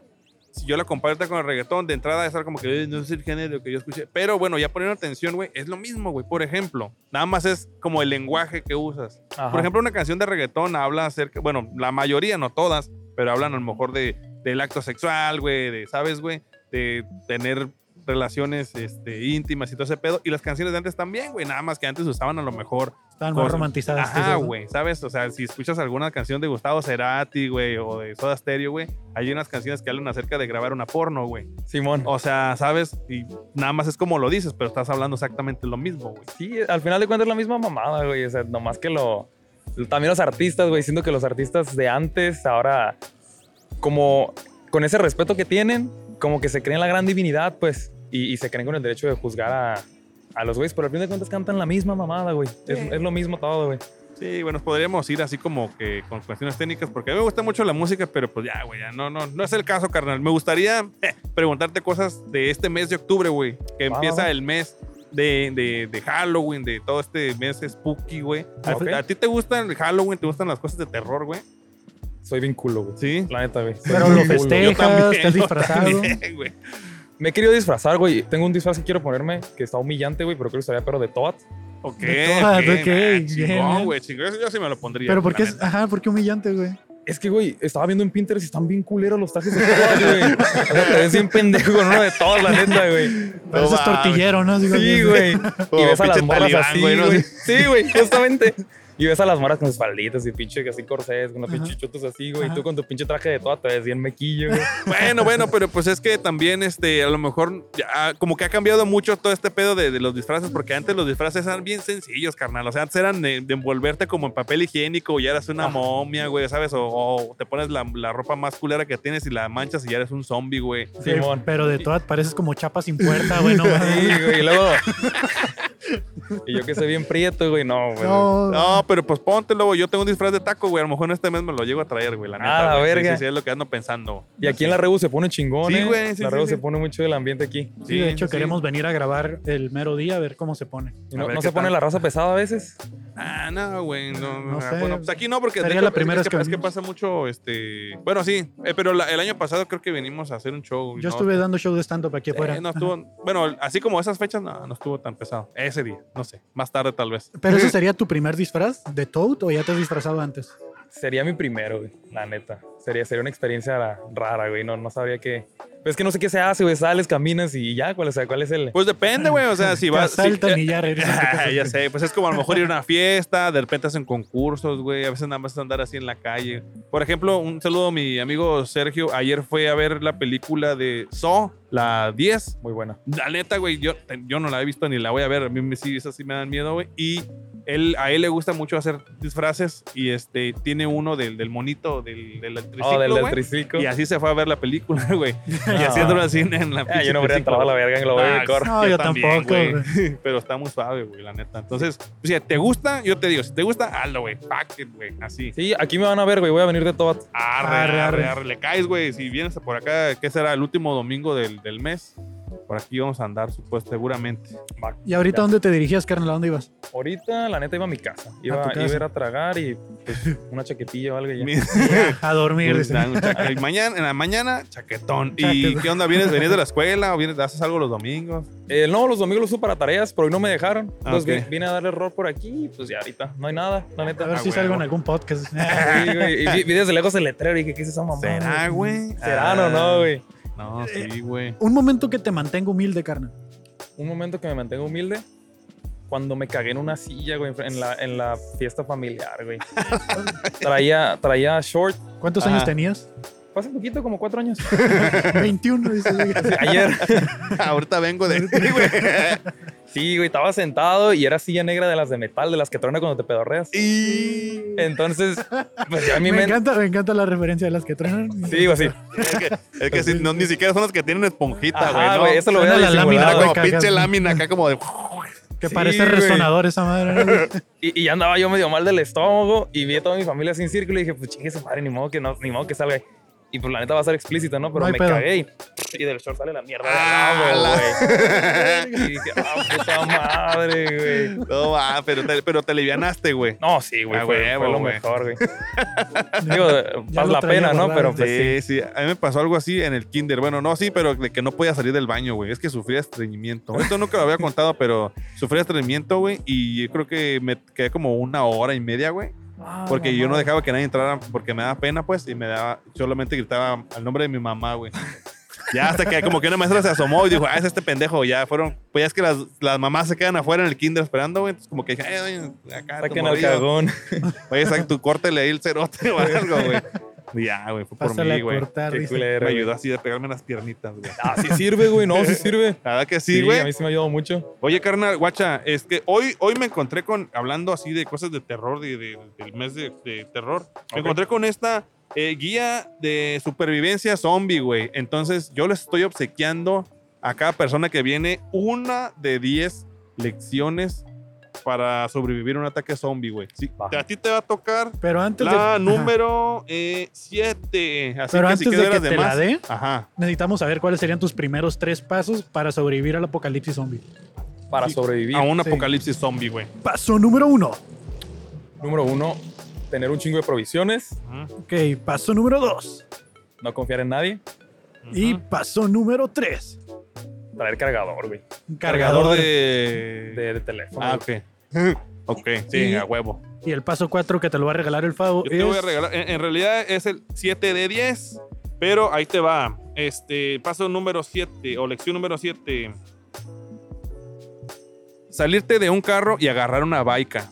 si yo la comparo ahorita con el reggaetón, de entrada es algo como que "Eh, no es el género que yo escuché. Pero bueno, ya poniendo atención, güey, es lo mismo, güey. Por ejemplo, nada más es como el lenguaje que usas. Ajá. Por ejemplo, una canción de reggaetón habla acerca, bueno, la mayoría, no todas, pero hablan a lo mejor de, del acto sexual, güey, de, ¿sabes, güey? De tener relaciones este, íntimas y todo ese pedo. Y las canciones de antes también, güey, nada más que antes usaban a lo mejor Estaban más Cosas. romantizadas. Ajá, quizás, ¿no? güey, ¿sabes? O sea, si escuchas alguna canción de Gustavo Cerati, güey, o de Soda Stereo, güey, hay unas canciones que hablan acerca de grabar una porno, güey. Simón. O sea, ¿sabes? Y nada más es como lo dices, pero estás hablando exactamente lo mismo, güey. Sí, al final de cuentas es la misma mamada, güey. O sea, nomás que lo. También los artistas, güey. Siento que los artistas de antes, ahora, como con ese respeto que tienen, como que se creen la gran divinidad, pues. Y, y se creen con el derecho de juzgar a, a los güeyes. Pero al fin de cuentas cantan la misma mamada, güey. Es, Sí. es lo mismo todo, güey. Sí, bueno, podríamos ir así como que con cuestiones técnicas, porque a mí me gusta mucho la música, pero pues ya, güey, ya no, no, no es el caso, carnal. Me gustaría eh, preguntarte cosas de este mes de octubre, güey, que Va, empieza va, va. el mes de, de- de Halloween, de todo este mes spooky, güey. ¿A, Ok. a ti te gustan el Halloween? ¿Te gustan las cosas de terror, güey? Soy bien culo, güey. Sí. La neta, güey. Soy Pero bien lo culo. festejo. festejas, (laughs) estás yo disfrazado. también, güey. Me he querido disfrazar, güey. Tengo un disfraz que quiero ponerme que está humillante, güey, pero creo que estaría perro de Toad. Ok, De todas, ok, ok, nah, bien. Chingón, güey, chingón. Eso yo sí me lo pondría. Pero la ¿por qué, es, neta. ajá, ¿por qué humillante, güey? Es que, güey, estaba viendo en Pinterest y están bien culeros los trajes de todas, güey. O sea, te ves bien pendejo con uno de todas, la neta, güey. Pareces mames. tortillero, ¿no? Así como Sí, que- güey. Y Como ves a las pinche morras talibán, así, güey, ¿no? güey. Sí, güey, justamente. Y ves a las morras con sus falditas y pinche así corsés, con los Ajá. pinches chutos así, güey. Y Ajá. tú con tu pinche traje de todas te ves bien mequillo, güey. Bueno, bueno, pero pues es que también, este, a lo mejor, ya, como que ha cambiado mucho todo este pedo de, de los disfraces, porque antes los disfraces eran bien sencillos, carnal. O sea, antes eran de, de envolverte como en papel higiénico, ya eras una momia, güey, ¿sabes? O, o te pones la, la ropa más culera que tienes y la manchas y ya eres un zombie, güey. Sí, Simón. Eh, pero de todas pareces como chapa (laughs) sin puerta, güey. No, mames. Sí, güey. (laughs) Y luego. Y yo que soy bien prieto, güey. No, güey. no, No, pero pues póntelo, güey. Yo tengo un disfraz de taco, güey. A lo mejor en este mes me lo llego a traer, güey. La Ah, neta, la güey. Sí, verga. Sí, sí, es lo que ando pensando. Y aquí en la Rebu se pone chingón, Sí, ¿eh? güey, sí, La sí, Rebu sí. se pone mucho el ambiente aquí. Sí, de hecho queremos venir a grabar el mero día a ver cómo se pone. Y A no ver no qué se pone tal. la raza pesada a veces. Ah, no, güey, no, No no, sé. bueno, pues aquí no, porque de Sería hecho, la es primera es vez que que, es que venimos. pasa mucho, este, bueno, sí, eh, pero la- el año pasado creo que venimos a hacer un show. ¿no? Yo estuve dando show de stand-up aquí Eh, afuera. no Ajá. estuvo, bueno, así como esas fechas, no, no estuvo tan pesado. Ese día, no sé, más tarde tal vez. ¿Pero ese sería tu primer disfraz de Toad o ya te has disfrazado antes? Sería mi primero, güey, la neta. Sería, sería una experiencia rara, güey. No, no sabría qué. Pues es que no sé qué se hace, güey. Sales, caminas y ya, cuál, o sea, cuál es el. Pues depende, güey, o sea, si vas... si- te asaltan eh, y ya regresas. a tu (laughs) casa. ya sé, pues es como a lo mejor ir a una fiesta, de repente hacen concursos, güey, a veces nada más andar así en la calle. Por ejemplo, un saludo a mi amigo Sergio, ayer fue a ver la película de Saw, la 10, Muy buena. La neta, güey, yo, yo no la he visto ni la voy a ver. A mí me- sí, esas sí me dan miedo, güey. Y él, a él le gusta mucho hacer disfraces y este, tiene uno del, del monito, del, del triciclo, Oh, del, del güey. triciclo. Y así se fue a ver la película, (laughs) güey. Y Ah. haciéndolo así en la Ah, yo no pinche habría entrado a la triciclo. verga en lo voy Ah, a correr. No, yo tampoco, güey. (laughs) Pero está muy suave, güey, la neta. Entonces, si te gusta, yo te digo, si te gusta, hazlo, güey. Fuck it, güey. Así. Sí, aquí me van a ver, güey. Voy a venir de todo. Arre, Arre, arre, arre. arre, Le caes, güey. Si vienes por acá, ¿qué será? El último domingo del, del mes. Por aquí vamos a andar, pues, seguramente. ¿Y ahorita dónde te dirigías, carnal? ¿A dónde ibas? Ahorita, la neta, iba a mi casa. Iba tu iba a, casa. ir a tragar y (laughs) pues, una chaquetilla o algo. y ya. Mi- A dormir. dice. Nah, un (laughs) chaca- y mañana, en la mañana, chaquetón. ¿Y Chaquetón. qué onda? ¿Vienes, ¿Venís (laughs) de la escuela o vienes, haces algo los domingos? Eh, no, los domingos los uso para tareas, pero hoy no me dejaron. Ah, Entonces ok. vi- vine a darle error por aquí y pues ya ahorita no hay nada, la A neta. ver Ah, si güey, salgo en güey. (laughs) algún podcast. Sí, güey. Y vi, vi desde lejos el letrero y dije, ¿qué es esa mamá? ¿Será, güey? ¿Será Ah, o no, güey? No, sí, güey. Un momento que te mantengo humilde, carnal. un momento que me mantengo humilde. Cuando me cagué en una silla, güey, en la, en la fiesta familiar, (laughs) güey. traía, traía short. ¿Cuántos Ajá. años (laughs) tenías? Pasa poquito, como cuatro años. 21, dice. Ayer. (laughs) Ahorita vengo de ti, güey. (laughs) Sí, güey, estaba sentado y era silla negra de las de metal, de las que truena cuando te pedorreas. Y... Entonces, pues ya mi Me mente. encanta, me encanta la referencia de las que traen. Sí, güey, sí. Es que, es que si no, ni siquiera son las que tienen esponjita, Ajá, güey. ¿no? güey, eso lo voy a Suena la lámina, disimular, Era güey. güey. como cagas. pinche lámina acá como de... (laughs) Que Sí, parece güey. resonador esa madre. ¿no, güey? Y, y ya andaba yo medio mal del estómago y vi a toda mi familia sin círculo y dije, pues chingue su madre, ni modo que, no, ni modo que salga. Y pues la neta va a ser explícito, ¿no? Pero No hay me pedo. cagué y, y del short sale la mierda. de Ah, al lado, la- güey. (laughs) Y dije, ah, puta madre, güey. No va, pero te, pero te alivianaste, güey. No, sí, güey, Ah, fue, huevo, fue lo güey. (laughs) mejor, güey. Digo, Ya pasa lo la traía pena, ¿no? guardado. Pero pues sí. Sí, sí, a mí me pasó algo así en el kinder. Bueno, no, sí, pero de que no podía salir del baño, güey. Es que sufría estreñimiento. Esto nunca lo había contado, pero sufría estreñimiento, güey. Y yo creo que me quedé como una hora y media, güey. Ah, Porque yo no dejaba que nadie entrara porque me daba pena, pues, y me daba, solamente gritaba al nombre de mi mamá, (laughs) güey. Ya hasta que como que una maestra se asomó y dijo, ah, es este pendejo, ya fueron, pues ya es que las, las mamás se quedan afuera en el kinder esperando, güey, entonces como que dije, ay, ay, acá, tu Saquen al morrillo. cagón. (laughs) Oye, saca tu córtele ahí el cerote (laughs) o algo, güey. Y Ya, güey, fue por Pásale mí, a güey. cortar, Qué dice. culero, Me güey. ayudó así de pegarme las piernitas, güey. Ah, sí sirve, güey. No, sí sirve. (laughs) La verdad que sí, güey. a mí sí me ha ayudado mucho. Oye, carnal, guacha, es que hoy, hoy me encontré con, hablando así de cosas de terror, de, de- del mes de, de terror, me Ok. encontré con esta eh, guía de supervivencia zombie, güey. Entonces, yo les estoy obsequiando a cada persona que viene una de 10 lecciones para sobrevivir a un ataque zombie, güey. Sí, Va. a ti te va a tocar Pero antes de. la ajá. número 7. Así Pero que antes si de quieres que las te la demás. dé, Ajá. necesitamos saber cuáles serían tus primeros tres pasos para sobrevivir al apocalipsis zombie. Para Sí. sobrevivir. A un Sí. apocalipsis zombie, güey. Paso número uno. Número uno, tener un chingo de provisiones. Ok, paso número dos. No confiar en nadie. Y paso número tres. Traer cargador, güey. un Cargador de... De, de teléfono. Ah, güey. ok. ok, (laughs) sí, Y- a huevo. Y el paso cuatro que te lo va a regalar el Favo Yo es- te voy a regalar. En, en realidad es el 7 de 10, pero ahí te va. Este, paso número 7 o lección número 7. Salirte de un carro y agarrar una baica.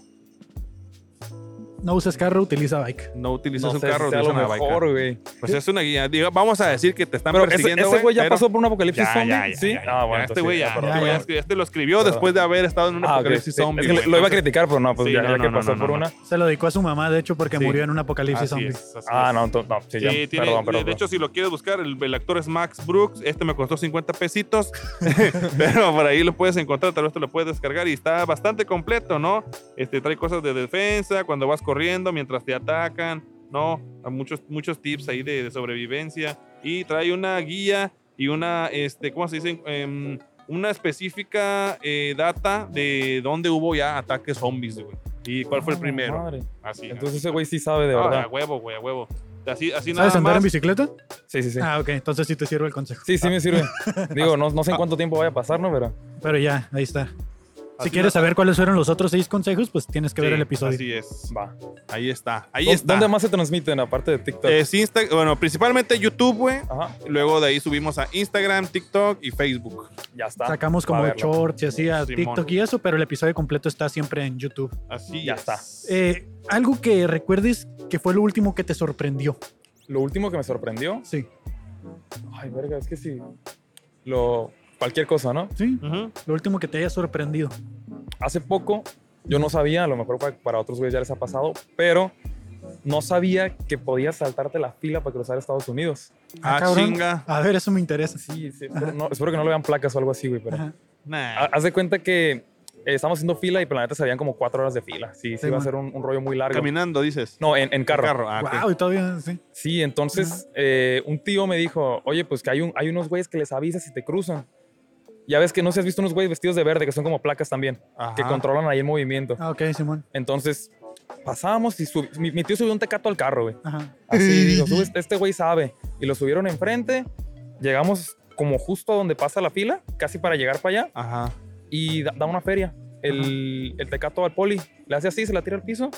No uses carro, utiliza bike. No utilizas No un sé carro, si sea utilizas lo una baica. mejor, güey. Pues es una guía. Digo, vamos a decir que te están Pero ese, persiguiendo. ese güey ya pero- pasó por un apocalipsis Ya, zombie, ya, ya, ¿sí? ya, ya. Ah, este bueno, entonces güey sí, ya, perdón, este güey perdón. ya- este- este lo escribió Perdón. después de haber estado en un Ah, ok, apocalipsis sí. zombie. Es que güey. lo iba a Entonces, criticar, pero no, pues Sí, ya, no, ya no, que no, pasó no, por no. una. Se lo dedicó a su mamá, de hecho, porque Sí. murió en un apocalipsis así zombie. es, así Ah, es. no, to- no, sí, ya, Sí, tiene- perdón, de- perdón. de hecho, si lo quieres buscar, el, el actor es Max Brooks. Este me costó 50 pesitos, (laughs) pero por ahí lo puedes encontrar, tal vez te lo puedes descargar y está bastante completo, ¿no? Este, trae cosas de defensa, cuando vas corriendo, mientras te atacan, ¿no? Hay muchos, muchos tips ahí de, de sobrevivencia y trae una guía y una, este, ¿cómo se dice? Em, una específica eh, data de dónde hubo ya ataques zombies, güey. ¿Y cuál fue el Ah, primero? madre. Así. Entonces así. ese güey sí sabe de Ah, verdad. a huevo, güey, a huevo. Así, así nada ¿Sabes andar más. en bicicleta? Sí, sí, sí. Ah, ok, entonces sí te sirve el consejo. Ah. Sí, sí me (laughs) sirve. Digo, no, no sé en cuánto tiempo vaya a pasar, ¿no? Pero Pero ya, ahí está. Así Si quieres nada- saber cuáles fueron los otros seis consejos, pues tienes que ver Sí, el episodio. Así es. va. Ahí está. Ahí ¿Dó- está. ¿Dónde más se transmiten aparte de TikTok? Es Insta- bueno, principalmente YouTube, güey. Ajá, Luego de ahí subimos a Instagram, TikTok y Facebook. ya está. Sacamos Va a como verlo. shorts y así a Simón. TikTok y eso, pero el episodio completo está siempre en YouTube. Así Ya es. está. Eh, algo que recuerdes que fue lo último que te sorprendió. Lo último que me sorprendió. Sí, Ay, verga, es que sí. Lo. Cualquier cosa, ¿no? sí. Ujú. Lo último que te haya sorprendido. hace poco, yo no sabía, a lo mejor pa- para, otros güeyes ya les ha pasado, pero no sabía que podías saltarte la fila para cruzar Estados Unidos. Ah, cabrón. chinga. A ver, eso me interesa. Sí, sí, espero, no- espero que no le vean placas o algo así, güey, pero... Ajá. Nah. Ha- Haz de cuenta que eh, estamos haciendo fila y planeta se habían como cuatro horas de fila. Sí, Sí, sí, iba a man. ser un, un rollo muy largo. Caminando, dices. No, en, en carro. Ah, ok. Wow, y todavía sí. Sí, entonces eh, un tío me dijo, oye, pues que hay, un, hay unos güeyes que les avisas si te cruzan. Ya ves que no sé si has visto unos güeyes vestidos de verde que son como placas también, que Ajá. controlan ahí el movimiento. Ah, ok, Simón. Entonces, Pasábamos y sub- mi, mi tío subió un tecato al carro, güey. ajá. (laughs) Así, digo, "Sube, este güey sabe. Y lo subieron enfrente. Llegamos como justo a donde pasa la fila, casi para llegar para allá. Ajá. Y da, da una feria. El, el tecato al poli le hace así, se la tira al piso.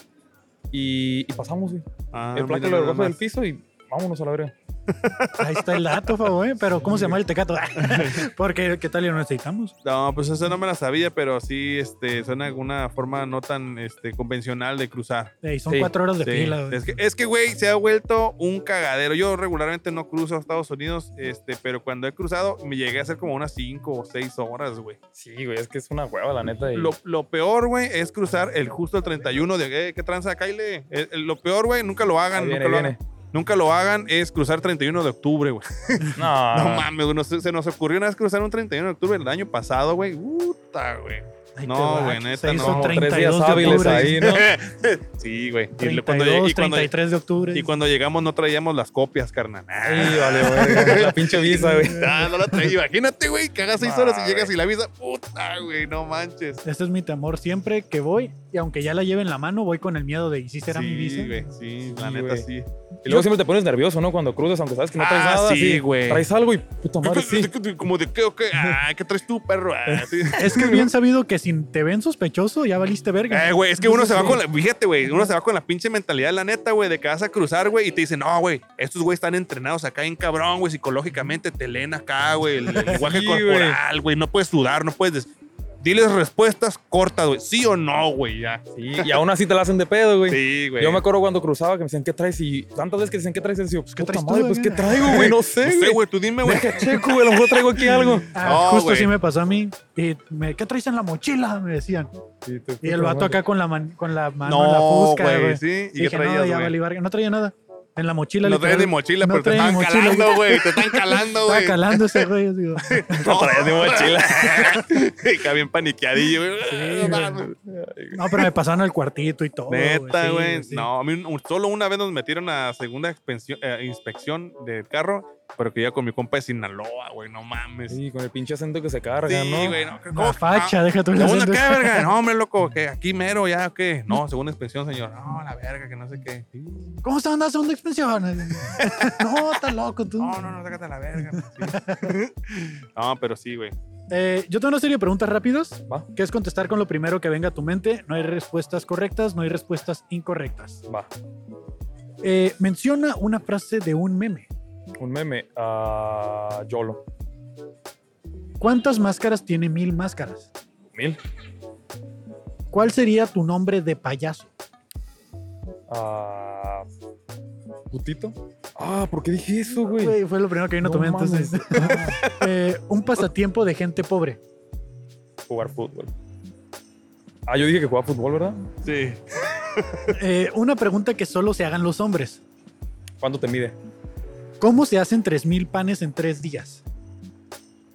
Y, y pasamos, güey. Ah, el placa mira lo nada recoge del más. piso y vámonos a la verga. Ahí está el dato, (laughs) favor, ¿eh? Pero ¿cómo se llama el tecato? (laughs) Porque, ¿qué tal y lo necesitamos? No, pues eso no me la sabía, pero sí este, suena alguna forma no tan este, convencional de cruzar. Ey, son Sí, cuatro horas de Sí, fila. güey. Es que, es que, güey, se ha vuelto un cagadero. Yo regularmente no cruzo a Estados Unidos, este, pero cuando he cruzado me llegué a hacer como unas 5 o 6 horas, güey. Sí, güey, es que es una hueva, la neta. y- Lo, lo peor, güey, es cruzar el justo el 31 de eh, qué tranza, Kyle. Eh, eh, lo peor, güey, nunca lo Ahí hagan, viene, nunca lo ahí hagan. Nunca lo hagan es cruzar 31 de octubre, güey. viene. (laughs) No No, mames, güey, nos- se nos ocurrió una vez cruzar un 31 de octubre el año pasado, güey. Puta, güey. Ahí te No, va. güey, Se neta, hizo no. Como tres 32 días de hábiles octubre. ahí, ¿no? (laughs) Sí, güey. Y le- 32, cuando, lleg- y, cuando, 33 de octubre. y cuando llegamos no traíamos las copias, carnal. Sí, vale, güey. La pinche visa, güey. Ah, no la traí. Imagínate, güey, que hagas seis Ah, horas y güey. llegas y la visa. Puta, güey, no manches. Este es mi temor siempre que voy, y aunque ya la lleve en la mano, voy con el miedo de, ¿y si será mi visa? Sí, güey, sí, la Sí, neta, güey. sí. Y luego siempre te pones nervioso, ¿no? Cuando cruzas, aunque sabes que no traes Ah, nada. sí, así, güey. Traes algo y puta madre, sí. Como de qué o qué. Ah, ¿qué traes tú, perro? Ah, sí. Es que es bien sabido que si te ven sospechoso, ya valiste verga. Eh, güey, es que uno se va Sí. con la, fíjate, güey, uno se va con la pinche mentalidad, la neta, güey, de que vas a cruzar, güey, y te dicen, no, güey, estos güey están entrenados acá en cabrón, güey, psicológicamente, te leen acá, (laughs) güey, el, el lenguaje Sí, corporal, güey, no puedes sudar, no puedes... des- Diles respuestas cortas, güey, sí o no, güey, ya. Sí, y aún así te la hacen de pedo, güey. Sí, güey. Yo me acuerdo cuando cruzaba que me decían, ¿qué traes? Y tantas veces que dicen, ¿qué traes? Y yo, pues, ¿Qué ¿qué traes traes tú, madre, Pues, ¿qué güey? traigo, güey? No sé, No sé, güey. güey, tú dime, güey. Deja checo, güey. A lo mejor (laughs) traigo aquí algo. Ah, No, justo güey. así me pasó a mí. Y me, ¿Qué traes en la mochila? Me decían. Y el vato acá con la, man- con la mano en la No, fusca, güey, güey. sí. ¿Y qué Dije, no, traías, ya güey? valí verga. No traía nada. En la mochila. No traías literal. ni mochila, No pero te traía están ni mochila, calando, güey. Te están calando, Estaba güey. calando ese güey. así, güey. (laughs) (laughs) No traías ni mochila. (laughs) (laughs) Está bien paniqueadillo, güey. Sí, güey. No, pero me pasaron al cuartito y todo. Neta, sí, güey. sí. No, a mí un- un- solo una vez nos metieron a segunda expensio- eh, inspección del carro, pero que ya con mi compa de Sinaloa, güey. No mames. Sí, Sí, con el pinche acento que se carga, ¿no? güey. No, La facha, deja tú el ¿Segunda acento. qué, verga? No, hombre, loco, que aquí mero ya, ¿qué? No, segunda inspección, señor. No, la verga, que no sé qué. Sí. ¿Cómo está andando (laughs) segunda expansión? no, está loco tú. No, no, no, sácate la verga. pues, sí. no, pero sí, güey. (laughs) Eh, yo tengo una serie de preguntas rápidas, Va. que es contestar con lo primero que venga a tu mente. No hay respuestas correctas, no hay respuestas incorrectas. Va. (laughs) Eh, menciona una frase de un meme. Un meme. Ah, Yolo. ¿Cuántas máscaras tiene mil máscaras? Mil. ¿Cuál sería tu nombre de payaso? Ah, putito. Ah, ¿por qué dije eso, güey? Güey, fue lo primero que vino a tu mente. mames. entonces. Ah, (laughs) Eh, un pasatiempo de gente pobre. jugar fútbol. Ah, yo dije que jugaba fútbol, ¿verdad? Sí. Eh, una pregunta que solo se hagan los hombres. ¿Cuánto te mide? ¿Cómo se hacen 3.000 panes en tres días?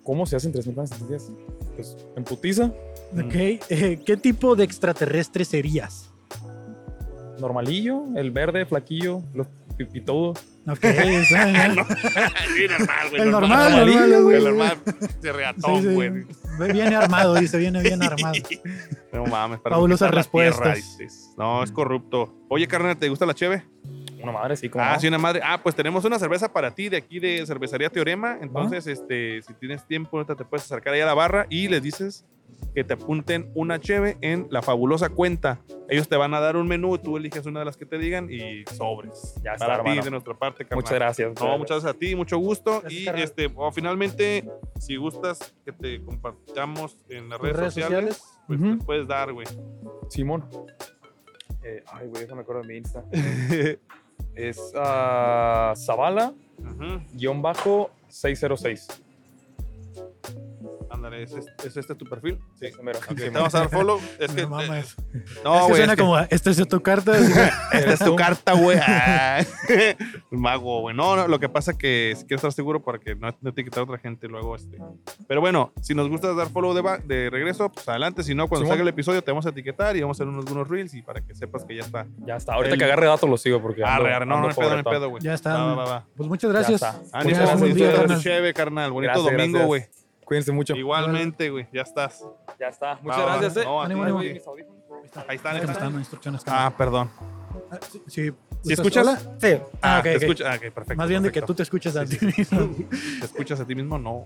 ¿Cómo se hacen 3.000 panes en 10? Pues, en putiza, Ok, eh, ¿Qué tipo de extraterrestre serías? normalillo, el verde, flaquillo, los pipitudos. Ok, esa, ya. (laughs) Sí, normal, Ah, güey. El normal, amarillo, normal, güey. El normal. De Sí, reatón, sí. güey. Viene armado, dice, (laughs) viene bien armado. No mames, Fabulosas conquistar la tierra, respuestas. dices. No, es corrupto. Oye, carnal, ¿te gusta la cheve? Una madre, sí, como. Ah, no. sí, una madre. Ah, pues tenemos una cerveza para ti de aquí de Cervecería Ah. Teorema. Entonces, este, si tienes tiempo, ahorita te puedes acercar ahí a la barra y les dices que te apunten una cheve en la fabulosa cuenta. Ellos te van a dar un menú, tú eliges una de las que te digan y sobres. Ya está, para ti, hermano. de nuestra parte, carnal. Muchas gracias. No, muchas gracias a ti, mucho gusto. Gracias, y carnal. este, o finalmente, si gustas que te compartamos en las redes, sociales, pues Ujú. te puedes dar, güey. Simón. (laughs) Eh, ay, güey, déjame acuerdo de mi Insta. es ah, Ajá. Zavala-606. Ándale, ¿es, este- es este tu perfil? Sí. Ese mero. Ok, te Simón. vamos a dar follow. Es que, eh, No mames. no, es que güey. suena es que- como, esta es tu carta. así que- (laughs) Esta es tu Tú. carta, (laughs) güey. Ah, (laughs) El mago, güey. No, no, lo que pasa que si quieres estar seguro para que no, no te quitar otra gente luego este. Pero bueno, si nos gusta dar follow de, ba- de regreso, pues adelante. Si no, cuando Simón. salga el episodio te vamos a etiquetar y vamos a hacer unos, algunos reels y para que sepas que ya está. Ya está. Ahorita El- que agarre datos lo sigo porque. ando- Arre, arre, no, ando no hay pedo, no hay pobretón. pedo, güey. Ya está. Va, va, va. Pues muchas gracias. Ya está. Ah, Muchas muchas gracias, gracias. buen día, Gracias, carnal. cheve, carnal. Bonito Gracias, domingo, gracias. güey. Cuídense mucho. Igualmente, güey. Ya estás. Ya está. Muchas Va, va, gracias, va. eh. No, a ti, Ahí a voy, ti. mis audífonos. Ahí están. ahí están. Es que me están dando instrucciones. carnal. Ah, perdón. Ah, sí, sí. ¿Sí ¿Gustas? escuchas? Hola. Sí. Ah, Ah, ok, te ok. escucha- ah, ok, perfecto. Más bien de que perfecto. tú te escuchas a Sí, ti mismo. ¿Te escuchas a ti mismo? No.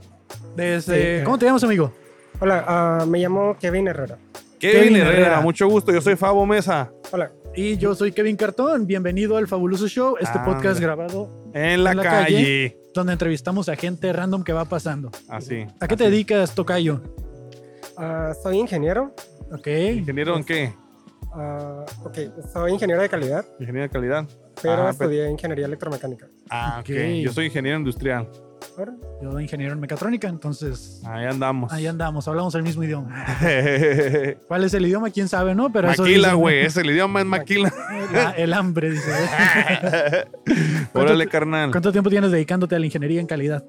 Desde- ¿Cómo te llamas, amigo? Hola, ah, me llamo Kevin Herrera. Kevin, Kevin Herrera, Herrera. mucho gusto. Yo soy Fabo Mesa. Hola. Y yo soy Kevin Cartón. Bienvenido al Fabuloso Show, este Ah, podcast mira. grabado En la, En la calle. calle. donde entrevistamos a gente random que va pasando. Así. ¿A qué te así. dedicas, Tocayo? Ah, soy ingeniero. Ok. ¿Ingeniero en Pues, qué? Ah, ok, soy ingeniero de calidad, ¿Ingeniero de calidad? pero Ah, estudié ingeniería electromecánica. Ah, ok. Ok. Yo soy ingeniero (laughs) industrial. Ahora, Yo soy ingeniero en mecatrónica, entonces Ahí andamos. ahí andamos, hablamos el mismo idioma. ¿Cuál es el idioma? ¿Quién sabe, no? Pero eso maquila, dicen- güey. Es el (laughs) idioma es maquila. (laughs) Ah, el hambre, (laughs) dice. Órale, carnal. ¿Cuánto tiempo tienes dedicándote a la ingeniería en calidad?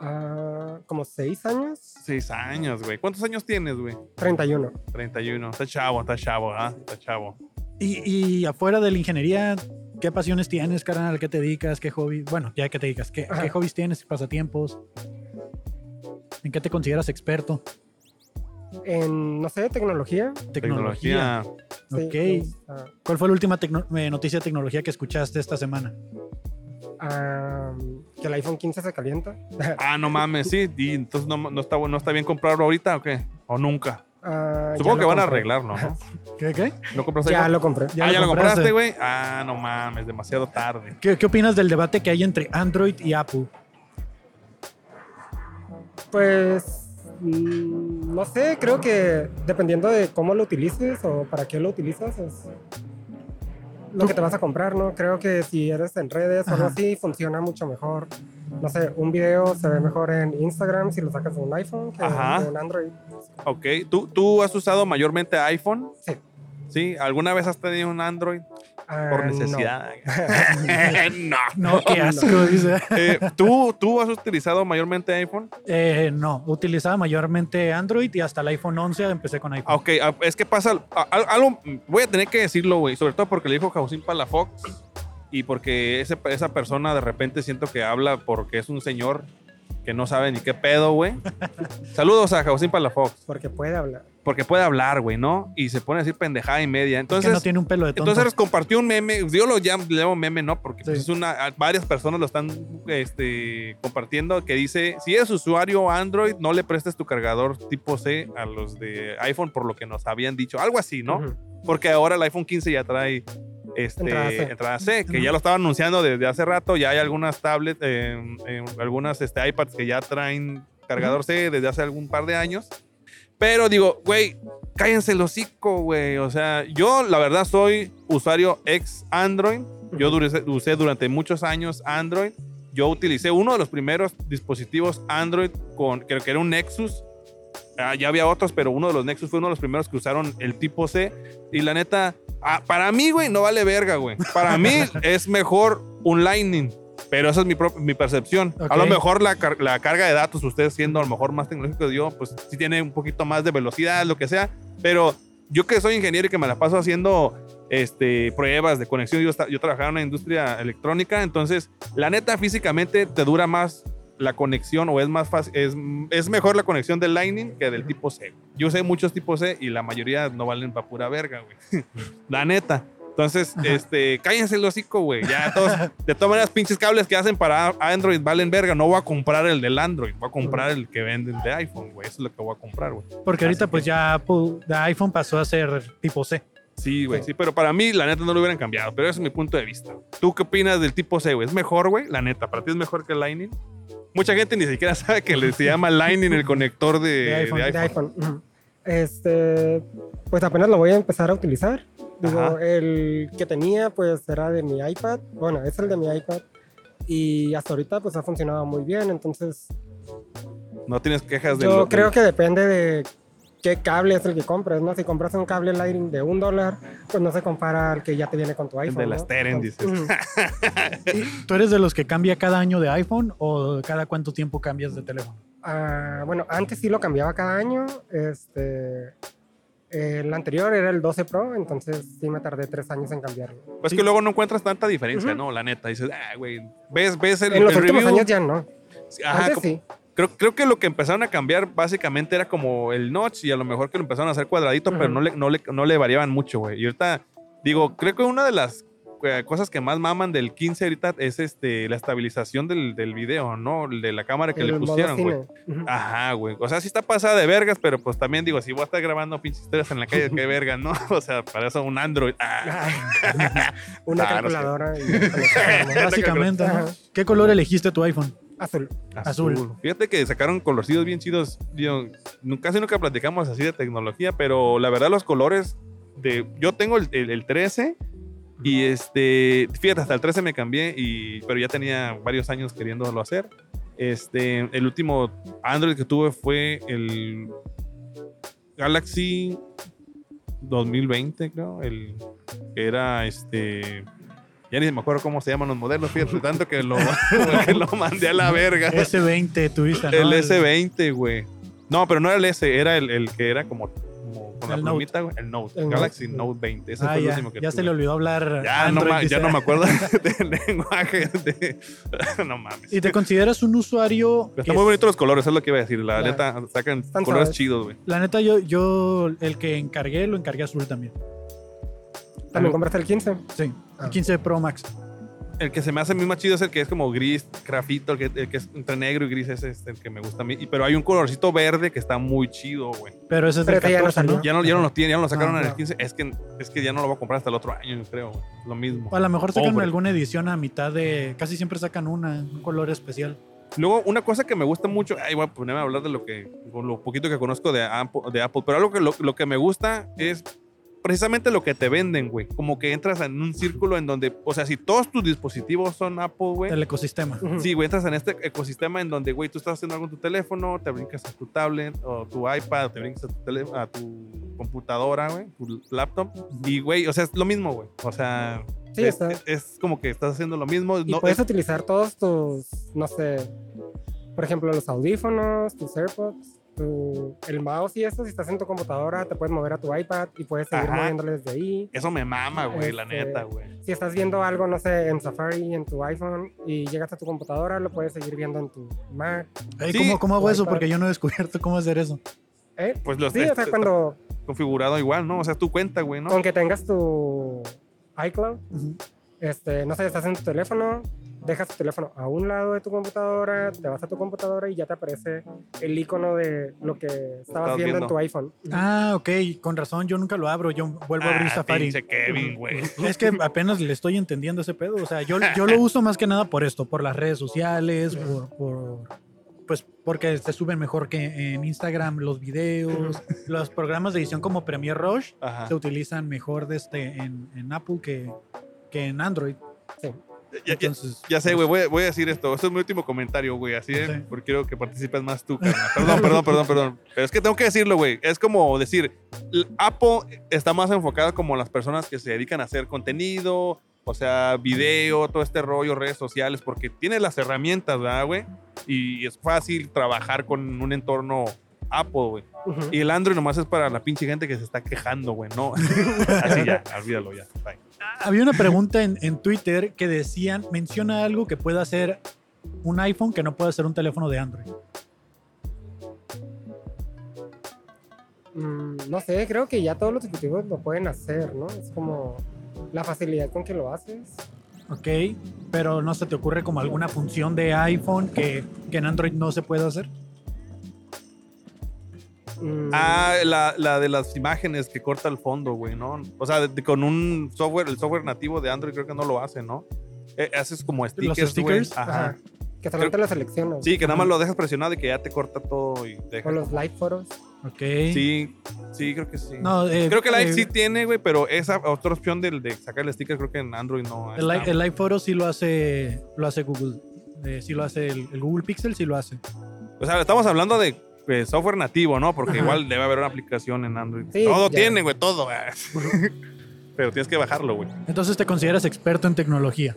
ah, ah, como seis años, Seis años, güey. ¿Cuántos años tienes, güey? 31. 31. Está chavo, está chavo, ¿ah? Está (laughs) chavo. Y, y afuera de la ingeniería, ¿qué pasiones tienes, carnal? ¿Qué te dedicas? ¿Qué hobbies? Bueno, ya que te dedicas, ¿qué, Ajá. qué hobbies tienes? ¿Pasatiempos? ¿En qué te consideras experto? En, no sé, tecnología. Tecnología. Tecnología. Sí, ah. Ok. me gusta. ¿Cuál fue la última tecno- eh, noticia de tecnología que escuchaste esta semana? Ah, que el iPhone 15 se calienta. Ah, no mames, sí. Y entonces no, no está, bueno- no está bien comprarlo ahorita o qué? O nunca. Ah, Supongo ya que lo van a compré. arreglarlo, (laughs) ¿no? ¿Qué, qué? ¿No compras Ya iPhone? lo compré. ya ah, lo ya lo compraste. compraste, güey. Ah, no mames, demasiado tarde. ¿Qué, qué opinas del debate que hay entre Android y Apple? Pues mm, no sé, creo que dependiendo de cómo lo utilices o para qué lo utilizas es lo que te vas a comprar, ¿no? Creo que si eres en redes o algo Ajá. así funciona mucho mejor. No sé, un video se ve mejor en Instagram si lo sacas de un iPhone que Ajá. de un Android. Ok. ¿Tú, ¿Tú has usado mayormente iPhone? Sí. ¿Sí? ¿Alguna vez has tenido un Android? Ah, Por no. (laughs) necesidad. (laughs) no. No, qué asco, dice. Eh, ¿tú, ¿Tú has utilizado mayormente iPhone? Eh, no, utilizaba mayormente Android y hasta el iPhone 11 empecé con Ah, iPhone. Ok, ah, es que pasa ah, al- algo, voy a tener que decirlo, güey, sobre todo porque le dijo Jaucín Palafox y porque ese- esa persona de repente siento que habla porque es un señor que no sabe ni qué pedo, (laughs) güey. Saludos a Jaucín Palafox, Porque puede hablar. porque puede hablar, güey, ¿no? Y se pone a decir pendejada y media. Es que no Entonces, tiene un pelo de tonto. entonces compartió un meme, yo lo llamo, le llamo meme, ¿no? Porque pues, Sí. es una, a- varias personas lo están este, compartiendo que dice, si eres usuario Android, no le prestes tu cargador tipo C a los de iPhone por lo que nos habían dicho, algo así, ¿no? Ujú. Porque ahora el iPhone 15 ya trae este, entrada Entrada C, C. que ya lo estaba anunciando desde hace rato, ya hay algunas tablets, eh, eh, algunas este, iPads que ya traen cargador C desde hace algún par de años. Pero digo, güey, cállense el hocico, güey. O sea, yo la verdad soy usuario ex Android. Yo duré- usé durante muchos años Android. Yo utilicé uno de los primeros dispositivos Android con, creo que era un Nexus. Ah, ya había otros, pero uno de los Nexus fue uno de los primeros que usaron el tipo C. Y la neta, ah, para mí, güey, no vale verga, güey. Para mí es mejor un Lightning. Pero esa es mi, prop- mi percepción. A lo Ok. mejor la, car- la carga de datos, ustedes siendo a lo mejor más tecnológicos que yo, pues sí tiene un poquito más de velocidad, lo que sea. Pero yo que soy ingeniero y que me la paso haciendo este, pruebas de conexión, yo, esta- yo trabajaba en una industria electrónica, entonces la neta físicamente te dura más la conexión o es más fácil, es, es mejor la conexión del Lightning que del tipo C. Yo usé muchos tipos C y la mayoría no valen para pura verga, güey. la neta. Entonces, este, cállense el hocico, güey. Ya todos, de todas maneras, pinches cables que hacen para Android valen verga. No voy a comprar el del Android, voy a comprar el que venden de iPhone, güey. Eso es lo que voy a comprar, güey. Porque ahorita Así pues ya Apple, de iPhone pasó a ser tipo C. Sí, güey, sí, pero para mí, la neta, no lo hubieran cambiado, pero ese es mi punto de vista. ¿Tú qué opinas del tipo C, güey? ¿Es mejor, güey? La neta, ¿para ti es mejor que el Lightning? Mucha gente ni siquiera (laughs) sabe que le se llama Lightning el conector de, De iPhone, de de iPhone. iPhone. ujú. Este, pues apenas lo voy a empezar a utilizar. Digo, Ajá. el que tenía pues era de mi iPad. Bueno, es el de mi iPad. Y hasta ahorita pues ha funcionado muy bien. Entonces, No tienes quejas de yo lo creo que depende de qué cable es el que compres, ¿no? Si compras un cable Lightning de un dólar, pues no se compara al que ya te viene con tu de iPhone. las ¿no? Teren, Entonces, ujú. ¿Tú eres de los que cambia cada año de iPhone o cada cuánto tiempo cambias de (laughs) teléfono? Ah, bueno, antes sí lo cambiaba cada año. Este, el anterior era el 12 Pro, entonces sí me tardé tres años en cambiarlo. Pues que luego no encuentras tanta diferencia, ¿no? La neta, dices, ah, güey, ves, ves el, en los el últimos review. años ya no. Ajá, Antes como- sí. creo, creo que lo que empezaron a cambiar básicamente era como el notch y a lo mejor que lo empezaron a hacer cuadradito, pero Ujú. no le, no, le, no le variaban mucho, güey. Y ahorita, digo, creo que una de las eh, cosas que más maman del 15 ahorita es este, la estabilización del, del video, ¿no? El De la cámara que el le modo pusieron, güey. cine. Ujú. Ajá, güey. O sea, sí está pasada de vergas, pero pues también digo, si voy a estar grabando pinches historias en la calle, qué verga, ¿no? (laughs) O sea, para eso un Android. Ah. (laughs) Una Ah, no sé. calculadora. y una calculadora. Básicamente, ¿no? Ajá. ¿qué color elegiste tu iPhone? Azul. Azul. Fíjate que sacaron colorcidos bien chidos. Digo, nu- casi nunca platicamos así de tecnología, pero la verdad los colores de... Yo tengo el, el- el 13 y este... Fíjate, hasta el 13 me cambié, y, pero ya tenía varios años queriéndolo hacer. Este, el último Android que tuve fue el Galaxy 2020, creo. El que era este Ya ni me acuerdo cómo se llaman los modelos, fíjate, tanto que lo, (laughs) que (laughs) lo mandé a (laughs) la verga. S20 tuviste, ¿no? El S20, güey. No, pero no era el S, era el, el que era como, como con la El Note. plumita, güey. El Note. El Galaxy Note. Note 20. Ese Ah, fue el ya, último que ya se tuve. le olvidó hablar. Ya, no, Android, ma- ya dice. no me (laughs) acuerdo del lenguaje. de- (laughs) no mames. ¿Y te consideras un usuario? Pero que Están muy bonitos los colores, es lo que iba a decir. La Claro. neta, sacan Están colores suaves. chidos, güey. La neta, yo, yo el que encargué, lo encargué azul también. También compraste el 15. Sí, Ah. 15 Pro Max. El que se me hace a mí más chido es el que es como gris, grafito, el que, el que es entre negro y gris, ese es este, el que me gusta a mí. Y- pero hay un colorcito verde que está muy chido, güey. Pero ese es Pero del ese ya no 14, ¿no? Ah, salió. Ya no, ya no lo tienen, ya no lo sacaron No, en el no. 15. Es que, es que ya no lo voy a comprar hasta el otro año, yo creo, güey. Lo mismo. A lo mejor sacan Pobre. alguna edición a mitad de... Casi siempre sacan una, un color especial. Luego, una cosa que me gusta mucho, ay, voy a ponerme a hablar de lo que, con lo poquito que conozco de Apple, de Apple, pero algo que lo, lo que me gusta es precisamente lo que te venden, güey. Como que entras en un círculo en donde, o sea, si todos tus dispositivos son Apple, güey. El ecosistema. Sí, güey, entras en este ecosistema en donde, güey, tú estás haciendo algo en tu teléfono, te brincas a tu tablet o tu iPad, o te brincas a tu, tele- a tu computadora, güey, tu laptop. Y, güey, o sea, es lo mismo, güey. O sea, Sí, es, está. es- es como que estás haciendo lo mismo. Y Pues No, eh. puedes es- utilizar todos tus, no sé, por ejemplo, los audífonos, tus AirPods, tu- el mouse y eso. Si estás en tu computadora, te puedes mover a tu iPad y puedes seguir Ajá. moviéndole desde ahí. eso me mama, güey, la Este, neta, güey. Si estás viendo algo, no sé, en Safari, en tu iPhone y llegas a tu computadora, lo puedes seguir viendo en tu Mac. Ey, Sí. ¿cómo, cómo hago eso? iPad. Porque yo no he descubierto cómo hacer eso. ¿eh? Pues los Sí, o sea, cuando, configurado igual, ¿no? O sea, es tu cuenta, güey, ¿no? aunque tengas tu iCloud, Ujú. este, no sé, estás en tu teléfono, dejas tu teléfono a un lado de tu computadora, te vas a tu computadora y ya te aparece el icono de lo que estabas, Estabas viendo, viendo. en tu iPhone. Ah, ok. Con razón, yo nunca lo abro. Yo vuelvo a abrir Ah, Safari. pinche Kevin, güey. (laughs) Es que apenas le estoy entendiendo ese pedo. O sea, yo, yo lo uso más que nada por esto, por las redes sociales, por, por- pues porque se suben mejor que en Instagram los (laughs) videos, los programas de edición como Premiere Rush Ajá. se utilizan mejor desde en, en Apple que, que en Android. Ya, ya- Entonces, pues, ya sé, güey, voy, a- voy a decir esto. Esto es mi último comentario, güey. Así es, Sí. porque quiero que participes más tú, carnal. Perdón, perdón, perdón, perdón. Pero es que tengo que decirlo, güey. Es como decir, l- Apple está más enfocada como las personas que se dedican a hacer contenido, o sea, video, todo este rollo, redes sociales, porque tiene las herramientas, ¿verdad, güey? Y es fácil trabajar con un entorno Apple, güey. Ujú. Y el Android nomás es para la pinche gente que se está quejando, güey. No. (laughs) Así ya, olvídalo ya. Bye. ah, había una pregunta en, en Twitter que decían, menciona algo que pueda hacer un iPhone que no pueda hacer un teléfono de Android. Mm, no sé, creo que ya todos los dispositivos lo pueden hacer, ¿no? Es como la facilidad con que lo haces. Ok, pero no se te ocurre como alguna función de iPhone que, que en Android no se puede hacer. Mm, Ah, la, la de las imágenes que corta el fondo, güey, ¿no? O sea, de- con un software, el software nativo de Android creo que no lo hace, ¿no? Eh, haces como stickers, güey. stickers? Ajá. ajá. Que solamente lo seleccionas. Sí, que nada más lo dejas presionado y que ya te corta todo y deja. O los live photos. Ok. Sí, sí, creo que sí. No, eh, creo que la eh, Live sí tiene, güey, pero esa otra opción del de sacar el sticker creo que en Android no. El, está. Live- el Live Photo sí lo hace, lo hace Google. Eh, sí lo hace el, el Google Pixel, sí lo hace. O sea, estamos hablando de eh, software nativo, ¿no? Porque Ajá. igual debe haber una aplicación en Android. Sí, todo ya. tiene, güey, todo. (laughs) güey. pero tienes que bajarlo, güey. Entonces te consideras experto en tecnología.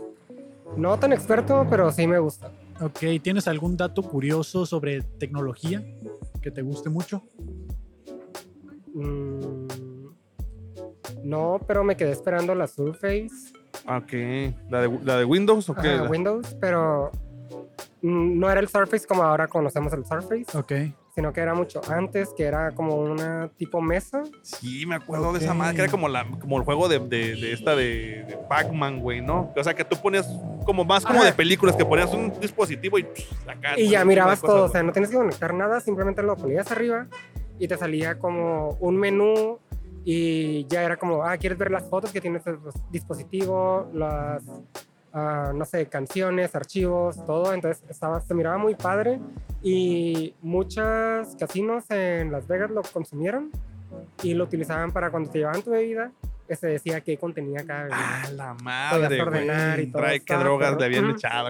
No tan experto, pero sí me gusta. Ok, ¿tienes algún dato curioso sobre tecnología que te guste mucho? Mm, no, pero me quedé esperando la Surface. Ah, Ok. ¿La de, la de Windows o qué? Ajá, La- Windows, pero mm, no era el Surface como ahora conocemos el Surface, Ok. sino que era mucho antes, que era como una tipo mesa. Sí, me acuerdo de esa Ok. madre, que era como, la, como el juego de, de- de esta de, de Pac-Man, güey, ¿no? O sea, que tú ponías como más como Ajá. de películas, que ponías un dispositivo y pss, acá. Y ya una mirabas cosa, todo, o güey. sea, no tienes que conectar nada, simplemente lo ponías arriba y te salía como un menú y ya era como, ah, quieres ver las fotos que tiene este dis- dispositivo, las, ah, no sé, canciones, archivos, todo, entonces estaba, se miraba muy padre y muchos casinos en Las Vegas lo consumieron y lo utilizaban para cuando te llevaban tu bebida, que se decía qué contenía cada bebida. Ah, la Podías madre, ordenar y güey. todo, Trae qué estaba drogas perro. le habían Ujú. (laughs) echado.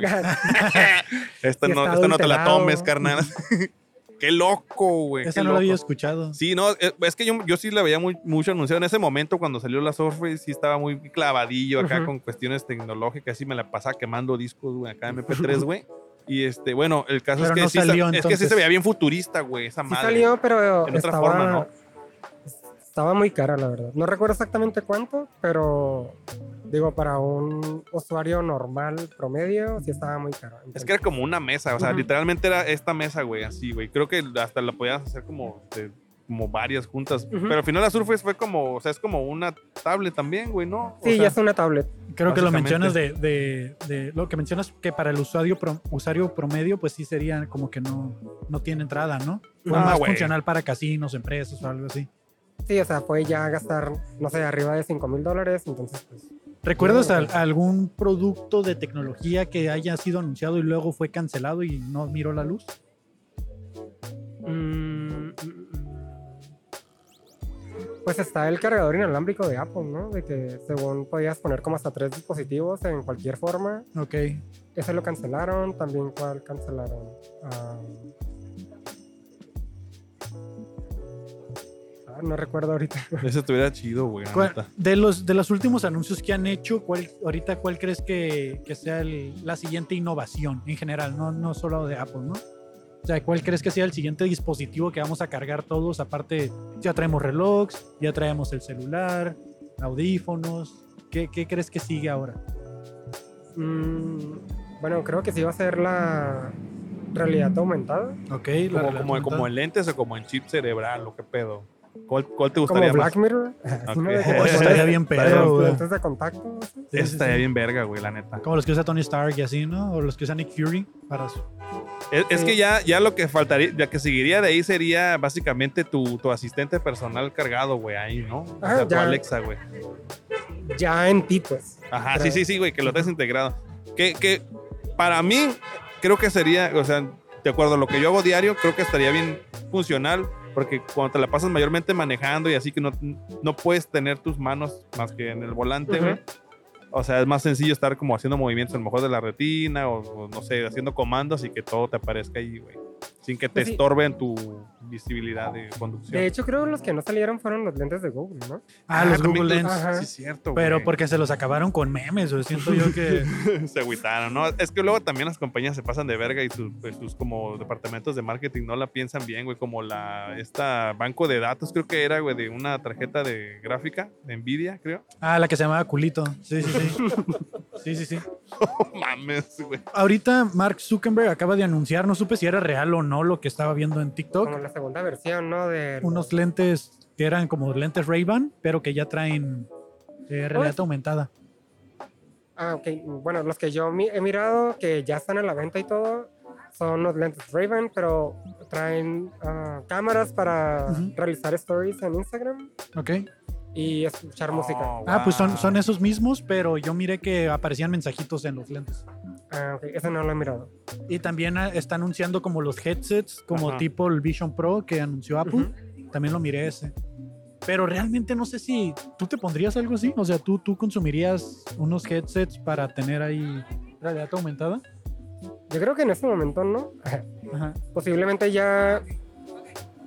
(laughs) esta Y no, está esta no te la adulterado. tomes, carnal. (laughs) Qué loco, güey. Esa qué no la había loco. escuchado. Sí, no, eh, es que yo, yo sí la veía muy, mucho anunciado. En ese momento, cuando salió la Surface, sí estaba muy clavadillo acá Ujú. con cuestiones tecnológicas. Sí me la pasaba quemando discos, güey, (laughs) acá MP3, güey. Y este, bueno, el caso Pero es que, no sí, sa- salió, es que sí entonces. se veía bien futurista, güey, esa Sí madre. salió, pero En otra estaba, forma, ¿no? estaba muy cara, la verdad. No recuerdo exactamente cuánto, pero digo, para un usuario normal promedio, sí estaba muy caro. Es que era como una mesa, o sea, Ujú. literalmente era esta mesa, güey, así, güey. Creo que hasta la podías hacer como, de- como varias juntas. Ujú. Pero al final la Surface fue como, o sea, es como una tablet también, güey, ¿no? O Sí, sea, ya es una tablet. Creo que lo Básicamente. mencionas de, de- de- lo que mencionas que para el usuario pro- usuario promedio pues sí sería como que no no tiene entrada, ¿no? Fue Ah, más güey. funcional para casinos, empresas o algo así. Sí, o sea, fue ya gastar, no sé, arriba de 5 mil dólares, entonces pues... ¿Recuerdas al- algún producto de tecnología que haya sido anunciado y luego fue cancelado y no miró la luz? mm, mm, mm. Pues está el cargador inalámbrico de Apple, ¿no? De que según podías poner como hasta tres dispositivos en cualquier forma. Ok. Ese lo cancelaron, también cuál cancelaron. Am. Ah, no (laughs) recuerdo ahorita. Eso estuviera chido, güey. la ¿Cuál- neta. de los de los últimos anuncios que han hecho, ¿cuál ahorita cuál crees que, que sea el- la siguiente innovación en general, no no solo de Apple, ¿no? O sea, ¿cuál crees que sea el siguiente dispositivo que vamos a cargar todos? Aparte, ya traemos reloj, ya traemos el celular, audífonos. ¿Qué, qué crees que sigue ahora? Mm, bueno, creo que sí va a ser la realidad aumentada. Ok, Como, como, como en lentes o como en chip cerebral, o qué pedo. ¿Cuál, cuál te Como gustaría Black más? Mirror. (laughs) Ok. Sí, ¿no? De que Oh, te estaría pones bien los pedo, güey. lentes de contacto. así. Sí, sí, Esta ya sí. bien verga, güey, la neta. Como los que usa Tony Stark y así, ¿no? O los que usa Nick Fury para su- Es, es que ya, ya lo que faltaría, ya que seguiría de ahí sería básicamente tu, tu asistente personal cargado, güey, ahí, ¿no? O Ah, sea, tu ya. Alexa, güey. Ya en ti, pues. Ajá, Pero- sí, sí, sí, güey, que lo tengas integrado. Que, que para mí, creo que sería, o sea, de acuerdo a lo que yo hago diario, creo que estaría bien funcional, porque cuando te la pasas mayormente manejando y así que no, no puedes tener tus manos más que en el volante, Ujú. güey. O sea, es más sencillo estar como haciendo movimientos, a lo mejor de la retina, o, o no sé, haciendo comandos y que todo te aparezca ahí, güey. Sin que te Pues sí. estorbe en tu visibilidad de conducción. De hecho, creo que los que no salieron fueron los lentes de Google, ¿no? Ah, los también Google tú- Lens. Ajá. Sí, es cierto, Pero güey. porque se los acabaron con memes, o siento yo que... (laughs) se agüitaron, ¿no? Es que luego también las compañías se pasan de verga y sus, pues, sus como departamentos de marketing no la piensan bien, güey, como la esta banco de datos creo que era, güey, de una tarjeta de gráfica de Nvidia, creo. Ah, la que se llamaba culito. Sí, sí, sí. Sí, sí, sí. (laughs) No mames, güey. Ahorita Mark Zuckerberg acaba de anunciar, no supe si era real o no lo que estaba viendo en Como TikTok, la segunda versión, ¿no? De unos lentes que eran como lentes Ray-Ban, pero que ya traen eh, realidad aumentada. Ah, ok. Bueno, los que yo mi- he mirado que ya están a la venta y todo son los lentes Raven, pero traen ah, cámaras para Ujú. realizar stories en Instagram ¿Ok? y escuchar música. Oh, Ah, pues son, son esos mismos, pero yo miré que aparecían mensajitos en los lentes. Ah, ok. Ese no lo he mirado. Y también ah, está anunciando como los headsets, como Ajá. tipo el Vision Pro que anunció Apple. Ujú. También lo miré ese. Pero realmente no sé si tú te pondrías algo así. O sea, tú, tú consumirías unos headsets para tener ahí realidad aumentada. Yo creo que en este momento no. Ajá. Posiblemente ya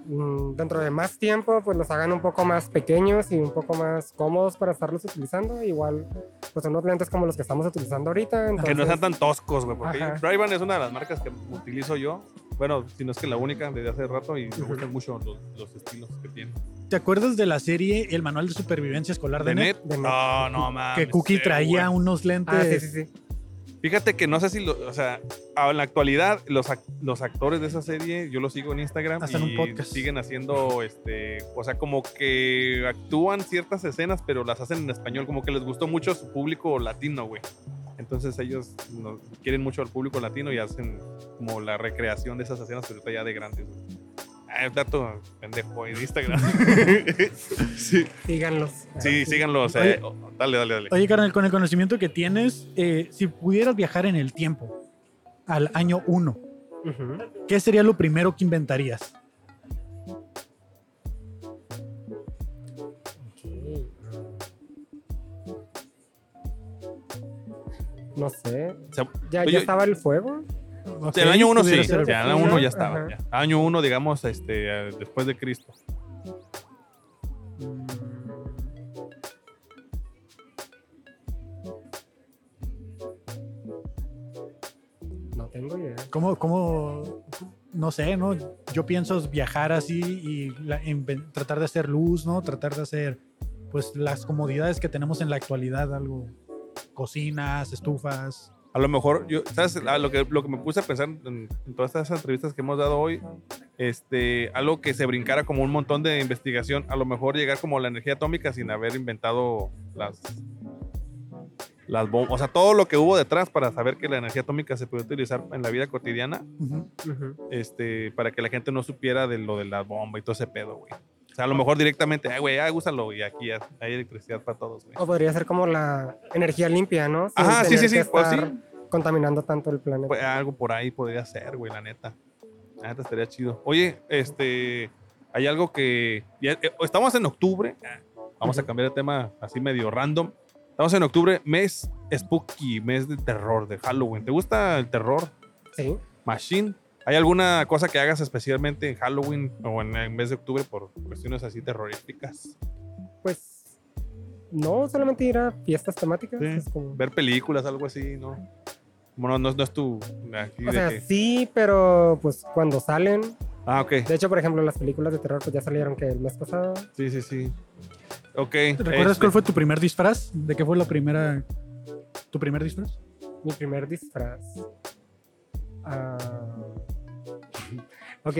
mm, dentro de más tiempo pues los hagan un poco más pequeños y un poco más cómodos para estarlos utilizando. Igual pues son unos lentes como los que estamos utilizando ahorita. que no entonces- sean tan toscos, güey, porque Ajá. Ray-Ban es una de las marcas que utilizo yo. Bueno, si no es que la única desde hace rato y me gustan mucho los, los estilos que tiene. ¿Te acuerdas de la serie El Manual de Supervivencia Escolar de, ¿De Net? Net? de Net. No, no mames. Que Cookie sí, traía güey. unos lentes. Ah, sí, sí, sí. Fíjate que no sé si, lo- o sea, a- en la actualidad los, ac- los actores de esa serie, yo los sigo en Instagram Hacen un y podcast. siguen haciendo, este, o sea, como que actúan ciertas escenas, pero las hacen en español, como que les gustó mucho su público latino, güey. Entonces ellos no- quieren mucho al público latino y hacen como la recreación de esas escenas, pero ahorita ya de grandes. güey. Ah, es dato pendejo en Instagram. sí, Síganlos. sí, síganlos. eh, Oye. oh, dale, dale, dale. Oye, carnal, con el conocimiento que tienes, eh, si pudieras viajar en el tiempo al año 1, Ujú. ¿qué sería lo primero que inventarías? No sé. O sea, ¿Ya, Oye, ya estaba el fuego? Ok, el año uno sí, pudiera ya ser. el año uno ya Ajá. estaba. ya. Año uno, digamos, este, eh, después de Cristo. No tengo idea. ¿Cómo, cómo, no sé, ¿no? Yo pienso viajar así y la- inven- tratar de hacer luz, ¿no? Tratar de hacer, pues, las comodidades que tenemos en la actualidad, algo, cocinas, estufas. A lo mejor, yo, ¿sabes? A lo, que, lo que me puse a pensar en, en todas estas entrevistas que hemos dado hoy, este, algo que se brincara como un montón de investigación, a lo mejor llegar como a la energía atómica sin haber inventado las, las bombas, o sea, todo lo que hubo detrás para saber que la energía atómica se puede utilizar en la vida cotidiana, Ujú. Ujú. este, para que la gente no supiera de lo de la bomba y todo ese pedo, güey. O sea, a lo mejor directamente, ay, güey, ah, úsalo y aquí ya hay electricidad para todos, güey. O podría ser como la energía limpia, ¿no? Sin Ajá, sí, tener sí, sí, que pues sí. estar Contaminando tanto el planeta. Pues, algo por ahí podría ser, güey, la neta. La neta estaría chido. Oye, este, hay algo que... ya- eh, estamos en octubre. Vamos a cambiar de tema así medio random. Estamos en octubre, mes spooky, mes de terror, de Halloween. ¿Te gusta el terror? sí. Machine. ¿Hay alguna cosa que hagas especialmente en Halloween o en el mes de octubre por cuestiones así terroríficas? Pues no, solamente ir a fiestas temáticas. Sí. es como- Ver películas, algo así, ¿no? Bueno, no, no es tu... aquí O de sea, que- sí, pero pues cuando salen. Ah, ok. De hecho, por ejemplo, las películas de terror pues ya salieron que el mes pasado. Sí, sí, sí. Ok. ¿Recuerdas este- cuál fue tu primer disfraz? ¿De qué fue la primera, tu primer disfraz? Mi primer disfraz. Ah, ok.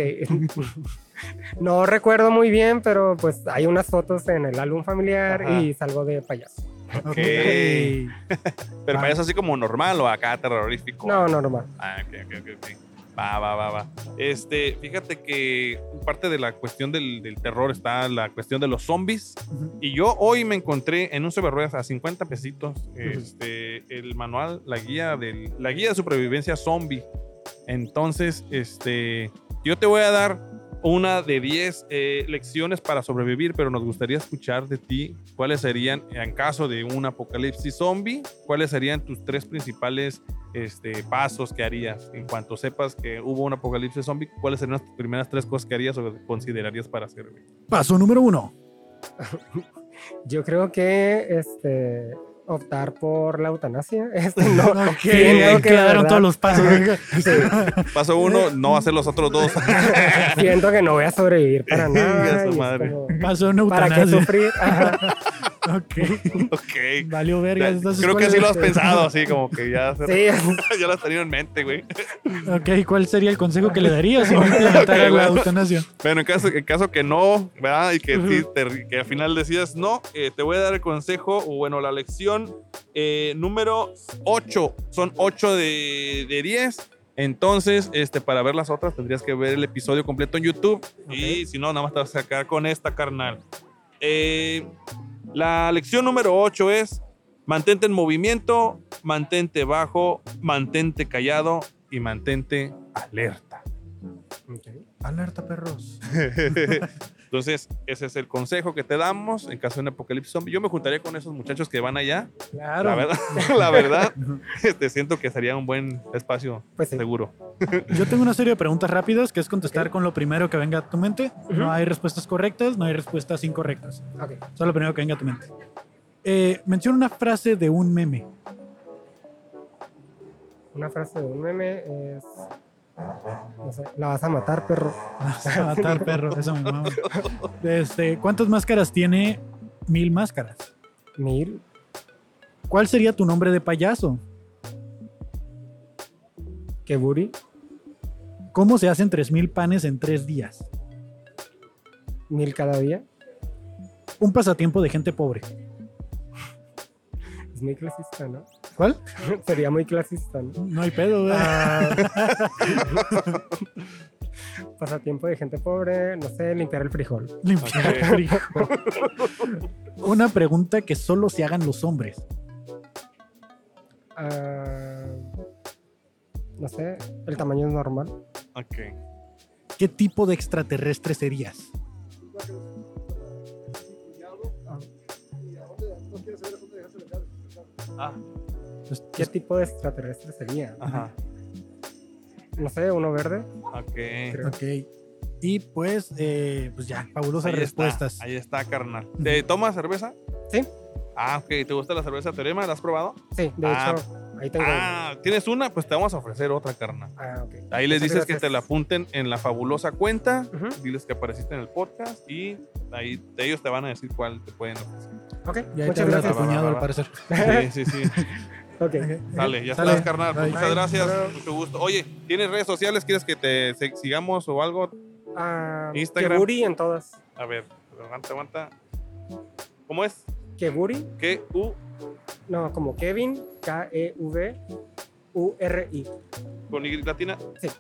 (laughs) no recuerdo muy bien, pero pues hay unas fotos en el álbum familiar Ajá. y salgo de payaso. (laughs) Ok. Pero parece así como normal o acá terrorífico. No, no, normal. Ah, ok, ok, ok, ok. Va, va, va, va. Este, fíjate que parte de la cuestión del, del terror está la cuestión de los zombies. Ujú. Y yo hoy me encontré en un sobre ruedas a 50 pesitos este, el manual, la guía, del, la guía de supervivencia zombie. Entonces, este, yo te voy a dar una de 10 eh, lecciones para sobrevivir, pero nos gustaría escuchar de ti cuáles serían, en caso de un apocalipsis zombie, cuáles serían tus tres principales este, pasos que harías en cuanto sepas que hubo un apocalipsis zombie, cuáles serían las primeras tres cosas que harías o considerarías para hacer. güey? Paso número uno. (laughs) Yo creo que este optar por la eutanasia. (laughs) Este, no, (laughs) Ok, siento que la quedaron verdad- todos los pasos. (laughs) Paso uno, no hacer los otros dos. siento que no voy a sobrevivir (laughs) para Chinga nada. su y es madre. como, Paso en ¿Para qué eutanasia. (laughs) sufrir? Ajá. Ok. ok. Valió verga. entonces, Creo que ¿cuál sí lo es? has pensado, así como que (laughs) ya, se- Sí, (laughs) ya lo has tenido en mente, güey. Ok, ¿cuál sería el consejo que le darías si no implementara Ok, la bueno. eutanasia? Bueno, en caso, en caso que no, ¿verdad? Y que, sí te- que al final decidas no, eh, te voy a dar el consejo, o bueno, la lección eh, número 8. Son 8 de, de 10. Entonces, este, para ver las otras tendrías que ver el episodio completo en YouTube. Y si no, nada más te vas a sacar con esta, carnal. Eh, la lección número 8 es mantente en movimiento, mantente bajo, mantente callado y mantente alerta. Alerta, (laughs) perros. Entonces, ese es el consejo que te damos en caso de un apocalipsis zombie. Yo me juntaría con esos muchachos que van allá. Claro. La verdad, (laughs) la verdad este, siento que sería un buen espacio pues sí. seguro. Yo tengo una serie de preguntas rápidas que es contestar con lo primero que venga a tu mente. No hay respuestas correctas, no hay respuestas incorrectas. Ok. Solo lo primero que venga a tu mente. Eh, menciona una frase de un meme. Una frase de un meme es. No sé, la vas a matar, perro. Vas a matar perros, eso (laughs) me mama. Este, ¿Cuántas máscaras tiene? Mil máscaras. Mil. ¿Cuál sería tu nombre de payaso? Que booty. ¿Cómo se hacen 3.000 panes en tres días? Mil cada día. Un pasatiempo de gente pobre. Es muy clasista, ¿no? ¿Cuál? (laughs) Sería muy clasista, ¿no? No hay pedo, ¿verdad? Ah, (laughs) pasatiempo de gente pobre. No sé, limpiar el frijol. Limpiar el frijol. (laughs) Una pregunta que solo se hagan los hombres. Ah, no sé, el tamaño es normal. Ok. ¿Qué tipo de extraterrestre serías? Ah, Pues, ¿Qué tipo de extraterrestre sería? Ajá. no sé, uno verde. Ok. Ok. Y pues, eh, pues ya, fabulosas Ahí está, respuestas. ahí está, carnal. ¿Te tomas cerveza? Sí. Ah, ok. ¿Te gusta la cerveza Teorema? ¿La has probado? Sí, de Ah. hecho, ahí tengo. Ah, ¿tienes una? Pues te vamos a ofrecer otra, carnal. Ah, ok. Ahí les Muchas dices que gracias. te la apunten en la fabulosa cuenta. Ujú. Diles que apareciste en el podcast y ahí te- ellos te van a decir cuál te pueden ofrecer. Ok, Ya te muchas habrá gracias. tu Va, va, cuñado, va, al va. parecer. Sí, sí, sí. (laughs) Ok. Sale, ya Sale. estás, carnal. Pues Bye. muchas gracias. Mucho gusto. Oye, ¿tienes redes sociales? ¿Quieres que te se- sigamos o algo? Ah, Instagram. Keburi en todas. A ver, aguanta, aguanta. ¿Cómo es? Keburi, ¿Qué? U. no, como Kevin, E K-E-V-U-R-I. con Y latina. Sí.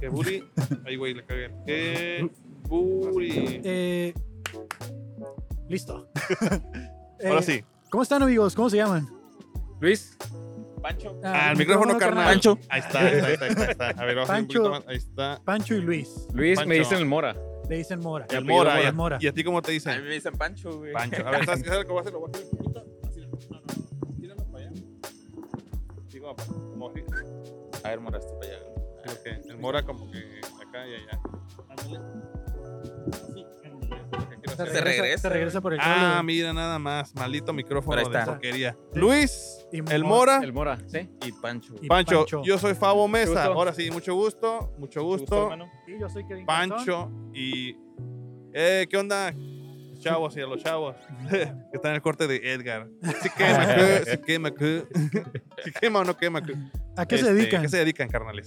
Que buri. Ay, güey, le cagué. Que buri. Eh, listo. (laughs) Eh, Ahora sí. ¿Cómo están, amigos? ¿Cómo se llaman? Luis, Pancho. Ah, Ah, el micrófono, carnal. Pancho. Ahí está, ahí está, ahí está, ahí está. A ver, vamos a ir un Pancho. poquito más. Ahí está. Pancho y Luis. Luis Pancho. me dicen el Mora. Le dicen Mora. El apellido Mora. Mora. ¿Y a- Mora. ¿Y a ti cómo te A mí dicen? me dicen Pancho, güey. (laughs) Pancho. A ver, ¿sabes qué ¿Sabes cómo va a hacer? Lo voy a hacer un poquito. Así, no, no. Tírame para allá. Digo, como así. A ver, Mora, esto para allá. Como que el Mora como que acá y allá. Ándale. Así, ándale. Es lo que quiero hacer. Se regresa. Se regresa por el Ah, cable. mira, nada más. Maldito micrófono Pero ahí de está. porquería. Luis, Y el Mora. Mora. El Mora. Sí. Y Pancho. Y Pancho, yo soy Fabo Mesa. gusto. Ahora sí, (laughs) mucho gusto, mucho gusto. Y yo soy Kevin Cantón. Pancho y. Eh, ¿Qué onda? Chavos y a los chavos (laughs) que están en el corte de Edgar. Si quema, Ah. que, si quema, (laughs) que. Si quema o no quema. que. ¿A qué se Este, ¿A dedican? qué se dedican, carnales?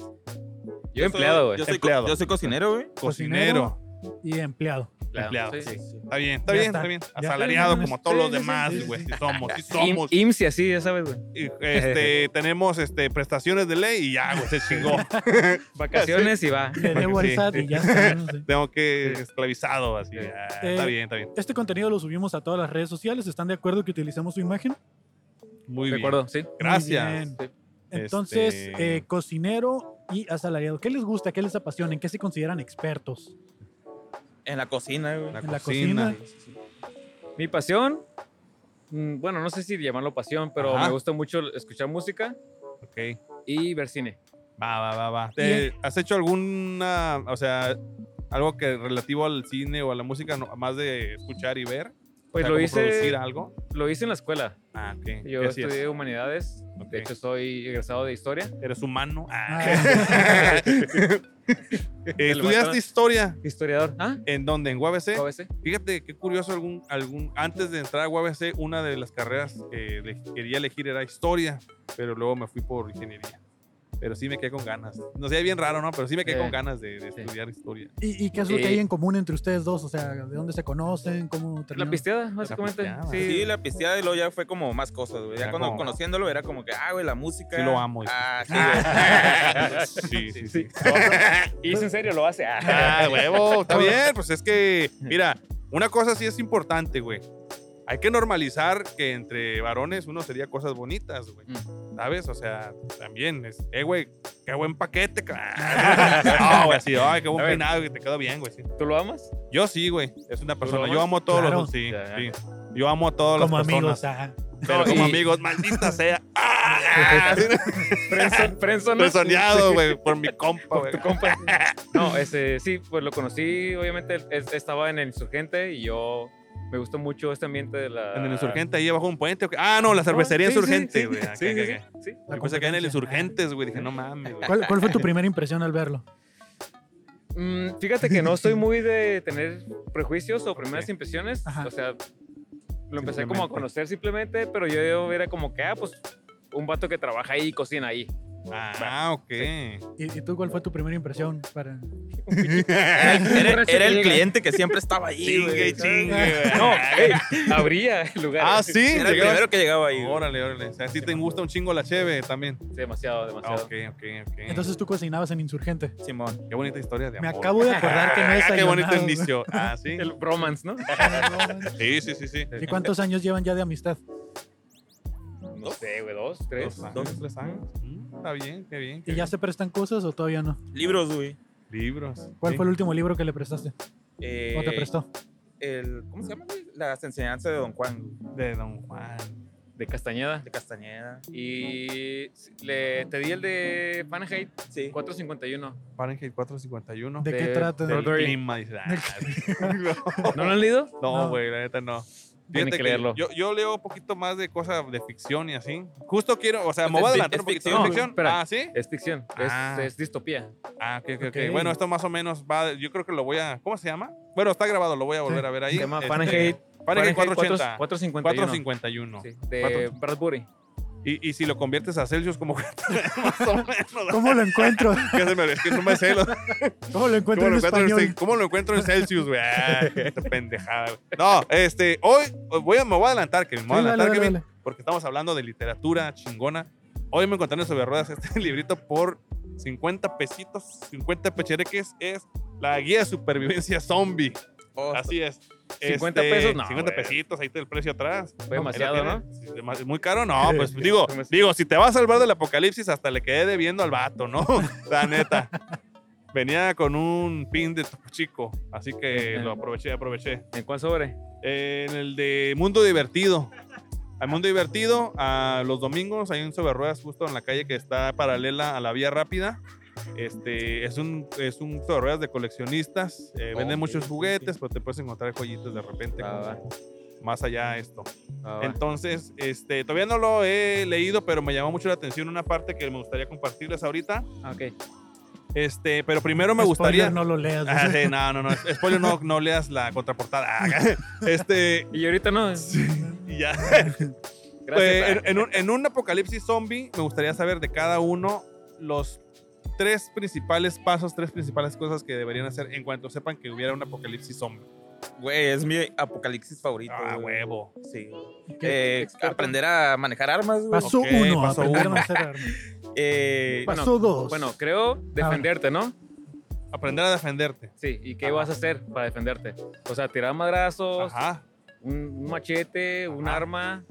Yo empleado, güey. Yo soy, co- Empleado. yo soy cocinero, güey. Cocinero. Y empleado. Empleado. Sí, sí. Está bien, está bien, está. está bien. Ya. Asalariado como todos los Sí, sí, demás, sí, sí. güey. Sí somos, sí Im- somos. IMSS y así, ya sabes, güey. Y, Este, tenemos este, prestaciones de ley y ya, güey, se chingó. Vacaciones y va. Le debo al Sí. SAT y ya (laughs) está, no sé. Tengo que esclavizado, así. ah, está Eh, bien, está bien. Este contenido lo subimos a todas las redes sociales. ¿Están de acuerdo que utilicemos su imagen? Muy De bien. acuerdo, sí. Muy Gracias. Este, bien. Entonces, Este- eh, cocinero y asalariado. ¿Qué les gusta? ¿Qué les apasiona? ¿En qué se consideran expertos? En la cocina, güey. La ¿En la cocina. cocina? Mi pasión, mm, bueno, no sé si llamarlo pasión, pero Ajá. me gusta mucho escuchar música Ok. y ver cine. Va, va, va, va. ¿Te- ¿Has hecho alguna, o sea, algo que relativo al cine o a la música, no- más de escuchar y ver? Pues O sea, lo como hice, ¿Producir algo? lo hice en la escuela. Ah, ok. Yo Así es. estudié humanidades, Ok. de hecho soy egresado de historia. ¿Eres humano? Ah. (laughs) (laughs) Ah. Eh, mató. ¿Estudiaste historia? Historiador. ¿Ah? ¿En dónde? ¿En UABC? OBC. Fíjate qué curioso, algún, algún, antes de entrar a UABC, una de las carreras que le- quería elegir era historia, pero luego me fui por ingeniería. Pero sí me quedé con ganas. No sé, bien raro, ¿no? Pero sí me quedé Sí. con ganas de, de Eh. Sí. estudiar historia. ¿Y, y qué es lo que Eh. hay en común entre ustedes dos? O sea, ¿de dónde se conocen? ¿Cómo La terminaron? pisteada, básicamente. pisteada. Sí, Sí. la pisteada y luego ya fue como más cosas, güey. Ya Era cuando, como- conociéndolo era como que, ah, güey, la música. Sí lo amo, hijo. Ah, sí, güey. (laughs) Sí, sí, sí. Y es en serio, lo hace. Ah. (laughs) Ah, huevo, está bien. Pues es que, mira, una cosa sí es importante, güey. Hay que normalizar que entre varones uno sería cosas bonitas, güey. Mm. ¿Sabes? O sea, también es, eh, güey, qué buen paquete, (laughs) ca- No, güey, sí, ay, qué buen A ver. peinado, que te queda bien, güey. sí. ¿Tú lo amas? Yo sí, güey, es una persona. amas? Yo amo a todos Claro. los, sí, Ya, ya. sí. Yo amo a todas Como las personas. amigos. ajá. Pero como Y- (laughs) (laughs) amigos, maldita sea. ¡Ah! Frenson, Frenson. Estoy soñado, güey, por mi compa, güey. Tu compa. (laughs) No, ese, sí, pues lo conocí, obviamente, es- estaba en el Insurgente y yo me gustó mucho este ambiente de la... En el insurgente, ahí abajo un puente. ¿o qué? Ah, no, la cervecería Sí, sí, insurgente, sí, güey. Ah, sí, ok, ok, sí, ok. sí, sí. Yo pensé que era en el competencia. Insurgentes, güey. Dije, no mames, güey. ¿Cuál, cuál fue (laughs) tu primera impresión al verlo? Mm, fíjate que no (laughs) soy muy de tener prejuicios o primeras Ok. impresiones. Ajá. O sea, lo empecé como Simplemente. a conocer simplemente, pero yo, yo era como que, ah, pues un vato que trabaja ahí y cocina ahí. Ah, ok. ¿Y, y tú cuál fue tu primera impresión? Para... Era, el- era- borracho era que el llega. cliente que siempre estaba ahí, Chingue, güey. chingue, güey. (laughs) No, ey, abría el lugar. Ah, sí. Era el Llegabas- primero que llegaba ahí. güey. Órale, órale. O sea, si te gusta un chingo la cheve también. Demasiado, Ah, demasiado. ok, ok, ok. Entonces tú cocinabas en Insurgente. Simón. qué bonita historia de Me amor. acabo de acordar que no Ah, es Qué bonito (laughs) inicio. Ah, sí. El bromance, ¿no? Sí, sí, sí, sí. ¿Y cuántos años llevan ya de amistad? No sé, güey, dos, tres. Dos años, tres años. Mm, Está bien, qué bien. qué ¿Y ya se prestan cosas o todavía no? Libros, güey. bien. Libros. ¿Cuál Sí. fue el último libro que le prestaste? Eh, (laughs) ¿O te prestó? el- ¿Cómo se llama, güey? Las enseñanzas de Don Juan. güey. De Don Juan. de Castañeda. de Castañeda. Y si- le, te di el de Fahrenheit Sí. 451. Fahrenheit 451. ¿De qué de- trata? del Del Rodri. clima, (laughs) dice, ah, ¿No lo han leído? No, No. güey, la neta no. Tienen Fíjate que que leerlo. Yo, yo leo un poquito más de cosas de ficción y así. Justo quiero, o sea, me Es voy a fi- adelantar es un poquito. ficción. ¿Es ficción? Espera. Ah, ¿sí? Es ficción, es, Ah. es distopía. Ah, ok, ok, ok. Ok. Bueno, esto más o menos va, yo creo que lo voy a, ¿cómo se llama? Bueno, está grabado, lo voy a volver a ver ahí. Se llama Este, Fahrenheit, Fahrenheit 480. 451. 451. Sí, de Bradbury. Y, y si lo conviertes a Celsius, como que (laughs) más o menos. ¿Cómo lo encuentro? Que se me- es que no me sé los- (laughs) ¿Cómo lo ¿Cómo lo, encuentro en encuentro en este? español? Cel- cómo lo encuentro en Celsius, (laughs) güey? Ah, esta pendejada. güey. No, este, hoy voy a- me voy a adelantar, Kevin. Me voy a Sí, dale, adelantar, dale, Kevin, dale. porque estamos hablando de literatura chingona. Hoy me encontré en sobre ruedas este (laughs) librito por 50 pesitos, 50 pechereques. Es la guía de supervivencia zombie. Oh, Así es. 50 pesos, no, 50 güey. pesitos, ahí está el precio atrás. Fue demasiado, ¿no? ¿no? Muy caro, no. (laughs) Pues digo, digo, si te va a salvar del apocalipsis, hasta le quedé debiendo al vato, ¿no? (laughs) La neta. Venía con un pin de Topo chico, así que Ajá. lo aproveché, aproveché. ¿En cuál sobre? Eh, en el de Mundo Divertido. Al Mundo Divertido, a los domingos hay un sobre ruedas justo en la calle que está paralela a la vía rápida. Este es un, es un sobre ruedas de coleccionistas. eh, venden Ok, muchos juguetes, pero te puedes encontrar joyitos de repente. Ah, como va. Más allá de esto. Ah, va. Entonces, este, todavía no lo he leído, pero me llamó mucho la atención una parte que me gustaría compartirles ahorita. Ah, ok. Este, pero primero me Spoiler, gustaría. no lo leas. Ah, sí, no, no, no. Spoiler, no, no leas la contraportada. Ah, (laughs) Este, Y ahorita no. y (laughs) ya. ah. Gracias. Eh, en, en un, en un apocalipsis zombie, me gustaría saber de cada uno los tres principales pasos, tres principales cosas que deberían hacer en cuanto sepan que hubiera un apocalipsis zombie. Güey, es mi apocalipsis favorito. Ah, güey. huevo. Sí. ¿Qué? Eh, aprender a manejar armas, güey. Paso Ok, uno, paso aprender a uno. manejar armas. (laughs) Eh, Bueno, Paso dos. Bueno, creo defenderte, ¿no? Aprender a defenderte. Sí, ¿y qué Ajá. vas a hacer para defenderte? O sea, tirar madrazos, Ajá. un, un machete, un Ajá. arma.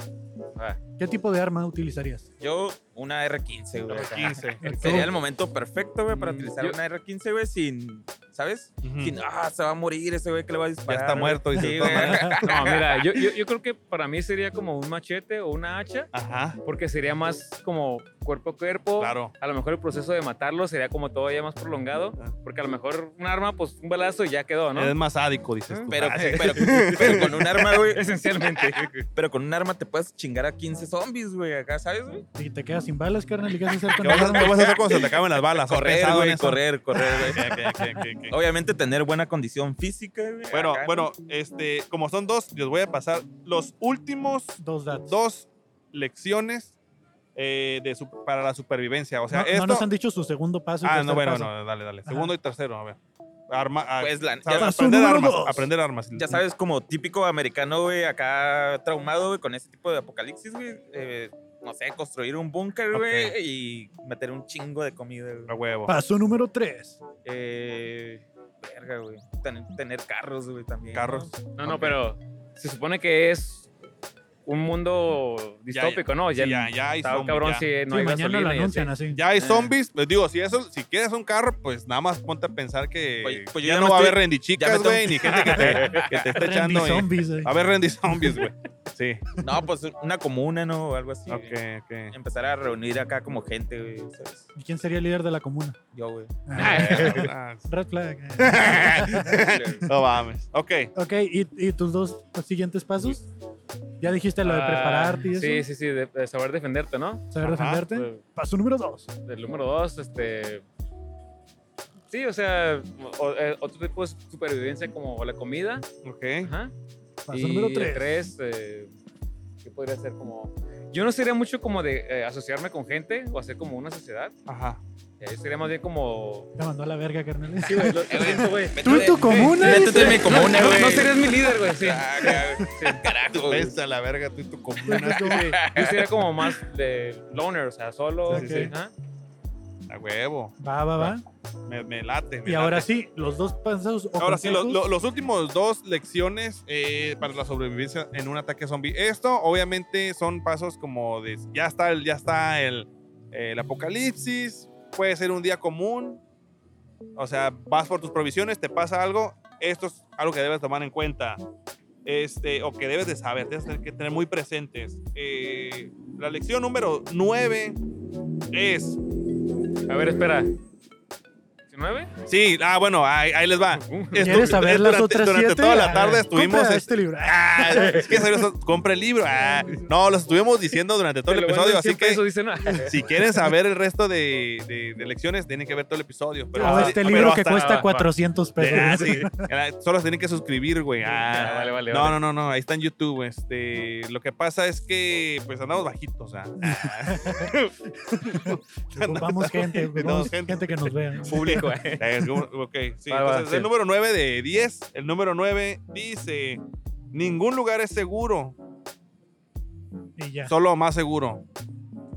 Ah, ¿Qué tipo de arma utilizarías? yo una R15, güey. o sea, 15. (laughs) Sería el momento perfecto, güey, para Mm, utilizar yo- una R15, güey, sin, ¿sabes? Sin, ah, se va a morir ese güey que le va a Ya disparar. está güey. muerto. dice Sí, todo. güey. (laughs) No, mira, yo, yo, yo creo que para mí sería como un machete o una hacha, Ajá. porque sería más como cuerpo a cuerpo. Claro. A lo mejor el proceso de matarlo sería como todavía más prolongado, Ah. porque a lo mejor un arma, pues un balazo y ya quedó, ¿no? Es más sádico, dices tú. Pero, Ah, pero, pero con un (laughs) arma, güey. Esencialmente. Pero con un arma te puedes chingar a 15 zombies, güey, acá, ¿sabes, güey? Si te quedas sin balas, carnal, ¿y qué (laughs) vas a hacer ¿Qué con vas, el a, arma? qué vas a hacer cuando se te acaben las balas? ¿Has Correr, pensado en güey, eso? correr, correr, güey. Ok, ok, ok, ok. Obviamente tener buena condición física, güey. Bueno, acá, bueno, este, como son dos, les voy a pasar los últimos Dos datos. dos lecciones eh, de su- para la supervivencia. O sea, no, no esto. nos han dicho su segundo paso. y ah, tercer no, bueno, paso. no, dale, dale. Segundo y tercero, a ver. Arma, ah, Pues la- ya sabe- paso aprender número armas. dos. Aprender armas. Ya sabes, como típico americano, güey, acá traumado, güey, con ese tipo de apocalipsis, güey. eh, no sé, construir un búnker, güey, Ok. y meter un chingo de comida, A güey. huevo. Paso número tres. Eh, verga, güey. Ten- tener carros, güey, también. ¿no? Carros. No, no, pero se supone que es un mundo Ya, ya. distópico, ¿no? Sí, Ya, el- ya, hay Está zombies, cabrón ya. si no Sí, hay mañana lo gasolina y así. anuncian así. Ya hay Eh. zombies, les digo, si eso, si quieres un carro, pues nada más ponte a pensar que Oye, pues yo ya, ya no me va a estoy- haber ya rendichicas, me tengo- güey, ni gente que te, que (laughs) te esté Randy echando. y- zombies, eh. A ver, Randy Zombies, güey. Sí. No, pues una comuna, ¿no? O algo así. Ok, güey. ok. Empezar a reunir acá como gente, güey, ¿sabes? ¿Y quién sería el líder de la comuna? Ah. Yo, güey. (laughs) Red flag. eh. Ah, (laughs) no mames. Ok. ok, ¿y, y tus dos siguientes pasos? Ya dijiste lo de Ah, prepararte y eso. Sí, sí, sí, de, de saber defenderte, ¿no? Saber Ajá. defenderte. Eh, Paso número dos. Del número dos, este... Sí, o sea, o- eh, otro tipo de supervivencia como la comida. Ok. Ajá. Paso y número el tres. tres, eh, ¿Qué podría ser como...? Yo no sería mucho como de eh, asociarme con gente o hacer como una sociedad. Ajá. Eh, Yo sería más bien como... Te mandó a la verga, carnal. Sí, güey, lo, lo siento, güey. Tú en tu comuna. Métete en mi No, comuna, no, güey. no serías mi líder, güey. Sí. Ah, (laughs) güey. Carajo, güey. Vete a la verga tú y tu (laughs) Sí, comuna. sí, sí. Yo sería como más de loner, o sea, solo. Sí, sí. ajá. A huevo. Va, va, va. Me, me late. me Y ahora late. sí, los dos pasos. o Ahora sí, lo- consejos. lo- los últimos dos lecciones eh, para la sobrevivencia en un ataque zombie. Esto, obviamente, son pasos como de ya está el, ya está el, el apocalipsis. Puede ser un día común. O sea, vas por tus provisiones, te pasa algo. Esto es algo que debes tomar en cuenta. este, o que debes de saber, debes tener que tener muy presentes. Eh, la lección número 9 es... A ver, espera. ¿19? Sí, ah, bueno, ahí, ahí les (laughs) va. ¿Quieres saber las durante, otras durante siete? toda la Ah, tarde estuvimos... compra es- este libro. (laughs) Ah, es que saber eso, compra el libro. Ah, no, lo estuvimos diciendo durante todo el Te lo vendo episodio, en así 100 que... pesos, dicen, ah. (laughs) Si quieren saber el resto de, de- de lecciones, tienen que ver todo el episodio. Pero, O hasta- este pero libro que hasta- Ah, cuesta 400 pesos. Ah, (laughs) sí. Ah, Solo se tienen que suscribir, güey. Ah, Ah, vale, vale, no, no, vale. no, no. Ahí está en YouTube. Este, lo que pasa es que pues andamos bajitos. ah. (laughs) Ah. (laughs) Ocupamos pues, gente, ocupamos gente. que nos vea. (laughs) Público, eh. Eh, ok, sí. Va, va, Entonces, sí. el número 9 de 10. El número 9 dice: Ningún lugar es seguro, Y ya. solo más seguro.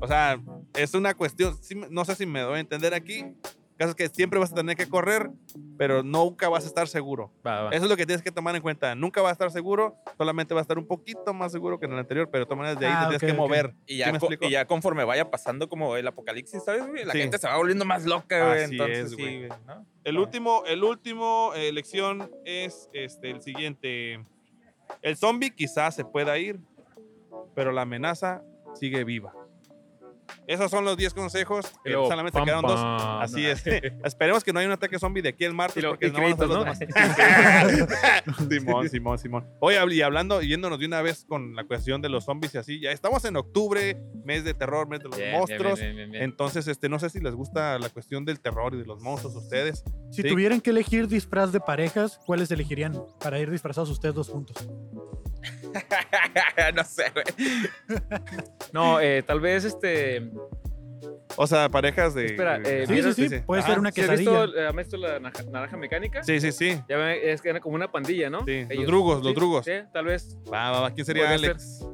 O sea, es una cuestión. sí me- no sé si me doy a entender aquí. El Caso es que siempre vas a tener que correr, pero nunca vas a estar seguro. Va, va. Eso es lo que tienes que tomar en cuenta. Nunca vas a estar seguro, solamente vas a estar un poquito más seguro que en el anterior, pero de todas maneras de ahí Ah, te tienes ok, que ok. mover. Y ¿Sí ya, me co- explico? y ya conforme vaya pasando como el apocalipsis, ¿sabes? güey? La Sí. gente se va volviendo más loca, güey. Así Entonces, es, sí, güey. güey, ¿no? El último, el último eh, elección es este, el siguiente. El zombie quizás se pueda ir, pero la amenaza sigue viva. Esos son los 10 consejos. Y que luego, solamente pam, quedaron dos. pam. Así es. (laughs) Esperemos que no haya un ataque zombie de aquí el martes. Y luego- porque y no van a ser los demás. créditos, (laughs) (laughs) Simón, Simón, Simón. Oye, habl- y hablando, yéndonos de una vez con la cuestión de los zombies y así, ya estamos en octubre, mes de terror, mes de los Bien, bien, monstruos. bien, bien, bien. Entonces, este, no sé si les gusta la cuestión del terror y de los monstruos a ustedes. Si Sí. tuvieran que elegir disfraz de parejas, ¿cuáles elegirían para ir disfrazados ustedes dos juntos? (laughs) no sé, güey. No, eh, tal vez este. O sea, parejas de. Espera, eh, Sí, sí, sí, puede ser una ¿sí ¿Has visto, quesadilla. eh, ¿han visto la naja- naranja mecánica? Sí, sí, sí. Ya ve- es que era como una pandilla, ¿no? Sí, los drugos, los drugos. Sí, tal vez. Va, va, va. ¿Quién sería Podría Alex?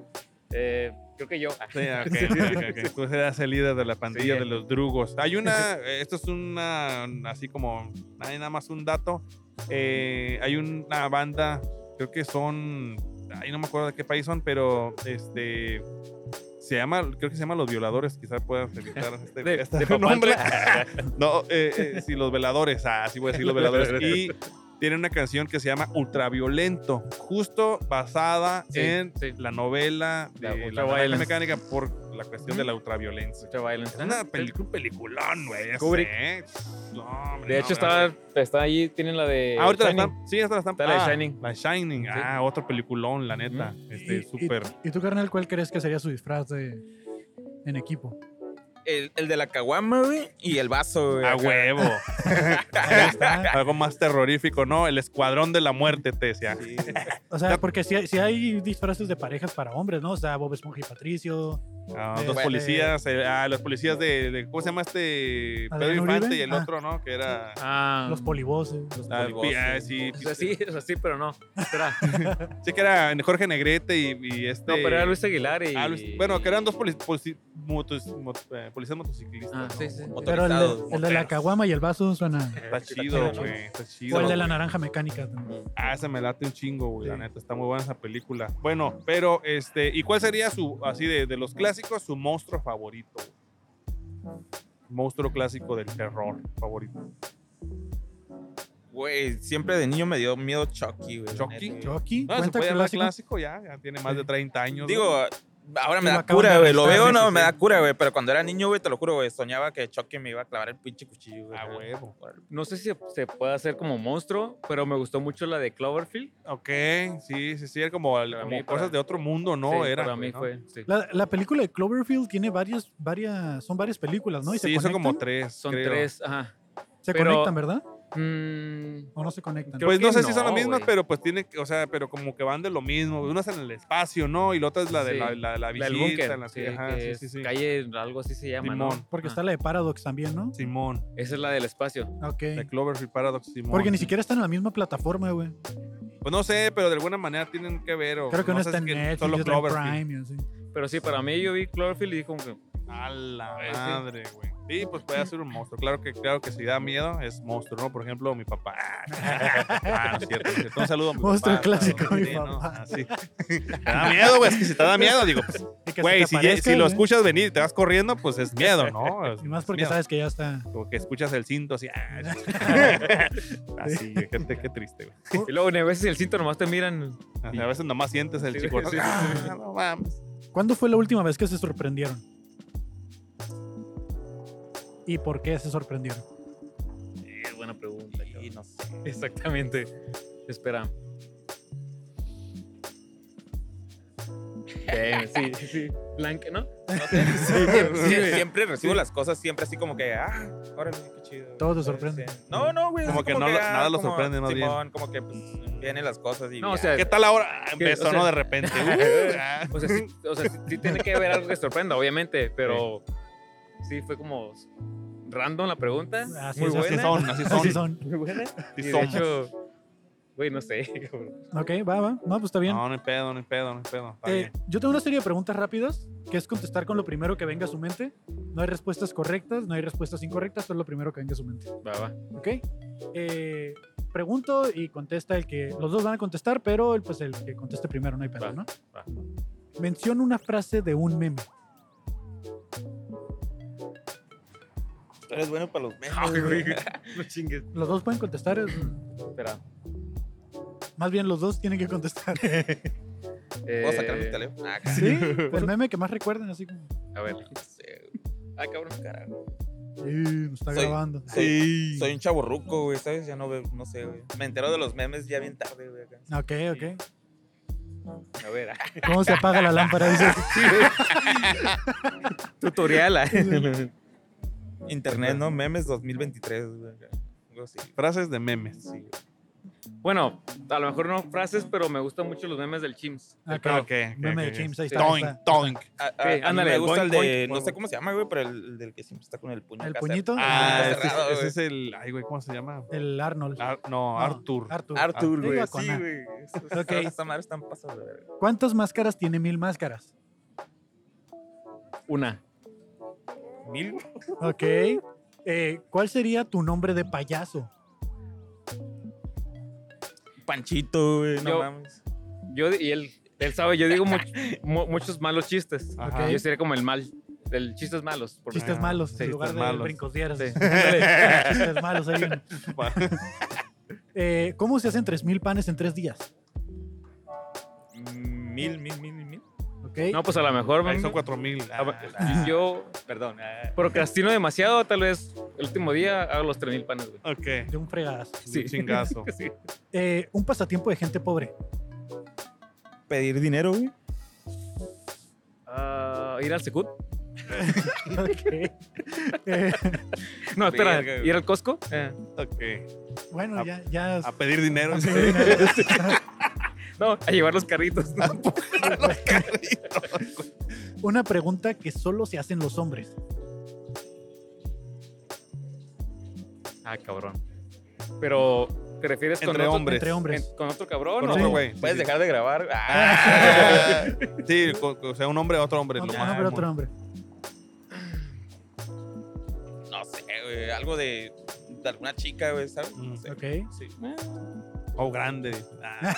Eh, creo (laughs) que yo. Sí, ok, ok, ok. Tú serás el líder de la pandilla Sí. de los drugos. Hay una, eh, esto es una, así como, hay nada más un dato. Eh, hay una banda, creo que son, ahí no me acuerdo de qué país son, pero este, se llama, creo que se llama Los Violadores, quizás puedas (laughs) evitar este, De- este de Papantla. (laughs) nombre. no, eh, eh, sí, Los Veladores, ah, sí voy a decir Los Veladores. (laughs) Y tiene una canción que se llama Ultraviolento, justo basada Sí, en sí. la novela La de la, ultraviolence. Naranja mecánica por la cuestión de la ultraviolencia. Mucha Es violence. una película, un peliculón, güey. ya Kubrick. sé. No, hombre, De Pues no, hecho, hombre. está, está ahí, tienen la de. Ah, ahorita la Shining. están. Sí, hasta la están. Está la de ah, Shining. La Shining. Sí. Ah, otro peliculón, la neta. Y- Este, y- súper. ¿Y tú, carnal, cuál crees que sería su disfraz de, en equipo? El, el de la caguama, güey, y el vaso, güey. A acá. (laughs) huevo. Ahí está. Algo más terrorífico, ¿no? El escuadrón de la muerte, te decía. O sea, porque si hay, si hay disfraces de parejas para hombres, ¿no? O sea, Bob Esponja y Patricio. Ah, Eh, dos bueno. policías. eh, ah, los policías de, de- ¿Cómo se llama este? Pedro Adrián Infante Uribe. y el Ah. otro, ¿no? Que era. Ah, Los polivoces. los- ah, polibos, pi- ah, sí, o pi- sea, sí, o sea, sí, pero no. Espera. Sí, que era Jorge Negrete y, y este. No, pero era Luis Aguilar y. Ah, Luis- bueno, que eran dos polic- polici- motos- mot- eh, policías motociclistas. Ah, ¿no? sí, sí. Pero el de, Motorizados. el de la moteros. caguama y el vaso suena... Está chido, güey. Está chido. O el de la güey. naranja mecánica también. Ah, esa me late un chingo, güey. La Sí. neta, está muy buena esa película. Bueno, pero este, ¿y cuál sería su, así de, de los clásicos, su monstruo favorito? güey? Monstruo clásico del terror favorito. Güey, siempre de niño me dio miedo Chucky, güey. la Chucky, neta, güey. Chucky, No, se cuenta puede llamar clásico. clásico ya, ya tiene más de 30 años. güey. Digo, ahora Lo me da acaban de cura, güey. Lo arrestar, veo, sí, no, sí, me sí. da cura, güey. Pero cuando era niño, güey, te lo juro, güey, soñaba que Chucky me iba a clavar el pinche cuchillo, güey. a huevo. No sé si se, se puede hacer como monstruo, pero me gustó mucho la de Cloverfield. Ok, sí, sí, sí, era como, Para como mí, cosas para- de otro mundo, ¿no? Sí, era, Para güey, mí ¿no? fue. Sí. La, la película de Cloverfield tiene varias, varias, son varias películas, ¿no? Y se sí, son como conectan. tres. Son creo. tres. Ajá. Se pero- conectan, ¿verdad? Mm, ¿O no se conectan? Creo pues no que sé si son no, las mismas, güey. pero pues tiene, que- o sea, pero como que van de lo mismo. Una es en el espacio, ¿no? Y la otra es la de Sí, la, la, la la visita. del búnker. en la- sí, ajá, que sí, es sí, sí. Calle, algo así se llama, ¿no? Simón, Porque Ah, está la de Paradox también, ¿no? Simón. Esa es la del espacio. Ok. La Cloverfield Paradox, Simón. Porque ni siquiera están en la misma plataforma, güey. Pues no sé, pero de alguna manera tienen que ver. O Creo que no uno sé está en si que Netflix, Solo otro en Cloverfield. Prime y así. Pero "Ah, sí, para mí yo vi Cloverfield y dije como que... A la Sí. madre, güey. Sí, pues puede ser un monstruo. Claro que, claro que si da miedo es monstruo, ¿no? Por ejemplo, mi papá. (laughs) Ah, no es cierto, no es cierto. Un saludo a mi Monstruo papá, clásico, saludo a mi ti, ¿no? papá. Ah, sí. (laughs) Te da miedo, güey. Es que si te da miedo, digo, pues, (laughs) Y que güey, se te si, si aparezca, lo güey. escuchas venir y te vas corriendo, pues es miedo, ¿no? Es (laughs) Y más porque miedo. sabes que ya está. Como que escuchas el cinto así. (laughs) ah, (laughs) así, güey, qué, qué triste, güey. Y luego, a veces el cinto nomás te miran. A veces nomás sientes el Sí, chico. sí, sí, "Ah, (laughs) sí. no mames". ¿Cuándo fue la última vez que se sorprendieron? ¿Y por qué se sorprendieron? Eh, buena pregunta. cabrón. Y no sé. Exactamente. Espera. Damn, Eh, sí, sí, sí. Blanque, (laughs) ¿no? No sé. Sie- Sí, güey. Siempre recibo las cosas, siempre así como que, ah, órale, qué chido. Todo te sorprende. Sí. No, no, güey. Como así que no lo- ah, nada lo como, sorprende, más bien. Simón, como que pues, vienen las cosas y. No, o ya. sea, ¿Qué tal ahora? Ah, que, o Empezó, sea- ¿no? De (laughs) repente. "Uh, ah". O sea, sí, o sea, sí- sí tiene que haber algo que sorprenda, obviamente, pero sí fue como random la pregunta. Así muy es, así buena. son, así son. Así son. Muy buena. Sí Y de somos. hecho, güey, no sé. (laughs) cabrón. Ok, va, va. No, pues está bien. No, no hay pedo, no hay pedo, no hay pedo. Está Eh, bien. yo tengo una serie de preguntas rápidas, que es contestar con lo primero que venga a su mente. No hay respuestas correctas, no hay respuestas incorrectas, solo lo primero que venga a su mente. Va, va. ¿Ok? Eh, pregunto y contesta el que... Los dos van a contestar, pero el, pues el que conteste primero, no hay pedo, Va, ¿no? va. Menciona una frase de un meme. Tú eres bueno para los memes. Ay, güey, güey. (laughs) no chingues. Los dos pueden contestar, es- mm, Espera. más bien los dos tienen que contestar. ¿Puedo sacar mi Eh, teléfono? Ah, Sí, (laughs) el meme que más recuerden, así como... A ver. Ah, cabrón, carajo. "Eh, me está Soy- grabando. Soy, soy un chaburruco, güey, ¿sabes? Ya no veo, no sé, güey. Me entero de los memes ya bien tarde, güey. acá. Ok, ok. A ver. ¿Cómo se apaga la lámpara? Dice, Tutorial. ah. Internet, ¿no? Memes 2023, güey. acá. Algo así. Frases de memes. Sí, güey. bueno, a lo mejor no frases, pero me gustan mucho los memes del Chims. Ah, Ok, claro. ok, Meme de ok. James, ahí está. ahí Toink, está. toink. A, a- Sí, Ah, a mí ándale, me gusta boing, el de, boing, no sé boing. cómo se llama, güey, pero el, el del que siempre está con el puño. ¿El acá puñito? cerrado. Ah, Está ese, cerrado, ese güey. es el. Ay, güey, ¿cómo se llama? El Arnold. Ar- no, No, Arthur. Arthur. Arthur, Arthur, güey. iba con Sí, A. güey. Esos- Ok. Esta madre están pasadas de verga. ¿Cuántas máscaras tiene mil máscaras? Una. ¿Mil? Ok. Eh, ¿Cuál sería tu nombre de payaso? Panchito, güey, no Yo- mames. Yo, di- y él, él sabe, yo digo much- mu- muchos malos chistes. Ajá. Yo sería como el mal, el chistes malos. por Chistes Ah, malos, en chistes lugar de malos. brincos dieras. Sí. (laughs) Ándale, (laughs) Chistes malos, ahí viene. (laughs) Eh, ¿Cómo se hacen 3.000 panes en 3 días? Mil, mil, mil, mil. Ok. ejemplo. No, pues a lo mejor Ahí son mami, 4000. a- Ah, yo Perdón. ah. procrastino demasiado, tal vez el último día hago los 3000 panes, güey. ok. De un fregazo. Sí. (laughs) Chingazo. (laughs) Sí. Eh, un pasatiempo de gente pobre. Pedir dinero, güey. Ah, ir al Secut. (laughs) Ok. Eh, No, espera, Verga, güey. ir al Costco. Eh, Ok. bueno, A- ya. ya A pedir dinero. (laughs) no, a llevar los carritos. Una pregunta que solo se hacen los hombres. Ah, cabrón. Pero, ¿te refieres con Entre otro, hombres. Entre hombres. en- con otro cabrón? Con o- otro güey. Puedes Sí, sí. dejar de (laughs) grabar. (laughs) Ah. Sí, co- co- o sea, un hombre a otro hombre. Otro lo más hombre, común. otro hombre. No sé, güey. Algo de, de alguna chica, güey, ¿sabes? No sé. Mm, Ok. Sí. Eh, O grande. Ah,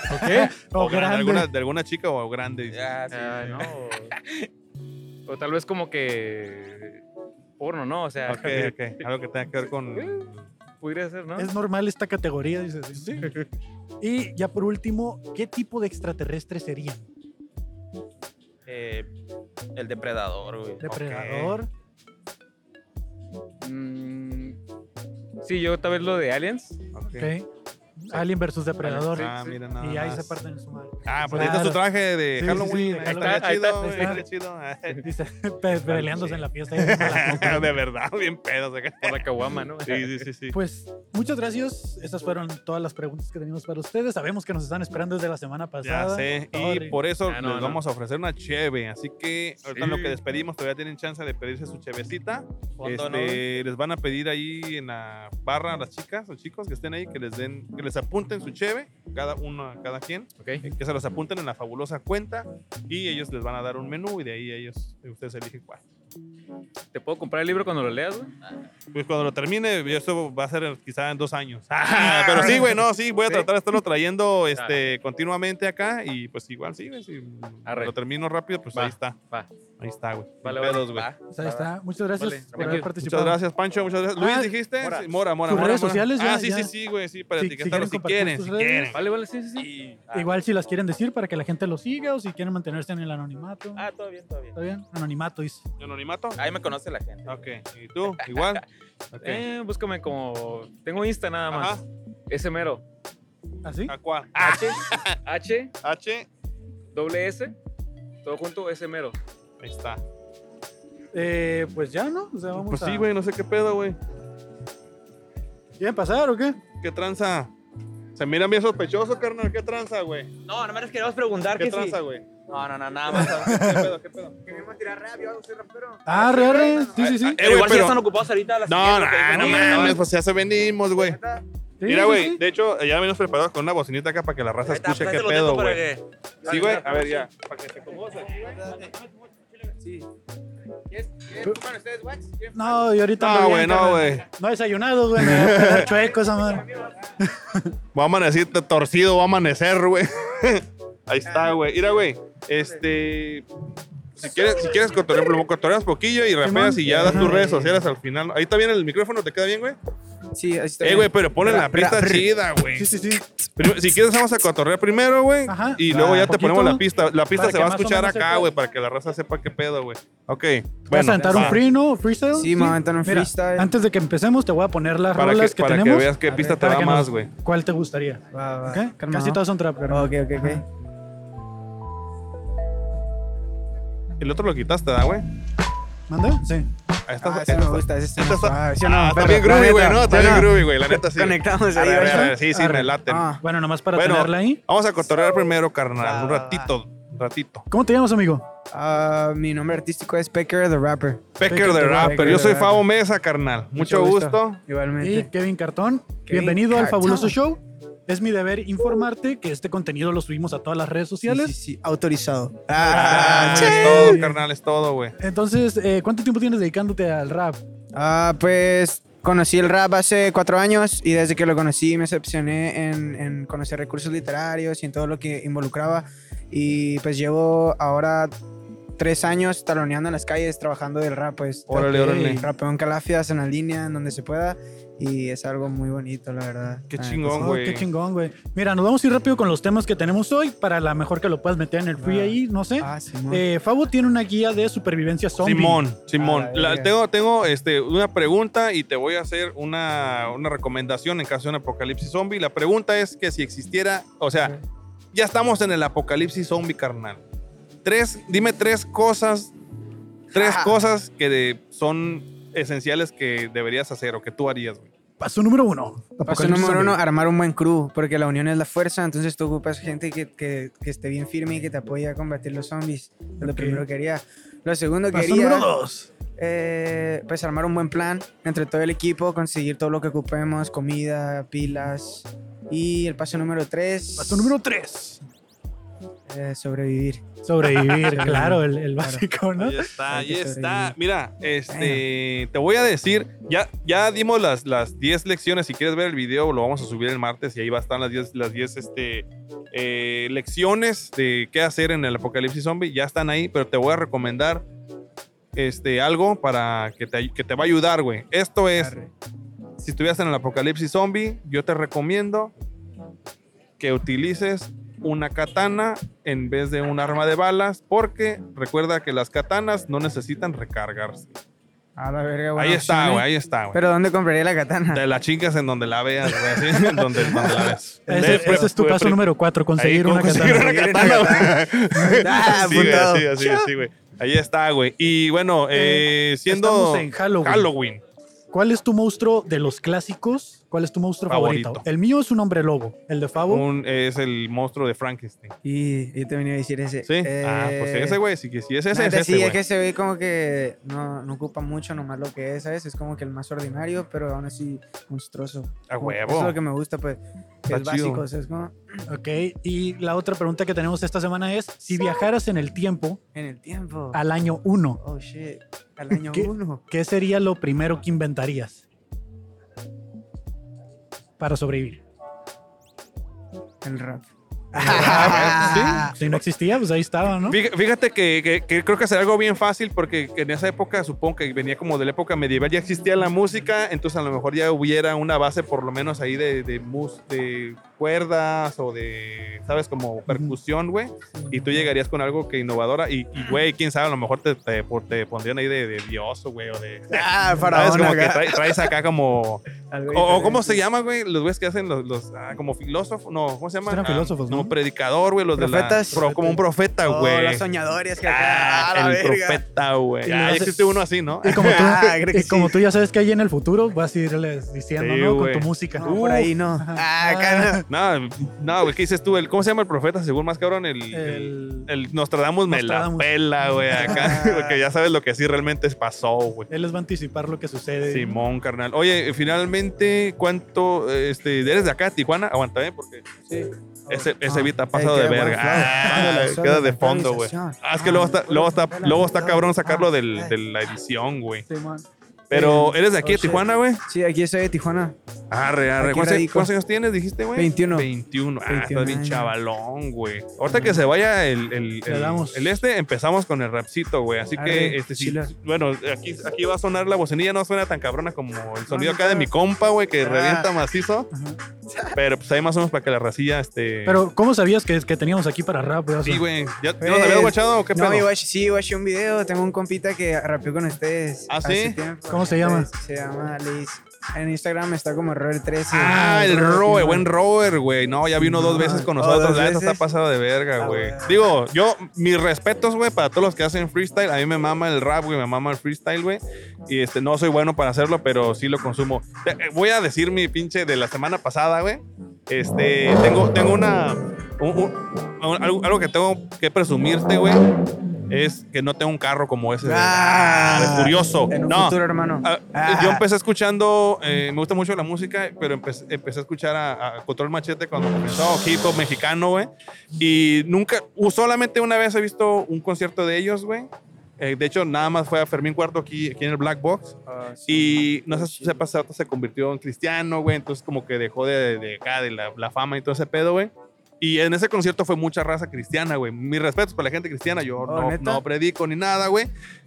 (laughs) O De grande. alguna, de alguna chica o grande. Ah, sí. Ah, güey. no. (laughs) o- O tal vez como que porno, ¿no? O sea, (laughs) Ok, ok. Algo que tenga que ver con. pudiera ser, ¿no? Es normal esta categoría, dices. Sí. (laughs) Y ya por último, ¿qué tipo de extraterrestres serían? Eh, el depredador, güey. ¿Depredador? Mm, sí, yo tal vez lo de Aliens. Ok. Ok. Alien versus depredador. Ah, mira, nada y ahí se más. parten en su madre. Ah, pues ahí está Claro. su traje de Sí, sí, sí, Halloween. de ahí está, Halloween. chido, Ahí güey, está. está chido. (laughs) Dice, pe- peleándose en la fiesta. y haciendo la copa. de verdad, bien pedos acá. Por la caguama, ¿no? Sí, sí, sí, sí. Pues muchas gracias. Esas fueron todas las preguntas que teníamos para ustedes. Sabemos que nos están esperando desde la semana Ya pasada. sé. Sorry. Y por eso Ah, no, les no. vamos a ofrecer una cheve. Así que ahorita en lo que Sí. despedimos, todavía tienen chance de pedirse su chevecita. ¿Cuándo, no, Este, les van a pedir ahí en la barra a las chicas o chicos que estén ahí que les den, que les apunten su cheve, cada uno a cada quien, Ok. eh, que se los apunten en la fabulosa cuenta y ellos les van a dar un menú y de ahí ellos, ustedes eligen cuál. ¿Te puedo comprar el libro cuando lo leas, güey? Pues cuando lo termine, yo esto va a ser quizá en dos años. Ah, (laughs) pero sí, güey, no, sí, voy a tratar de estarlo (laughs) trayendo Ah, este, continuamente acá y pues igual sí, güey. Si lo termino rápido, pues Va, ahí está. va. Ahí está, güey. Vale, Sin vale. pedos, güey. Va. Pues ahí está. Muchas gracias Vale, por thank haber you. participado. Muchas gracias, Pancho. Muchas gracias. Luis, Ah, dijiste. Mora. Sí, Mora, Mora, ¿Tus Mora. redes Mora. sociales ya- Ah, sí, ya? sí, sí, güey. Sí, para Si- si etiquetarlo si quieren compartir quieren. tus Si redes. quieren. Vale, vale, sí, sí, sí. Ah. Igual si las quieren decir para que la gente los siga o si quieren mantenerse en el anonimato. Ah, todo bien, todo bien. ¿Está bien? Anonimato, dice. ¿Anonimato? Ahí me conoce la gente. Ok. ¿Y tú? (laughs) Igual. Ok. Eh, búscame como. Tengo Insta nada más. Ajá. Ese mero. ¿Así? ¿A cuál? H, H, (laughs) H. doble S, todo junto, ese mero. Ahí está. Eh, pues ya, ¿no? O sea, vamos Pues a... sí, güey, no sé qué pedo, güey. ¿Quieren pasar o qué? ¿Qué tranza? Se miran bien sospechosos, carnal. ¿Qué tranza, güey? No, nada más les queremos preguntar ¿Qué que sí. tranza, güey? No, no, no, nada más. (laughs) ¿Qué pedo? ¿Qué pedo? Queremos tirar rabia, vamos a ser raperos. Ah, re, re. Sí, sí, sí. Eh, Pero güey, igual si pero- ya están ocupados ahorita. la No, siguiente, no, que- no mames, pues ya se venimos, güey. Sí, Mira, sí, güey, sí. de hecho, ya venimos preparados con una bocinita acá para que la raza Ahorita, escuche pues, ahí qué te los dejo pedo, para güey. que- Sí, güey, a ver ya. Para que se No, y ahorita ando No, Ah, bien, güey, no, carnal. güey. No he desayunado, güey. Me voy a quedar chueco esa madre. Va a amanecer t- torcido, va a amanecer, güey. (laughs) Ahí está, güey. Mira, güey, este... Si quieres, si quieres cotorrear, lo cotorreas poquillo y rapeas y ya das tus redes sociales al final. Ahí está bien el micrófono, ¿te queda bien, güey? Sí, ahí Este, está. Eh, bien. güey, pero ponle la Espera, pista espera. chida, güey. Sí, sí, sí. Primero- Si quieres, vamos a cotorrear primero, güey. Ajá. Y luego ya te Ah, poquito, ponemos la pista. La para pista se que va a más o escuchar menos acá, sepa. güey, para que la raza sepa qué pedo, güey. Ok. ¿Vas a aventar un va. free, no? ¿Freestyle? Sí, me voy a aventar un freestyle. Antes de que empecemos, te voy a poner las Para, rolas que, que, para que tenemos. veas qué pista te para da que nos- más, güey. ¿Cuál te gustaría? Va, va, ¿Ok? calma, Casi ¿no? todas son trap, pero... Ok, ok, ok. El otro lo quitaste, ¿da, güey? ¿Manda? Sí. Ahí está. Ah, ahí ese me está. gusta, ese sí. Esta está- Ah, sí o no, Ah, está perro, bien la groovy, güey, neta, ¿no? Está sí o bien no. groovy, güey, la neta sí. Conectamos A ahí, ver, a ver, ¿verdad? sí, sí, me Arre. late. Ah, Bueno, nomás para Bueno. tenerla ahí. Vamos a cotorrear primero, carnal. Va, Un va, ratito, un ratito. ¿Cómo te llamas, amigo? ah, mi nombre artístico es Pecker the Rapper. Pecker de Rapper. Pecker Yo de soy Rapper. Fabo Mesa, carnal. Mucho gusto. Y Igualmente. Kevin Cartón, Kevin bienvenido al Cartón. Fabuloso Show. Es mi deber informarte que este contenido lo subimos a todas las redes sociales. Sí, sí, sí, autorizado. Ah, Ah, Es todo, carnal, es todo, güey. Entonces, eh, ¿cuánto tiempo tienes dedicándote al rap? Ah, pues conocí el rap hace cuatro años y desde que lo conocí me excepcioné en, en conocer recursos literarios y en todo lo que involucraba. Y pues llevo ahora tres años taloneando en las calles trabajando del rap, pues. Órale, Ok. órale. Rapeo en calafias, en la línea, en donde se pueda. Y es algo muy bonito, la verdad. Ah, pues, Qué La neta, chingón, Oh, güey. qué chingón, güey. Mira, nos vamos a ir rápido con los temas que tenemos hoy para la mejor que lo puedas meter en el free Ah. ahí, no sé. Ah, Simón. Eh, Fabo tiene una guía de supervivencia zombie. Simón, Simón, A la La- verga. tengo, tengo este, una pregunta y te voy a hacer una, una recomendación en caso de un apocalipsis zombie. La pregunta es que si existiera, o sea, ya estamos en el apocalipsis zombie, carnal. Tres, dime tres cosas, tres Ja. cosas que de- son esenciales que deberías hacer o que tú harías, güey. Paso número uno. Paso Apocalipsis número uno, zombie. armar un buen crew, porque la unión es la fuerza, entonces tú ocupas gente que, que- que esté bien firme y que te apoye a combatir los zombies. Es Lo Ok. primero que haría. Lo segundo que Paso haría, número dos. eh, pues armar un buen plan entre todo el equipo, conseguir todo lo que ocupemos, comida, pilas. Y el paso número tres, Paso número tres. eh, sobrevivir. (laughs) Sobrevivir, claro, el, el básico, ¿no? Ahí está, Hay ahí que está. sobrevivir. Mira, este, te voy a decir, ya, ya dimos las, las 10 lecciones. Si quieres ver el video, lo vamos a subir el martes y ahí va a estar las 10, las 10 este, eh, lecciones de qué hacer en el apocalipsis zombie. Ya están ahí, pero te voy a recomendar este, algo para que te, ay- que te va a ayudar, güey. Esto es, si estuvieras en el apocalipsis zombie, yo te recomiendo que utilices una katana en vez de un arma de balas, porque recuerda que las katanas no necesitan recargarse. A la verga, buena ahí está, opción, güey, ¿eh? ahí está, güey. Pero ¿dónde compraría la katana? Te la chingas en donde la veas, güey, así, en donde, donde (laughs) la veas. Ese, Ve, ese es tu ve, paso ve, número cuatro, conseguir ahí, una conseguir katana. Pues una Conseguir una katana, (laughs) güey. Ah, Sí, güey, apuntado. así, así, así, güey. Ahí está, güey. Y bueno, eh, siendo Estamos en Halloween. Halloween. ¿Cuál es tu monstruo de los clásicos? ¿Cuál es tu monstruo favorito? Favorito. El mío es un hombre lobo. El de Fabo. un- es el monstruo de Frankenstein. Y yo te venía a decir ese. Sí. ah, pues eh, ese, güey. Si, que- si es ese, La es neta, ese, sí, güey. es que se ve como que no, no ocupa mucho nomás lo que es, ¿sabes? Es como que el más ordinario, pero aún así monstruoso. A Como- huevo. Eso es lo que me gusta, pues. que Está es chido. básico, o sea, es como... Ok, y la otra pregunta que tenemos esta semana es, si viajaras en el tiempo En el tiempo. al año 1, Oh shit. Al año ¿Qué? uno. ¿qué sería lo primero que inventarías para sobrevivir? El rap. ¿eh? (laughs) Si no existía, pues ahí estaba, ¿no? Fí- Fíjate que, que- que creo que será algo bien fácil porque en esa época, supongo que venía como de la época medieval, ya existía la música, entonces a lo mejor ya hubiera una base por lo menos ahí de, de, mus- de cuerdas o de, ¿sabes? Como percusión, güey. Y tú llegarías con algo que innovadora y, y, güey, quién sabe, a lo mejor te, te, por- te pondrían ahí de, de dios, güey, o de... Ah, ¿Sabes? faraón Como que acá. trae- traes acá como... Algo O, o diferente. cómo se llama, güey, los güeyes que hacen los, los ah, como filósofos, no, ¿cómo se llaman? Eran Ah, filósofos, ¿no? predicador, güey, los Profetas. de la, pro- como un profeta, Oh, güey. los soñadores que acá. Ah, a el la verga. profeta, Y güey. le Ah, hace- existe uno así, ¿no? Y como tú, Ah, creo que y sí. como tú ya sabes que hay en el futuro, vas a irles diciendo, Sí, ¿no? Con güey. tu música. No, por ahí no. Ah, acá no. No, no, güey, ¿qué dices tú? El, ¿Cómo se llama el profeta? Según más cabrón, el, el, El- el Nostradamus me Nostradamus. la pela, güey, Ah. acá. (laughs) Porque ya sabes lo que sí realmente pasó, güey. él les va a anticipar lo que sucede. Simón, carnal. Oye, finalmente, ¿cuánto? eh, Este, ¿Eres de acá, Tijuana? Aguanta, ¿eh? Porque ese, ese Ah. beat ha Ahí pasado de queda verga. buen flow. Ah, Dándole solo queda de la fondo, güey. improvisación. Ah, es que luego está, luego está, luego está cabrón sacarlo Ah, del, eh. de la edición, güey. Simón. (laughs) Pero, ¿eres de aquí, de Oh, shit. Tijuana, güey? Sí, aquí soy de Tijuana. Arre, arre. Aquí ¿Cuántos, radico. cuántos años tienes, dijiste, güey? 21. 21. Ah, 21 estás bien años. chavalón, güey. Ahorita que se vaya el, el, Le el- damos. el este, empezamos con el rapcito, güey. Así Arre, que, este, sí, chila. bueno, aquí, aquí va a sonar la bocinilla, no suena tan cabrona como el sonido acá de mi compa, güey, que Ah. revienta macizo. Pero pues ahí más o menos para que la racilla, este... Pero, ¿cómo sabías que, que teníamos aquí para rap? güey? O sea, sí, güey. ¿Ya, ya Pues, nos habías guachado o qué No, pedo? yo watch- sí, watché un video. Tengo un compita que rapeó con ustedes. ¿Ah, hace sí? tiempo. ¿Cómo se llama? Se llama Liz. En Instagram está como Roer13. Ah, el rover, buen rover, güey. No, ya vino dos Ah, veces con oh, nosotros. dos La neta veces. está pasada de verga, Ah, güey. bueno. Digo, yo, mis respetos, güey, para todos los que hacen freestyle. A mí me mama el rap, güey, me mama el freestyle, güey. Y este, no soy bueno para hacerlo, pero sí lo consumo. Te- eh, Voy a decir mi pinche de la semana pasada, güey. Este, tengo, tengo una. un- un- un- algo, algo que tengo que presumirte, güey, es que no tengo un carro como ese. de- Ah, de furioso. En un no, futuro, hermano. Ah, Ah. Yo empecé escuchando, eh, me gusta mucho la música, pero empecé, empecé a escuchar a, a Control Machete cuando comenzó, hip hop mexicano, güey. Y nunca, u- solamente una vez he visto un concierto de ellos, güey. Eh, de hecho, nada más fue a Fermín Cuarto aquí, aquí en el Black Box. Ah, Y no sé si sepas, Sato se convirtió en cristiano, güey. Entonces, como que dejó de, de acá, de la, la fama y todo ese pedo, güey. Y en ese concierto fue mucha raza cristiana, güey. Mis respetos para la gente cristiana. Yo no, Oh, ¿neta? no predico ni nada, güey.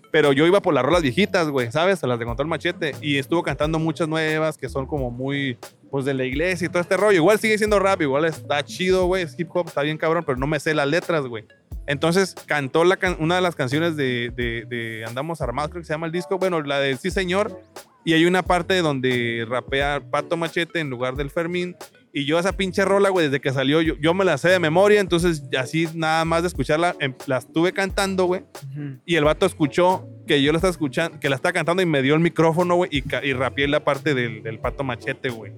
Pero yo iba por las rolas viejitas, güey, ¿sabes? A las de Control Machete. Y estuvo cantando muchas nuevas que son como muy, pues, de la iglesia y todo este rollo. Igual sigue siendo rap, igual está chido, güey. Es hip hop, está bien cabrón, pero no me sé las letras, güey. Entonces cantó la can- una de las canciones de, de- de Andamos Armados, creo que se llama el disco. Bueno, la de Sí Señor. Y hay una parte donde rapea Pato Machete en lugar del Fermín. Y yo esa pinche rola, güey, desde que salió, yo, yo me la sé de memoria. Entonces, así nada más de escucharla, em, la estuve cantando, güey. Ujú. Y el vato escuchó que yo la estaba escuchando, que la estaba cantando y me dio el micrófono, güey, y, ca- y rapeé la parte del, del pato machete, güey.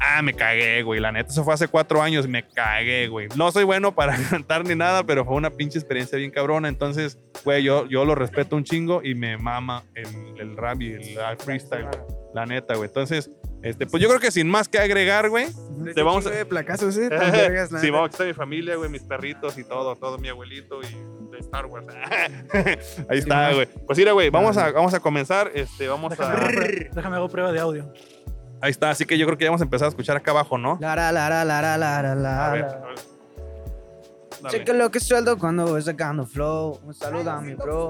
Ah, me cagué, güey. La neta, eso fue hace cuatro años y me cagué, güey. No soy bueno para (laughs) cantar ni nada, pero fue una pinche experiencia bien cabrona. Entonces, güey, yo, yo lo respeto un chingo y me mama el, el rap y el, el freestyle, güey. La neta, güey. Entonces, este, pues yo creo que sin más que agregar, güey. Te vamos a- Ese chingo de placazos, (laughs) eh, tan vergas, la Sí, neta. vamos, aquí está mi familia, güey, mis perritos y todo, todo mi abuelito y de Star Wars. (laughs) Ahí está, güey. Pues mira, güey, vamos a, vamos a comenzar. Este, vamos Déjame, hago a. prueba- déjame hago prueba de audio. Ahí está, así que yo creo que ya vamos a empezar a escuchar acá abajo, ¿no? La, la, la, la, la, la, la, la, A la. ver, a ver. Dale. Checa lo que sueldo cuando voy sacando flow. Un saludo a mi bro.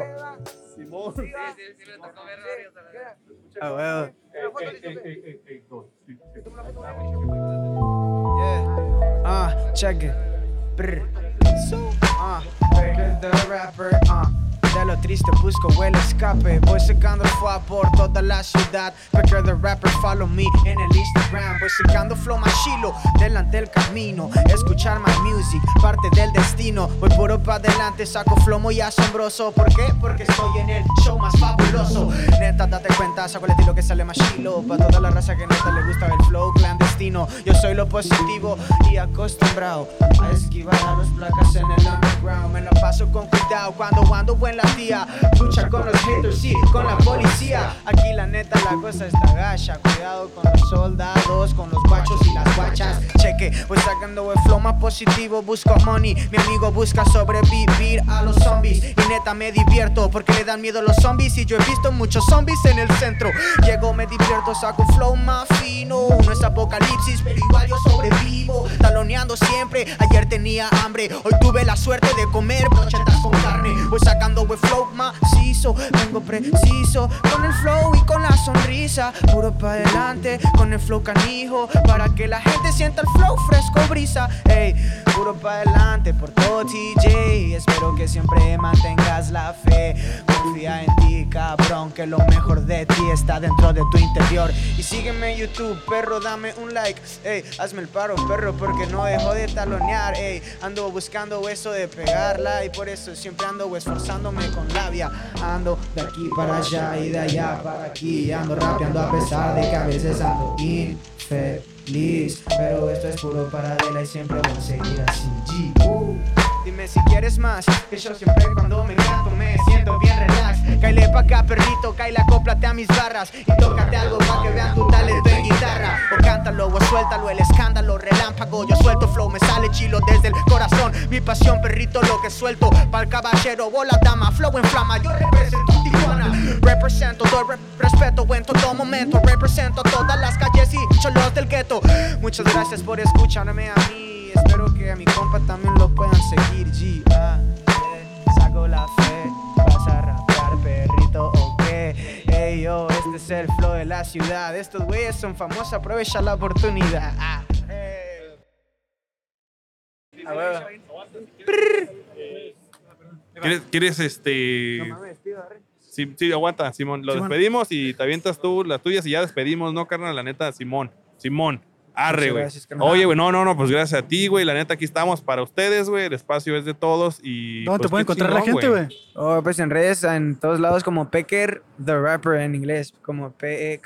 Ah, huevo. Eh, Yeah. Ah, check it. Brr. So, ah, Baker the rapper, ah. De lo triste busco el escape. Voy sacando el flow por toda la ciudad. Baker the rapper, follow me en el Instagram. Voy sacando flow más chilo delante del camino. Escuchar my music, parte del destino. Voy puro pa' adelante, saco flow muy asombroso. ¿Por qué? Porque estoy en el show más fabuloso. Neta, date cuenta, saco el estilo que sale más chilo. Pa' toda la raza que neta le gusta el flow clandestino. camino. Yo soy lo positivo y acostumbrado a esquivar a los placas en el underground. Me la paso con cuidado cuando ando en la tía. Lucha con los haters, sí, con la policía. Aquí la neta la cosa está gacha. Cuidado con los soldados, con los guachos y las guachas. Cheque, voy sacando el flow más positivo. Busco money, mi amigo busca sobrevivir a los zombies. Y neta me divierto porque le dan miedo los zombies. Y yo he visto muchos zombies en el centro. Llego, me divierto, saco un flow más fino. No es apocalipsis, pero igual yo sobrevivo. Taloneando siempre, ayer tenía hambre. Hoy tuve la suerte de comer brochetas con carne. Voy sacando we flow macizo, vengo preciso. Con el flow y con la sonrisa, puro pa' adelante. Con el flow canijo, para que la gente sienta el flow fresco brisa. Ey, puro pa' adelante por todo TJ. Espero que siempre mantengas la fe. Confía en ti, cabrón, que lo mejor de ti está dentro de tu interior. Y sígueme en YouTube, perro, dame un like. Ey, hazme el paro, perro, porque no dejo de talonear. Ey, ando buscando eso de pegarla y por eso siempre ando esforzándome con labia. Ando de aquí para allá y de allá para aquí. Ando rapeando a pesar de que a veces ando infeliz. Pero esto es puro paradela y siempre voy a seguir así. G. Uh, Dime si quieres más, que yo siempre cuando me canto me siento bien relax. Caile pa' acá, perrito, caile, acóplate a mis barras. Y tócate algo pa' que vean tu talento en guitarra. O cántalo o suéltalo, el escándalo, relámpago. Yo suelto flow, me sale chilo desde el corazón. Mi pasión, perrito, lo que suelto. Pa'l caballero o la dama, flow en flama, yo represento Tijuana. Represento, doy re- respeto en todo momento. Represento todas las calles y cholos del gueto. Muchas gracias por escucharme a mí. Espero que a mi compa también lo puedan seguir. G, A, E, saco la fe. Vas a rapear, perrito, o qué. Ey, yo, este es el flow de la ciudad. Estos güeyes son famosos, aprovecha la oportunidad. Ah, eh. ¿Quieres, quieres, este.? Sí, sí, aguanta, Simón. Lo Simón. despedimos y te avientas tú las tuyas y ya despedimos, ¿no, carnal? La neta, Simón. Simón. Arre, Muchas güey. gracias, carnal. Oye, güey, no, no, no, pues gracias a ti, güey. La neta, aquí estamos para ustedes, güey. El espacio es de todos y. ¿Dónde te pues, puede qué encontrar la chingón, gente, güey? Oh, pues en redes, en todos lados, como Pecker the Rapper en inglés, como E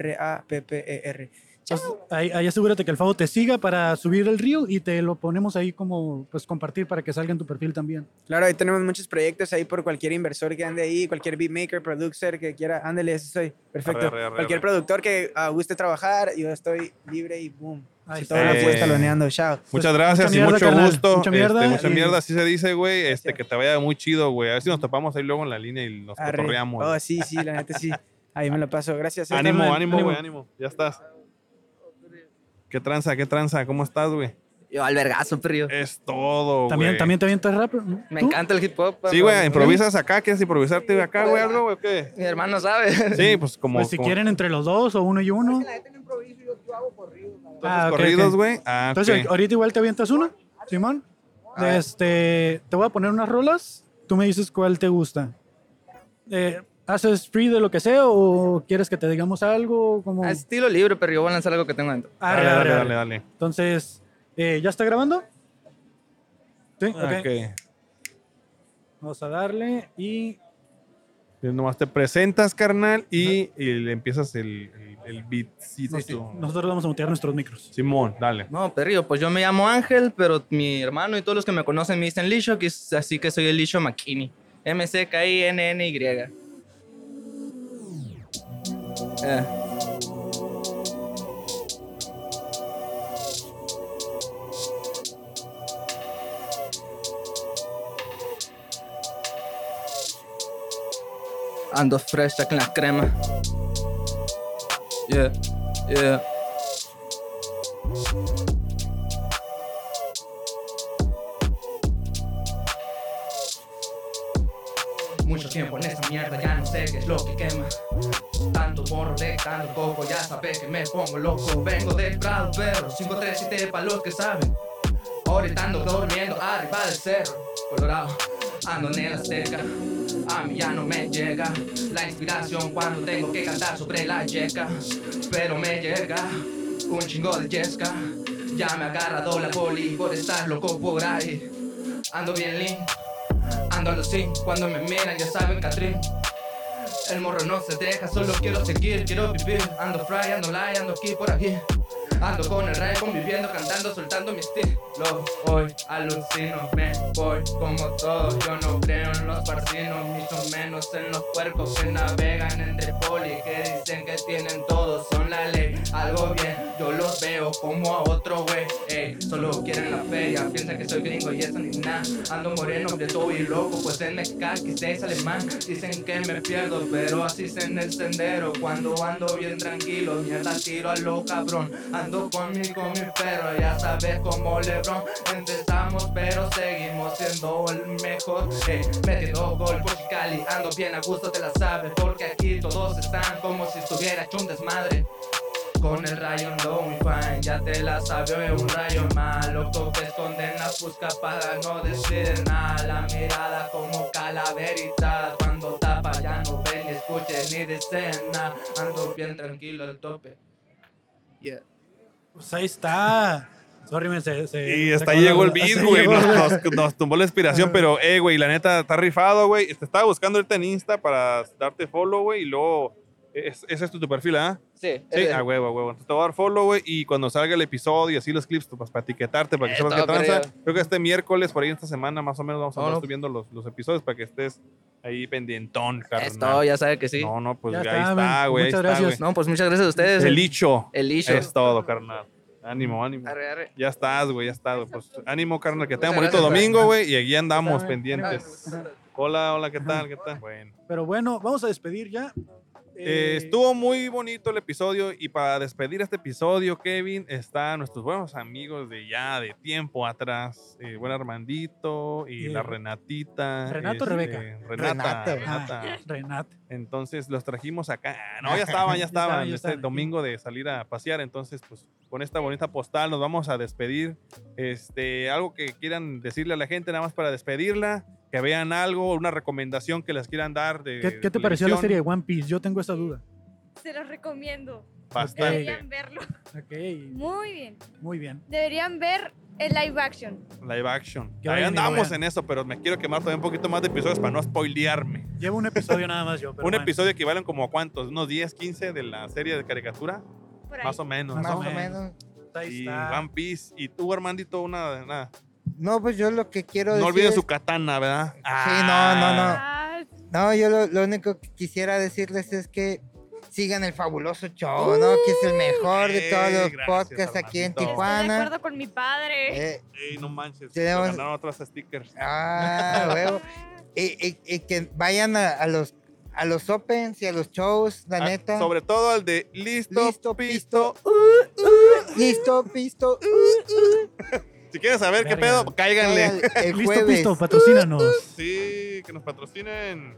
P-E-K-E-R-T-H-E-R-A-P-P-E-R. Entonces, Ah. ahí, ahí asegúrate que el Favo te siga para subir el reel y te lo ponemos ahí como pues compartir para que salga en tu perfil también. Claro, ahí tenemos muchos proyectos ahí por cualquier inversor que ande ahí, cualquier beatmaker, producer que quiera, ándele, eso soy. Perfecto. Arre, arre, arre, cualquier arre. productor que ah, guste trabajar, yo estoy libre y boom. Ahí Si está. todo lo Eh, puedes taloneando, chao. Muchas Pues, gracias mucha y mierda, mucho carnal. gusto. Mucha Mucha mierda. mierda mucha y- mierda, así se dice, güey. Este, que te vaya muy chido, güey. A ver si nos topamos ahí luego en la línea y nos Arre. cotorreamos. Oh, sí, sí, la neta sí. Ahí me lo paso. (laughs) Gracias. ánimo, carnal. ánimo, güey, ánimo. Ya estás. ¿Qué tranza, qué tranza? ¿Cómo estás, güey? Yo albergazo, perrillo. Es todo, güey. También, también te avientas rap. ¿no? Me ¿Tú? encanta el hip hop. Sí, güey, improvisas acá, ¿quieres improvisarte de acá, güey, algo, güey, o qué? Mi hermano sabe. Sí, pues como. Pues si como- quieren entre los dos o uno y uno. entonces, Ah, ok, ok. corridos, güey. Ah, Entonces, ok. ahorita igual te avientas uno, Simón. Este, te voy a poner unas rolas. Tú me dices cuál te gusta. Eh, ¿Haces free de lo que sea o quieres que te digamos algo? Como... A estilo libre, pero yo voy a lanzar algo que tengo dentro. Arre, dale, arre, dale, arre. dale, dale. Entonces, eh, ¿ya está grabando? Sí, ok. Ah, Ok. Vamos a darle y Entonces, Nomás te presentas, carnal, y, y le empiezas el, el, el beatcito. nos- nosotros vamos a mutear nuestros micros. Simón, dale. No, perrillo, pues yo me llamo Ángel, pero mi hermano y todos los que me conocen me dicen Licho, que es- así que soy el Licho McKinney. M-C-K-I-N-N-Y. Eh. Ando fresca con la crema. Yeah, yeah. Mucho tiempo en esta mierda, ya no sé qué es lo que quema. Tanto morro de tanto coco, ya sabes que me pongo loco. Vengo de Prado, perro, 537 para los que saben. Ahorita ando durmiendo arriba del cerro, colorado. Ando en la azteca, a mí ya no me llega la inspiración cuando tengo que cantar sobre la yeca. Pero me llega un chingo de yesca. Ya me ha agarrado la poli por estar loco por ahí. Ando bien lean. Ando así, cuando me miran ya saben Catrín. El morro no se deja, solo quiero seguir, quiero vivir. Ando fry, ando light, ando aquí por aquí. Ando con el rey, conviviendo, cantando, soltando mi estilo. Hoy alucino, me voy como todos. Yo no creo en los parcinos, mucho menos en los puercos que navegan entre poli. Que dicen que tienen todo, son la ley. Algo bien, yo los veo como a otro güey. Ey, solo quieren la feria, piensan que soy gringo y eso ni nada. Ando moreno, de todo y loco, pues en mezcal, que es alemán. Dicen que me pierdo, pero así se en el sendero. Cuando ando bien tranquilo, mierda, tiro a lo cabrón. Ando conmigo, mi perro, ya sabes como Lebron. Empezamos, pero seguimos siendo el mejor. Ey, metiendo gol por Cali, ando bien a gusto, te la sabes. Porque aquí todos están como si estuviera hecho un desmadre. Con el rayo no muy fine, ya te la sabe un rayo malo que esconden las buscapadas, no deciden nada La mirada como calaveritas Cuando tapa ya no ven, ni escuchen, ni dicen nada Ando bien tranquilo al tope Yeah Pues ahí está. Sorry, me se, se- Y se hasta ahí acabó la- (laughs) llegó el hasta beat, ahí güey. llegó Nos, la- nos- nos tumbó la inspiración, pero, eh, güey, la neta, está rifado, güey. Te estaba buscando ahorita en Insta para darte follow, güey, y luego. es- Ese es tu, tu perfil, ¿ah? Sí, Sí, eh, a huevo, a huevo. Entonces te voy a dar follow, güey, y cuando salga el episodio y así los clips, pues para etiquetarte, para que Eh, sepas qué todo tranza. perdido. Creo que este miércoles, por ahí esta semana, más o menos, vamos a estar Vámonos. subiendo los, los episodios para que estés ahí pendientón, carnal. todo, ya sabe que sí. No, no, pues Ya ahí está, está, men. güey. ahí Muchas está, gracias. güey. No, pues, muchas gracias a ustedes. El licho. El licho. Es todo, carnal. Ánimo, ánimo. Ya estás, güey, ya estás. güey. Pues ánimo, carnal, que tengan bonito gracias, güey. domingo, güey, y aquí andamos Ajá. pendientes. Hola, hola, ¿qué tal? ¿Qué tal? Bueno. Pero bueno, vamos a despedir ya. Eh, estuvo muy bonito el episodio y para despedir este episodio, Kevin, están nuestros buenos amigos de ya de tiempo atrás, eh, buen Armandito y Eh, la Renatita. Renato, este, Rebeca. Renata, Renata, Renata. ajá, Renata. Entonces los trajimos acá. Ah, No, ya estaban, ya (laughs) Ya estaban. estaban, ya este estaban aquí. domingo de salir a pasear. Entonces, pues con esta bonita postal nos vamos a despedir. Este, algo que quieran decirle a la gente, nada más para despedirla, que vean algo, una recomendación que les quieran dar. De, ¿Qué, qué te pareció la televisión. serie de One Piece? Yo tengo esa duda. Se los recomiendo. Bastante. Deberían verlo. Ok, Muy bien. muy bien. Deberían ver el live action. Live action. Que Ahí vayan y lo andamos vean. en eso, pero me quiero quemar todavía un poquito más de episodios para no spoilearme. Llevo un episodio nada más (laughs) yo. Pero un bueno. episodio equivalen como a cuántos, unos 10, 15 de la serie de caricatura. Más o menos. Más ¿no? o menos. Y One Piece. Y tú, Armandito, una, nada. No, pues yo lo que quiero No decir. olviden es- su katana, ¿verdad? Ah. Sí, no, no, no. No, yo lo, lo único que quisiera decirles es que sigan el fabuloso show, ¿no? Que es el mejor de todos Ey, los Eh, gracias, podcasts aquí en Armandito. Estoy de Tijuana. acuerdo con mi padre. Eh, Ey, no manches. Tenemos- nos Ganaron otros stickers. Ah, huevo. Y, y- y que vayan a, a los a los opens y a los shows, la neta. Ah, Sobre todo al de listo, pisto. (laughs) listo, pisto. uh, uh. Si quieren saber qué pedo, cáiganle. Cáiganle el Listo, jueves. pisto, patrocínanos. Sí, que nos patrocinen.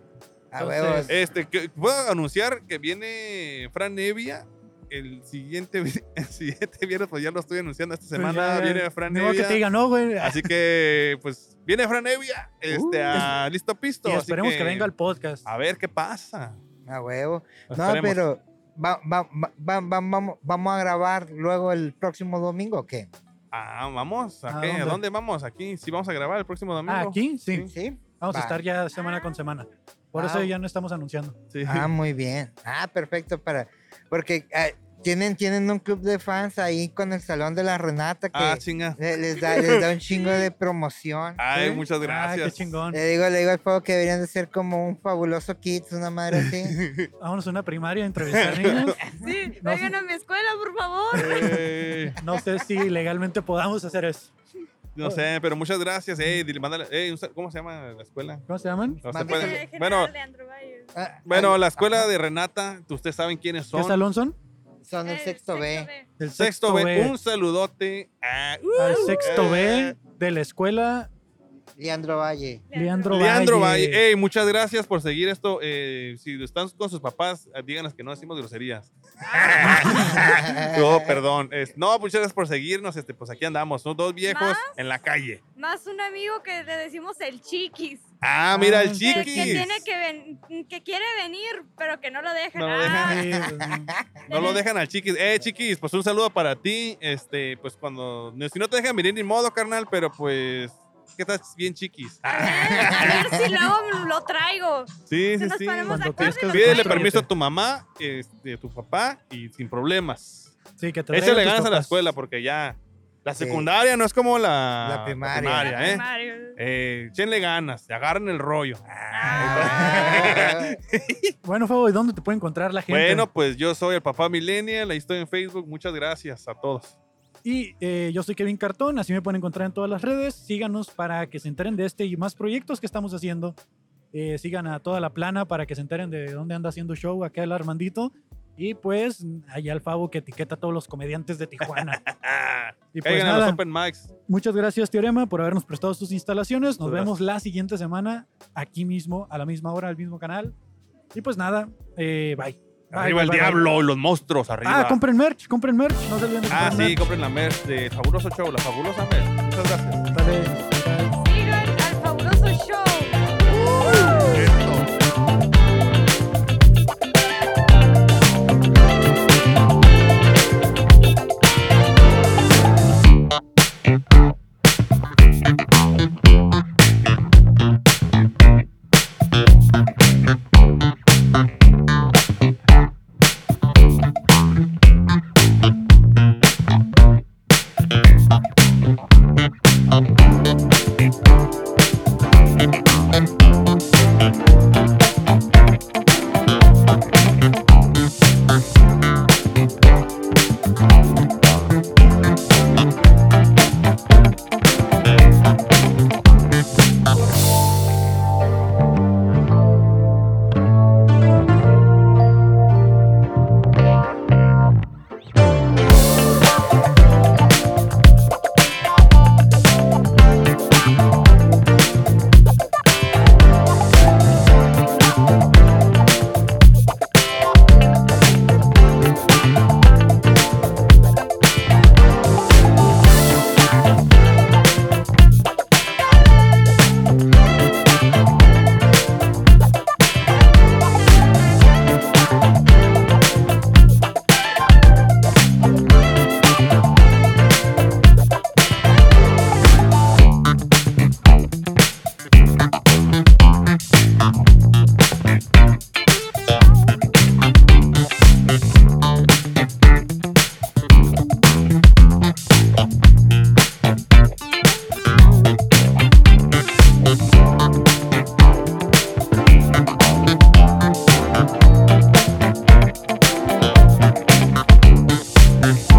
A huevos. Este, que, voy a anunciar que viene Fran Nevia. El siguiente, vi- (laughs) el siguiente viernes, pues ya lo estoy anunciando esta semana. ya, viene Fran ni modo que Nevia. te diga no, güey. (laughs) Así que, pues, viene Fran Nevia. Este, Uh. a listo pisto. Y así esperemos que... venga al podcast. A ver qué pasa. A Ah, huevo. No, Esperemos. pero va- va- va- va- va- vamos, vamos a grabar luego el próximo domingo, ¿o qué? Ah, vamos. ¿A, ¿A qué? ¿A dónde? dónde vamos? Aquí. Sí, vamos a grabar el próximo domingo. Ah, aquí, sí. Vamos Va. a estar ya semana con semana. Por eso Wow. ya no estamos anunciando. Ah, muy bien. Ah, perfecto para porque ah, tienen tienen un club de fans ahí con el salón de la Renata que Ah, chinga. le- les da les da un (laughs) chingo de promoción. Ay, ¿Sí? Ah, muchas gracias. Le digo, le digo al fuego que deberían de ser como un fabuloso kids, una madre (laughs) así. Vámonos a una primaria a entrevistar niños. Sí, No, vengan a mi escuela, por favor. Eh, no sé si legalmente podamos hacer eso. No sé, pero muchas gracias. Ey, dile, mándale- ey, un sal- ¿Cómo se llama la escuela? ¿Cómo se llaman? No se Mándale. puede- General Bueno, Ah, bueno, la escuela de Renata, ustedes saben quiénes son. ¿Qué salón son? Son el sexto B. El Sexto, B. Un saludote Ah, a- Al sexto Eh, B de la escuela Leandro Valle. Leandro, Leandro Valle. Valle. Ey, muchas gracias por seguir esto. Eh, si están con sus papás, eh, díganles que no decimos groserías. no, perdón. Es- no, pues, muchas gracias por seguirnos. Este, pues aquí andamos. Son dos viejos ¿Más? en la calle. Más un amigo que le decimos el chiquis. Ah, mira el Que- chiquis. Que, tiene que, ven- que quiere venir, pero que no lo Ah, dejan. No lo (laughs) dejan. No lo dejan al chiquis. Eh, chiquis, pues un saludo para ti. Este, pues cuando. no, Si no te dejan venir ni modo, carnal, pero pues. que estás bien chiquis. A ver si luego lo traigo. Sí, sí, nos sí. ponemos de Cuando acuerdo y lo Pídele traigo. permiso a tu mamá, este, a tu papá y sin problemas. Sí, que te traiga Échale tus ganas a la papás. escuela porque ya. La Sí. secundaria no es como la, La primaria. La ¿eh? primaria. Eh, échenle ganas, agarren el rollo. (laughs) Bueno, Fabo, ¿y dónde te puede encontrar la gente? Ah. Bueno, pues yo soy el papá millennial, ahí estoy en Facebook. Muchas gracias a todos. Y eh, yo soy Kevin Cartón, así me pueden encontrar en todas las redes. Síganos para que se enteren de este y más proyectos que estamos haciendo. Eh, sigan a toda la plana para que se enteren de dónde anda haciendo show acá el Armandito. Y pues allá el Favo que etiqueta a todos los comediantes de (laughs) Tijuana. y Ah, pues Caigan a los nada, open mics. muchas gracias Teorema por habernos prestado sus instalaciones. Nos Muchas vemos la siguiente semana aquí mismo, a la misma hora, al mismo canal. Y pues nada, eh, bye. Bye, Arriba bye, el bye, bye. diablo y los monstruos, arriba. Ah, compren merch, compren merch. No se olviden de Ah, comprar sí, compren la merch de Fabuloso Show, la fabulosa merch. Muchas gracias. Sigan al fabuloso show. Thank you.